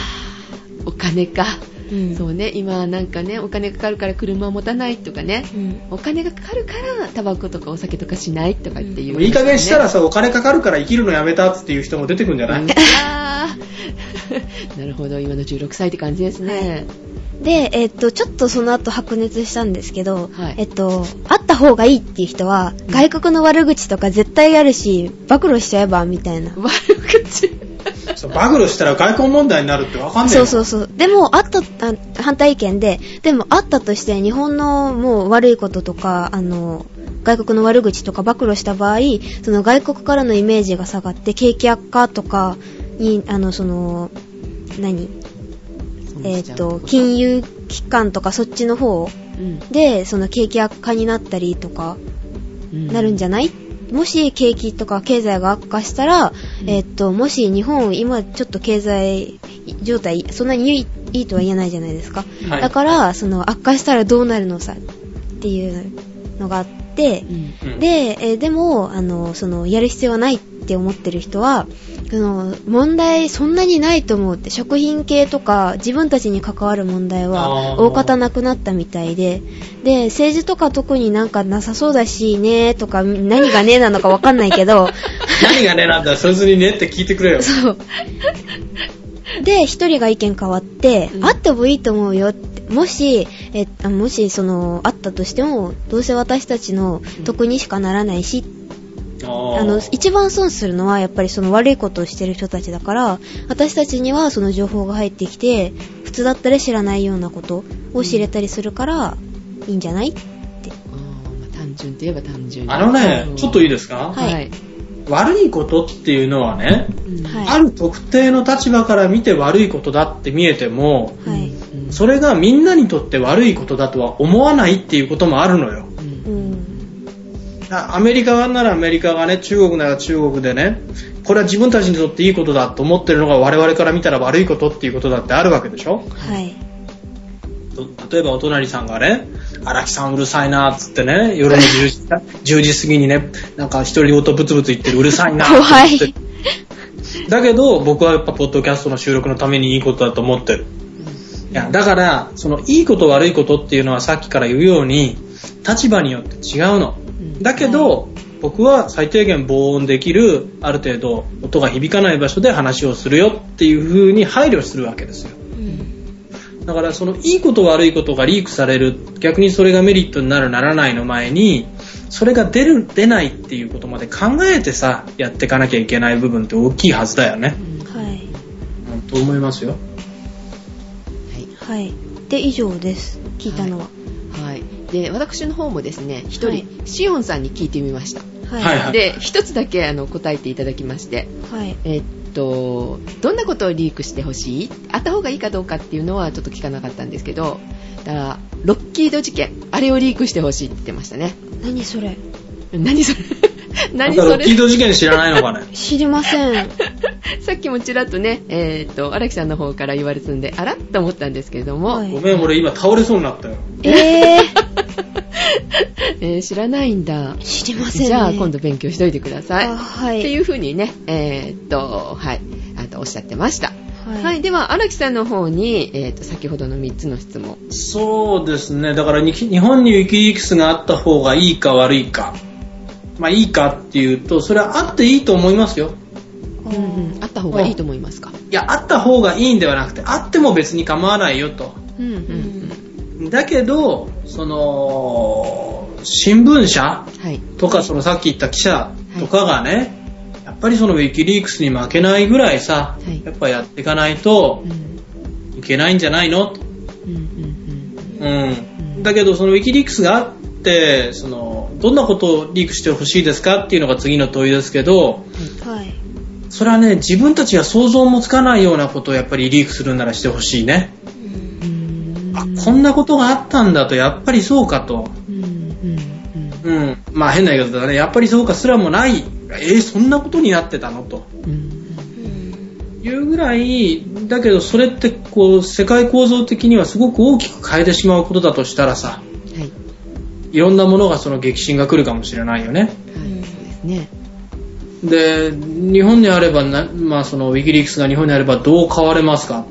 Speaker 1: お金か。
Speaker 2: うん
Speaker 1: そうね、今なんかね、お金かかるから車を持たないとかね。
Speaker 2: うん
Speaker 1: お金がかかるから、タバコとかお酒とかしないとかっていう、
Speaker 3: いい加減したらさお金かかるから生きるのやめたっていう人も出てくるんじゃない、
Speaker 1: うんあーなるほど、今の16歳って感じですね。
Speaker 2: で、えっと、ちょっとその後白熱したんですけど、
Speaker 1: はい
Speaker 2: えっと、あった方がいいっていう人は、外国の悪口とか絶対あるし、暴露しちゃえば、みたいな。
Speaker 1: 悪口。
Speaker 3: そうバグルしたら外交問題になるってわかんない
Speaker 2: そうそうそう。でも、あった、あ反対意見で、でもあったとして、日本のもう悪いこととか、あの、外国の悪口とか暴露した場合、その外国からのイメージが下がって、景気悪化とかに、あの、その、何えっと、金融機関とかそっちの方
Speaker 1: うん、
Speaker 2: で、その景気悪化になったりとか、
Speaker 1: うん
Speaker 2: なるんじゃない、もし景気とか経済が悪化したら、
Speaker 1: うん
Speaker 2: えっと、もし日本、今ちょっと経済状態、そんなにいいいいとは言えないじゃないですか。
Speaker 3: はい
Speaker 2: だから、その悪化したらどうなるのさ、っていうのがあって、
Speaker 1: うん
Speaker 3: うん
Speaker 2: で、えーでも、あの、その、やる必要はないって思ってる人は、その、問題そんなにないと思うって、食品系とか、自分たちに関わる問題
Speaker 3: あ
Speaker 2: は、
Speaker 3: ー
Speaker 2: 大方なくなったみたいで、で、政治とか特になんかなさそうだしね、とか、何がねなのかわかんないけ
Speaker 3: [LAUGHS]
Speaker 2: ど、
Speaker 3: 何がねなんだそれずにねって聞いてくれよ
Speaker 2: そう。で、一人が意見変わって、
Speaker 1: うん
Speaker 2: あってもいいと思うよって。もし、え、あもし、その、あったとしても、どうせ私たちの得にしかならないし、
Speaker 3: あ
Speaker 2: あの、一番損するのは、やっぱりその悪いことをしてる人たちだから、私たちにはその情報が入ってきて、普通だったら知らないようなことを知れたりするから、いいんじゃない
Speaker 1: あーまあ単純といえば単純
Speaker 3: あのねちょっといいですか、
Speaker 2: はい
Speaker 1: はい、
Speaker 3: 悪いことっていうのはね、
Speaker 1: うん
Speaker 2: はい
Speaker 3: ある特定の立場から見て悪いことだって見えても、
Speaker 2: はい。
Speaker 1: うん
Speaker 3: それがみんなにとって悪いことだとは思わないっていうこともあるのよ。
Speaker 1: うん
Speaker 2: うん。
Speaker 3: あアメリカがならアメリカがね、中国なら中国でね、これは自分たちにとっていいことだと思ってるのが我々から見たら悪いことっていうことだってあるわけでしょ
Speaker 2: はい。
Speaker 3: と例えばお隣さんがね、荒木さんうるさいなっつってね、夜の10時 [LAUGHS] ,10 時過ぎにね、なんか独り言ブツブツ言ってるうるさいなっ
Speaker 2: 怖い
Speaker 3: て言ってだけど僕はやっぱポッドキャストの収録のためにいいことだと思ってる。いや、だから、そのいいこと悪いことっていうのはさっきから言うように、立場によって違うの。
Speaker 1: うん
Speaker 3: だけど、僕は最低限防音できる、ある程度音が響かない場所で話をするよっていう風に配慮するわけですよ。
Speaker 2: うん。
Speaker 3: だからそのいいこと悪いことがリークされる逆にそれがメリットになるならないの前にそれが出る出ないっていうことまで考えてさやっていかなきゃいけない部分って大きいはずだよね、
Speaker 1: うんは
Speaker 2: はい。
Speaker 3: うん、と思いますよ
Speaker 1: い
Speaker 2: はい。で、以上です。聞いたのは。
Speaker 1: はい、で私の方もですね一人、
Speaker 2: はい
Speaker 1: シオンさんに聞いてみました、
Speaker 2: はい。
Speaker 3: はいはい
Speaker 1: で一つだけあの答えていただきまして
Speaker 2: はい。
Speaker 1: えっとどんなことをリークしてほしいあった方がいいかどうかっていうのはちょっと聞かなかったんですけどだからロッキード事件あれをリークしてほしいって言ってましたね
Speaker 2: 何それ
Speaker 1: 何それ
Speaker 3: だ
Speaker 1: 何
Speaker 3: から
Speaker 1: そ
Speaker 3: ロッキー
Speaker 1: れ
Speaker 3: ド事件知らないのかね
Speaker 2: 知りません。
Speaker 1: [LAUGHS] さっきもちらっとね、えっと荒木さんの方から言われてたんであらと思ったんですけれども、
Speaker 2: はい
Speaker 3: ごめん俺今倒れそうになったよ
Speaker 2: え
Speaker 1: [LAUGHS] えー知らないんだ
Speaker 2: ー、知りません、ね。
Speaker 1: じゃあ今度勉強しといてください、
Speaker 2: あは
Speaker 1: って
Speaker 2: い。
Speaker 1: いうふうにね、えーっと、はい、あとおっしゃってました。はい、
Speaker 2: はい。
Speaker 1: では、荒木さんの方に、えーっと、先ほどの3つの質問。
Speaker 3: そうですねだからに日本にウィキリークスがあった方がいいか悪いかまあいいかっていうとそれはあっていいと思いますよ
Speaker 2: あ
Speaker 1: う
Speaker 2: ー
Speaker 1: んうん、あった方がいいと思いますか。
Speaker 3: いやあった方がいいんではなくてあっても別に構わないよと
Speaker 1: うんうん
Speaker 3: だけど、その、新聞社
Speaker 1: うん。はい。
Speaker 3: とか、そのさっき言った記者とかがね、やっぱりそのウィキリークスに負けないぐらいさ、
Speaker 1: はい
Speaker 3: やっぱやっていかないと
Speaker 1: うん
Speaker 3: いけないんじゃないの
Speaker 1: うんうん
Speaker 3: うん。だけど、そのウィキリークスがあって、その、どんなことをリークしてほしいですかっていうのが次の問いですけど、
Speaker 2: はい。
Speaker 3: それはね、自分たちが想像もつかないようなことをやっぱりリークするならしてほしいね。
Speaker 2: う
Speaker 1: う
Speaker 2: ん
Speaker 1: ん。うーん
Speaker 3: あ、こんなことがあったんだと、やっぱりそうかと。
Speaker 1: うんうんうん
Speaker 3: うん、まあ変な言い方だね、やっぱりそうかすらもない、えーそんなことになってたのと
Speaker 1: うん
Speaker 3: いうぐらい、だけどそれってこう、世界構造的にはすごく大きく変えてしまうことだとしたらさ、
Speaker 1: はい。
Speaker 3: いろんなものがその激震が来るかもしれないよね。
Speaker 1: はい。そうですね。
Speaker 3: で、日本にあればな、まあそのウィキリークスが日本にあればどう変われますか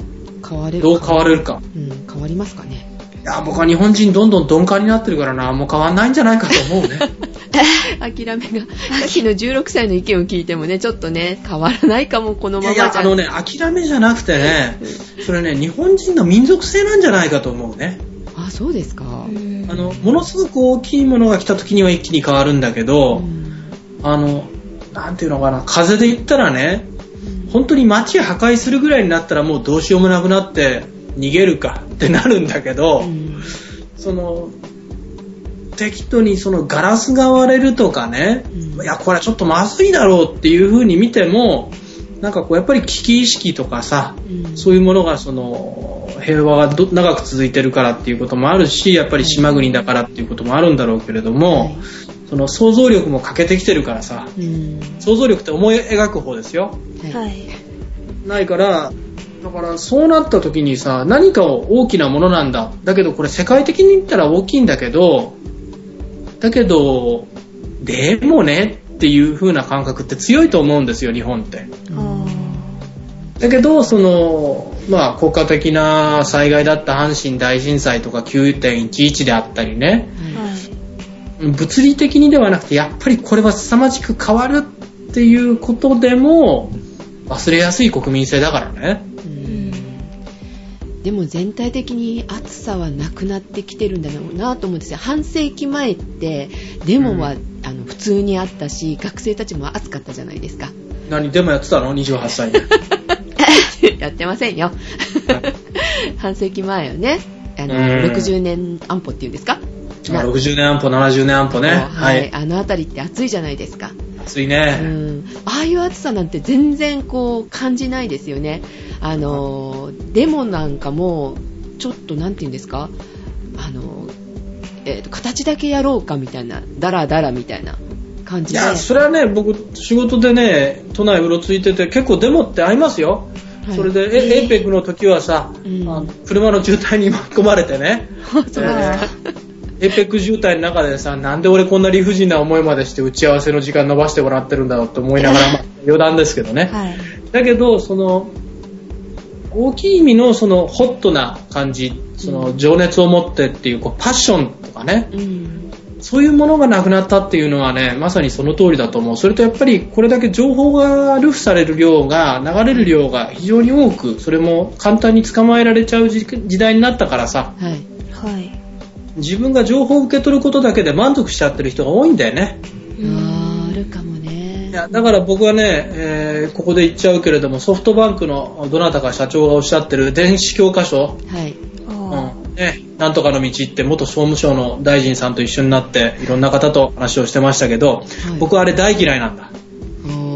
Speaker 1: 変われる。
Speaker 3: どう変われるか。
Speaker 1: うん、変わりますかね。 [LAUGHS]
Speaker 3: いや、僕は日本人どんどん鈍感になってるからな、もう変わんないんじゃないかと
Speaker 1: [LAUGHS]
Speaker 3: 思うね。
Speaker 1: 諦めが。さっきの16歳の意見を聞いてもね、ちょっとね、変わらないかも、この
Speaker 3: い
Speaker 1: ま
Speaker 3: や
Speaker 1: ま
Speaker 3: い
Speaker 1: じゃ
Speaker 3: や、。あのね、諦めじゃなくてね、それね、日本人の民族性なんじゃないかと思うね。
Speaker 1: あ、そうですか。
Speaker 2: うん
Speaker 3: あの、ものすごく大きいものが来た時には一気に変わるんだけ
Speaker 1: う
Speaker 3: ど、
Speaker 1: ん
Speaker 3: あの、なんていうのかな、風で言ったらね、本当に街破壊するぐらいになったらもうどうしようもなくなって逃げるかってなるんだけ
Speaker 1: う
Speaker 3: ど、
Speaker 1: ん
Speaker 3: その、適度にそのガラスが割れるとかね、
Speaker 1: うん
Speaker 3: いや、これはちょっとまずいだろうっていう風に見ても、なんかこう、やっぱり危機意識とかさ、
Speaker 1: うん
Speaker 3: そういうものがその、平和がど長く続いてるからっていうこともあるし、やっぱり島国だからっていうこともあるんだろうけれども、その想像力も欠けてきてるからさ、
Speaker 1: うん
Speaker 3: 想像力って思い描く方ですよ。
Speaker 1: は。
Speaker 2: はいい。
Speaker 3: ないから、だからそうなった時にさ、何かを大きなものなんだ。だけどこれ世界的に言ったら大きいんだけど、だけど、でもねっていう風な感覚って強いと思うんですよ、日本って。
Speaker 1: うん
Speaker 2: あ
Speaker 3: だけど、その、まあ国家的な災害だった阪神大震災とか9.11であったりね、
Speaker 2: ー
Speaker 1: は
Speaker 2: はい。
Speaker 3: 物理的にではなくて、やっぱりこれは凄まじく変わるっていうことでも、忘れやすい国民性だからね。
Speaker 1: いうん
Speaker 2: うん
Speaker 1: でも全体的に暑さはなくなってきてるんだろうなと思うんですよ。半世紀前ってデモは、
Speaker 3: う
Speaker 1: あの普通にあったし学生たちも暑かったじゃないです
Speaker 3: [LAUGHS]
Speaker 1: か。
Speaker 3: 何でもやってたの ?28 歳で。
Speaker 1: やってませんよ。半世紀前よね。あの
Speaker 3: うん
Speaker 1: 60年安保っていうんですか。
Speaker 3: [LAUGHS] まあ
Speaker 1: な
Speaker 3: 60年安保、70年安保ね。
Speaker 1: は、
Speaker 3: はいい。
Speaker 1: あの辺りって暑いじゃないですか。
Speaker 3: 暑いうね。
Speaker 1: ん、ああいう暑さなんて全然こう感じないですよね。あのーデモなんかもちょっとなんて言うんですかあのー、えーと形だけやろうかみたいなダラダラみたいな感
Speaker 3: い
Speaker 1: じで。 [LAUGHS]
Speaker 3: や、それはね、僕、仕事でね、都内うろついてて、結構デモって合いますよ。
Speaker 1: はい
Speaker 3: それで、え、エイペックの時はさ、
Speaker 1: うん
Speaker 3: あの車の渋滞に巻き込まれてね、
Speaker 1: そうなんですか
Speaker 3: エイペック渋滞の中でさ、なんで俺こんな理不尽な思いまでして打ち合わせの時間伸ばしてもらってるんだろうって思いながら、まあ余談ですけどね。
Speaker 2: はい。
Speaker 3: だけど、その、大きい意味のそのホットな感じ、その情熱を持ってっていう、こうパッションとかね、
Speaker 1: うん
Speaker 3: そういうものがなくなったっていうのはね、まさにその通りだと思う。それとやっぱりこれだけ情報が流布される量が、流れる量が非常に多く、それも簡単に捕まえられちゃう時時代になったからさ、
Speaker 1: はい。
Speaker 2: はい。
Speaker 3: 自分が情報を受け取ることだけで満足しちゃってる人が多いんだよね。
Speaker 1: あーあるかもね。
Speaker 3: いやだから僕はね、えーここで言っちゃうけれども、ソフトバンクのどなたか社長がおっしゃってる電子教科書、
Speaker 1: はい。
Speaker 2: あ
Speaker 3: うんね、なんとかの道って元総務省の大臣さんと一緒になって、いろんな方と話をしてましたけど、僕はあれ大嫌いなんだ。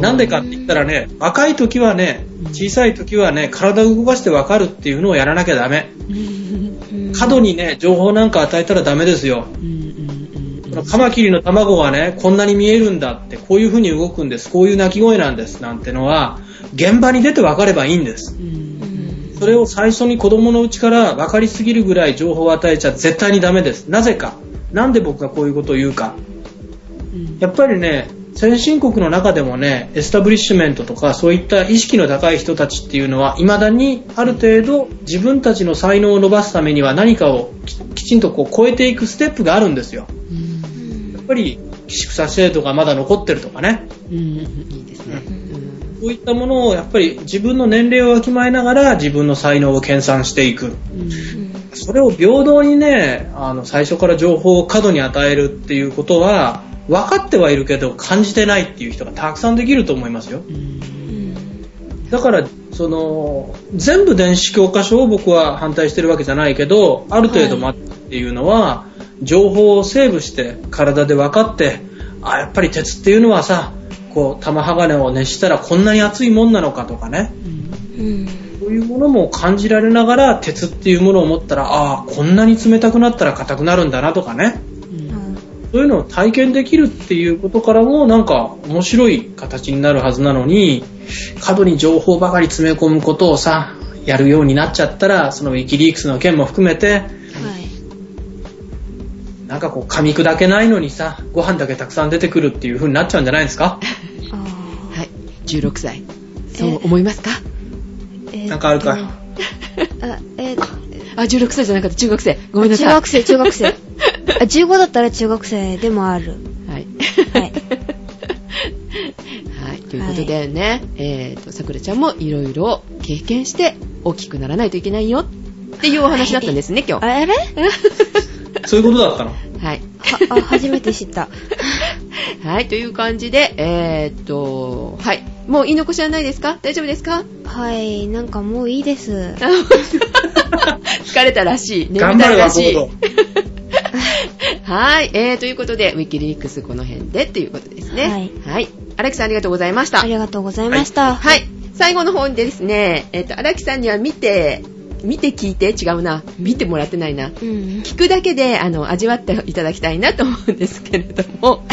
Speaker 3: なんでかって言ったらね、若い時はね、小さい時はね、体を動かしてわかるっていうのをやらなきゃダメ。
Speaker 1: うん
Speaker 2: ーうん
Speaker 3: 過度にね、情報なんか与えたらダメですよ。
Speaker 1: うんうんうん
Speaker 3: このカマキリの卵がね、こんなに見えるんだって、こういう風に動くんです、こういう鳴き声なんです、なんてのは、現場に出て分かればいいんです。
Speaker 1: うんうん
Speaker 3: それを最初に子供のうちから分かりすぎるぐらい情報を与えちゃ絶対にダメです。なぜか。なんで僕がこういうことを言うか。
Speaker 1: うん
Speaker 3: やっぱりね、先進国の中でもね、エスタブリッシュメントとか、そういった意識の高い人たちっていうのは、未だにある程度自分たちの才能を伸ばすためには何かをききちんとこう超えていくステップがあるんですよ。
Speaker 1: うん
Speaker 3: やっぱり、寄宿舎制度がまだ残ってるとかね、
Speaker 1: うんうんいいですね。うん
Speaker 3: こういったものをやっぱり自分の年齢をわきまえながら自分の才能を研鑽していく。
Speaker 1: うん
Speaker 3: それを平等にね、あの、最初から情報を過度に与えるっていうことは、分かってはいるけど感じてないっていう人がたくさんできると思いますよ。
Speaker 1: うん
Speaker 3: だから、その、全部電子教科書を僕は反対してるわけじゃないけど、ある程度待つっていうのは、情報をセーブして、体で分かって、あ、やっぱり鉄っていうのはさ、こう、玉鋼を熱したらこんなに熱いもんなのかとかね、
Speaker 1: うん
Speaker 2: うん
Speaker 3: そういうものも感じられながら、鉄っていうものを持ったら、ああ、こんなに冷たくなったら硬くなるんだなとかね、
Speaker 1: うん
Speaker 2: あ
Speaker 3: そういうのを体験できるっていうことからも、なんか面白い形になるはずなのに、過度に情報ばかり詰め込むことをさ、やるようになっちゃったら、そのウィキリークスの件も含めて、
Speaker 2: はい。
Speaker 3: なんかこう噛み砕けないのにさ、ご飯だけたくさん出てくるっていう風になっちゃうんじゃないですか
Speaker 2: あ
Speaker 1: はい。16歳。そう思いますか [LAUGHS]
Speaker 2: ーえーっと
Speaker 3: なんかあるかい
Speaker 2: あ、えー
Speaker 1: あ、16歳じゃなかった。中学生。ごめんなさい。
Speaker 2: 中学生、中学生。あ、15だったら中学生でもある。
Speaker 1: はい。
Speaker 2: はい。
Speaker 1: [LAUGHS] はい。ということでね、えっ、と、さくらちゃんもいろいろ経験して大きくならないといけないよっていうお話だったんですね、今日。
Speaker 2: あれ
Speaker 3: そういうことだったの
Speaker 1: はい。
Speaker 2: はあ、初めて知った。
Speaker 1: はい。という感じで、えっ、と、はい。もう言い残しはないですか大丈夫ですか
Speaker 2: はい、なんかもういい
Speaker 1: [LAUGHS]
Speaker 2: です。
Speaker 1: 疲れたらしい。
Speaker 3: 頑
Speaker 1: 眠
Speaker 3: 張
Speaker 1: たい
Speaker 3: れ
Speaker 1: ら
Speaker 3: ワ
Speaker 1: し
Speaker 3: コ
Speaker 1: い
Speaker 3: ー。
Speaker 1: [LAUGHS]
Speaker 3: ド。
Speaker 1: はい。えー、ということで、ウィキリークスこの辺でっていうことですね。
Speaker 2: はい
Speaker 1: はい。荒木さんありがとうございました。
Speaker 2: ありがとうございました。
Speaker 1: はい。最後の方にですね、えっ、と、荒木さんには見て、見て聞いて、違うな。見てもらってないな。
Speaker 2: うん。
Speaker 1: 聞くだけで、あの、味わっていただきたいなと思うんですけれど
Speaker 2: [LAUGHS]
Speaker 1: も、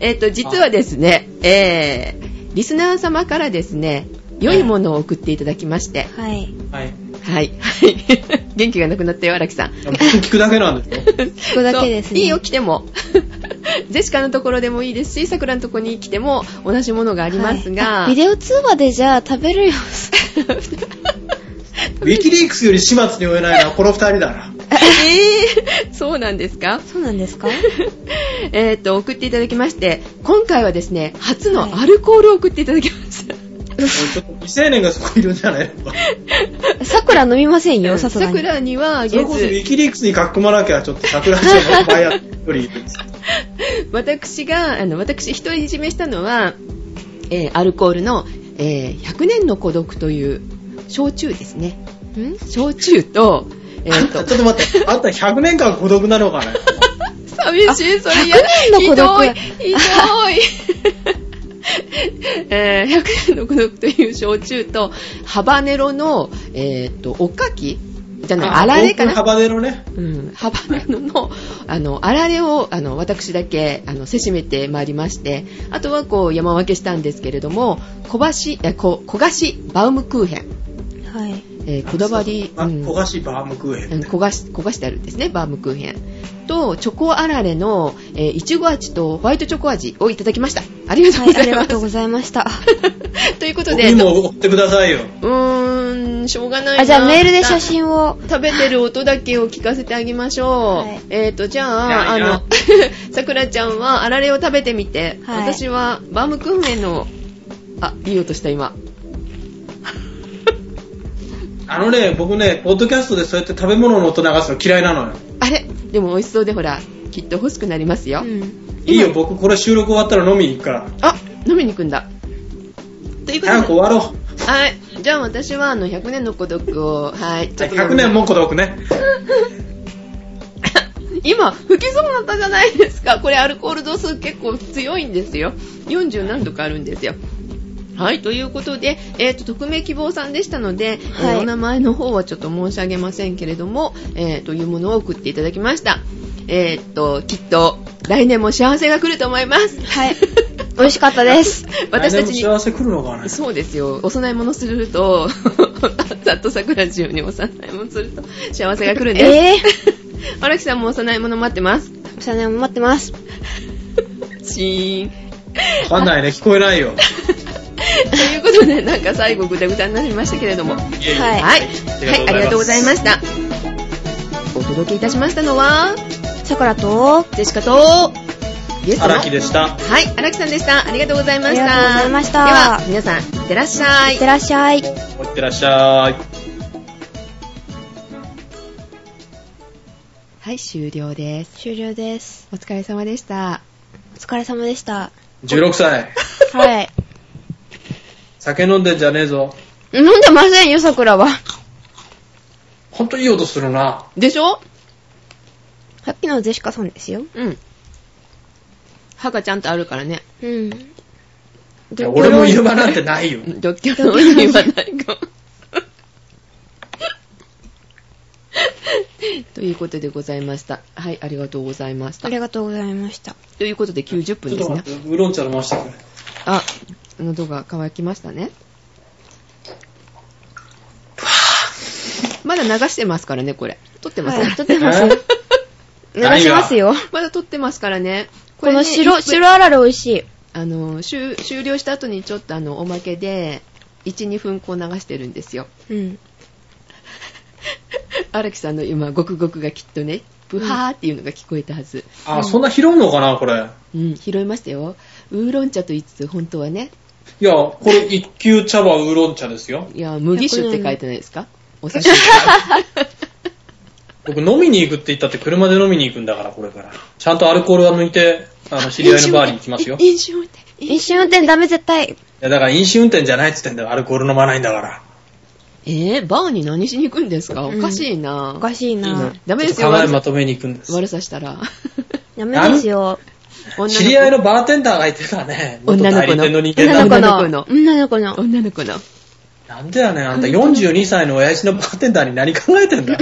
Speaker 1: えっと、実はですね、えー、リスナー様からですね、良いものを送っていただきまして、
Speaker 2: はい。
Speaker 3: はい。
Speaker 1: はい、はい。 [LAUGHS] 元気がなくなったよ、荒木さん。
Speaker 3: 聞くだけなんですよ。
Speaker 2: 聞くだけですね。
Speaker 1: そういいよ、来ても。 [LAUGHS] ジェシカのところでもいいですし、桜のところに来ても同じものがありますが、
Speaker 2: はいあビデオ通話でじゃあ食べるよ。
Speaker 3: ウィキリークスより始末に負えないのはこの二人だな。
Speaker 1: [LAUGHS] えー、そうなんですか
Speaker 2: そうなんです [LAUGHS] か
Speaker 1: えーっと、送っていただきまして、今回はですね、初のアルコールを送っていただきました。
Speaker 3: ちょっと未成年がそこいるんじゃないの
Speaker 2: 桜飲みませんよ、さすがに。
Speaker 1: 桜にはあ
Speaker 3: そ
Speaker 1: げ
Speaker 3: れこそウ
Speaker 1: ず、
Speaker 3: ィキリークスにかっこまなきゃちょっと桜井さんの場合はよりいいです。
Speaker 1: 私が、あの、私一人いじめしたのは、えーアルコールの、えー100年の孤独という、焼酎ですね。
Speaker 2: ん
Speaker 1: 焼酎と、えーっ
Speaker 3: [LAUGHS] ちょっ
Speaker 1: と、
Speaker 3: と待って、あんた100年間孤独なのかね
Speaker 1: 寂しい、それ嫌だ。
Speaker 2: 100年の孤独や
Speaker 1: ひどい、ひどい。 [LAUGHS] えー100年の孤独という焼酎と、ハバネロの、えーっと、おかきじゃない、あられかな
Speaker 3: ハ。バネロね。
Speaker 1: うん、ハバネロの、あの、あられを、あの、私だけ、あの、せしめてまいりまして、あとはこう、山分けしたんですけれども、小橋、え、こ、小菓子バウムクーヘン、
Speaker 2: はい。
Speaker 1: えーこだわり、
Speaker 3: あ、
Speaker 1: うん
Speaker 3: 焦がしバームクーヘ
Speaker 1: う
Speaker 3: ン
Speaker 1: ん。焦がし、焦がしてあるんですね、バウムクーヘン。と、チョコあられの、えーいちご味とホワイトチョコ味をいただきました。ありがとう
Speaker 2: は
Speaker 1: ご
Speaker 2: い、あ
Speaker 1: ざ
Speaker 2: り
Speaker 1: いま
Speaker 2: が
Speaker 1: す。
Speaker 2: とうございました。
Speaker 1: [LAUGHS] ということ
Speaker 3: 僕
Speaker 1: で、
Speaker 3: に
Speaker 1: う
Speaker 3: も送ってくださいよ。
Speaker 1: ーん、しょうがないな。
Speaker 2: あ、じゃあメールで写真を。
Speaker 1: 食べてる音だけを聞かせてあげましょう。
Speaker 2: はい
Speaker 1: えっ、と、じゃあ、
Speaker 3: いやいや
Speaker 1: あの、 [LAUGHS] さくらちゃんはあられを食べてみて、
Speaker 2: はい
Speaker 1: 私はバームクーヘンの、あ、いい音した今。
Speaker 3: あのね、僕ね、ポッドキャストでそうやって食べ物の音流すの嫌いなのよ。
Speaker 1: あれでも美味しそうでほら、きっと欲しくなりますよ。
Speaker 2: うん。
Speaker 3: いいよ、僕これ収録終わったら飲みに行くから。
Speaker 1: あ、飲みに行くんだ。ということ
Speaker 3: 早く終
Speaker 1: で、
Speaker 3: わろう。
Speaker 1: はい。じゃあ私はあの、100年の孤独を、はい。ちょっと飲
Speaker 3: 100
Speaker 1: み
Speaker 3: 年も孤独ね。
Speaker 1: [LAUGHS] 今、吹きそうになったじゃないですか。これアルコール度数結構強いんですよ。40何度かあるんですよ。はい、ということで、えっ、と、匿名希望さんでしたので、
Speaker 2: はい
Speaker 1: えーお名前の方はちょっと申し上げませんけれども、えーというものを送っていただきました。えっ、と、きっと、来年も幸せが来ると思います。
Speaker 2: はい。美味しかったです。
Speaker 1: 私たち
Speaker 3: 来
Speaker 1: に
Speaker 3: 年も幸せ来るのかね。
Speaker 1: そうですよ。お供え物すると、 [LAUGHS] ざっと桜中にお供え物すると幸せが来るんです。
Speaker 2: え
Speaker 1: 荒木さんもお供え物待ってます。
Speaker 2: ー、さよなら待ってます。
Speaker 1: シーン。
Speaker 3: わかんないね、聞こえないよ。
Speaker 1: ということで、なんか最後ぐだぐだになりましたけれども。はい。
Speaker 3: いえいえ
Speaker 2: は
Speaker 1: はい、
Speaker 2: い
Speaker 1: あ
Speaker 3: あ
Speaker 1: り
Speaker 3: り
Speaker 1: がと
Speaker 3: が
Speaker 1: う
Speaker 3: とう
Speaker 1: ござ
Speaker 3: ござ
Speaker 1: い
Speaker 3: い
Speaker 1: ま
Speaker 3: ま
Speaker 1: した。お届けいたしましたのは、
Speaker 2: さくらと、
Speaker 1: ジェシカと、ゲストの
Speaker 3: 荒木でした。
Speaker 1: はい、荒木さんでした。ありがとうございました。
Speaker 2: ありがとうございました
Speaker 1: では、皆さん、いってらっしゃ
Speaker 2: いってらっしゃい。
Speaker 3: いってらっしゃい。
Speaker 1: はい、終了です。
Speaker 2: 終了です。
Speaker 1: お疲れ様でした。
Speaker 2: お疲れ様でした。
Speaker 3: 16歳。
Speaker 1: [LAUGHS]
Speaker 2: はい。
Speaker 3: 酒飲んでんじゃねえぞ。
Speaker 2: 飲んでませんよ、さくらは。
Speaker 3: ほんといい音するな。
Speaker 1: でしょ
Speaker 2: さっきのはジェシカさんですよ。
Speaker 1: うん。歯がちゃんとあるからね。
Speaker 2: うん。
Speaker 3: いや俺も入れ歯なんてないよ。
Speaker 1: ドッキョの意味はないかも。 [LAUGHS] ということでございました。はい、ありがとうございました
Speaker 2: あり。がとうございました。
Speaker 1: ということで90
Speaker 3: ちょ
Speaker 1: 分
Speaker 3: っ
Speaker 1: で
Speaker 3: と
Speaker 1: すね
Speaker 3: 待。って、ウーロン茶飲ましてくれ。
Speaker 1: あ、喉が渇きましたね。まだ流してますからね、これ。撮ってますね。
Speaker 2: はい、撮ってますよ。流
Speaker 3: 何が
Speaker 2: しますよ。
Speaker 1: まだ撮ってますからね。
Speaker 2: この白、
Speaker 1: 白
Speaker 2: 白あられ美味しい。
Speaker 1: あの終終了した後にちょっとあのおまけで12分こう流してるんですよ
Speaker 2: うん。
Speaker 1: 荒木さんの今ごくごくがきっとねブハーっていうのが聞こえたはず、
Speaker 3: あ、そんな拾うのかな、これ。
Speaker 1: うん、拾いましたよウーロン茶と言いつつ本当はね
Speaker 3: いや、これ一級茶葉ウーロン茶ですよ。
Speaker 1: いや麦酒って書いてないですかお刺身
Speaker 3: 僕飲みに行くって言ったって車で飲みに行くんだから、これから。ちゃんとアルコールは抜いて、あの、知り合いのバーに行きますよ。い
Speaker 1: 飲酒運転
Speaker 2: 一瞬運転ダメ絶対。
Speaker 3: や、だから飲酒運転じゃないって言ってんだよ。アルコール飲まないんだから。
Speaker 1: えー、バーに何しに行くんですかお
Speaker 2: うん
Speaker 1: かしいな、
Speaker 2: おかしいな。
Speaker 1: ダメです
Speaker 3: ちょ
Speaker 1: よ
Speaker 3: っと考
Speaker 1: 悪
Speaker 3: え
Speaker 1: さ
Speaker 3: まとめに行くんです。
Speaker 1: 悪さしたら
Speaker 2: ダメですよ。
Speaker 1: 女の子
Speaker 3: 知り合いのバーテンダーがいてたね。元
Speaker 1: 女の
Speaker 3: 代
Speaker 1: 子の
Speaker 3: 理店の人間
Speaker 2: 女
Speaker 3: なん
Speaker 2: の
Speaker 3: だ。
Speaker 2: 子
Speaker 1: 女の子
Speaker 2: の
Speaker 1: の。
Speaker 2: 女の子の。
Speaker 1: 女の子の
Speaker 3: なんでやねん、あんた42歳の親父のバーテンダーに何考えて [LAUGHS] んだ。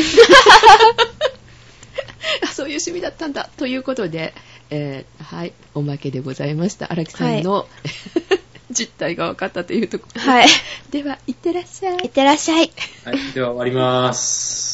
Speaker 1: あ [LAUGHS] そういう趣味だったんだということで、えーはい、おまけでございました。荒木さんの、 [LAUGHS] 実態が分か [LAUGHS] ったというところ。
Speaker 2: はい。
Speaker 1: では、いってらっしゃい
Speaker 2: いっ。てらっしゃい。
Speaker 3: はい、では終わります。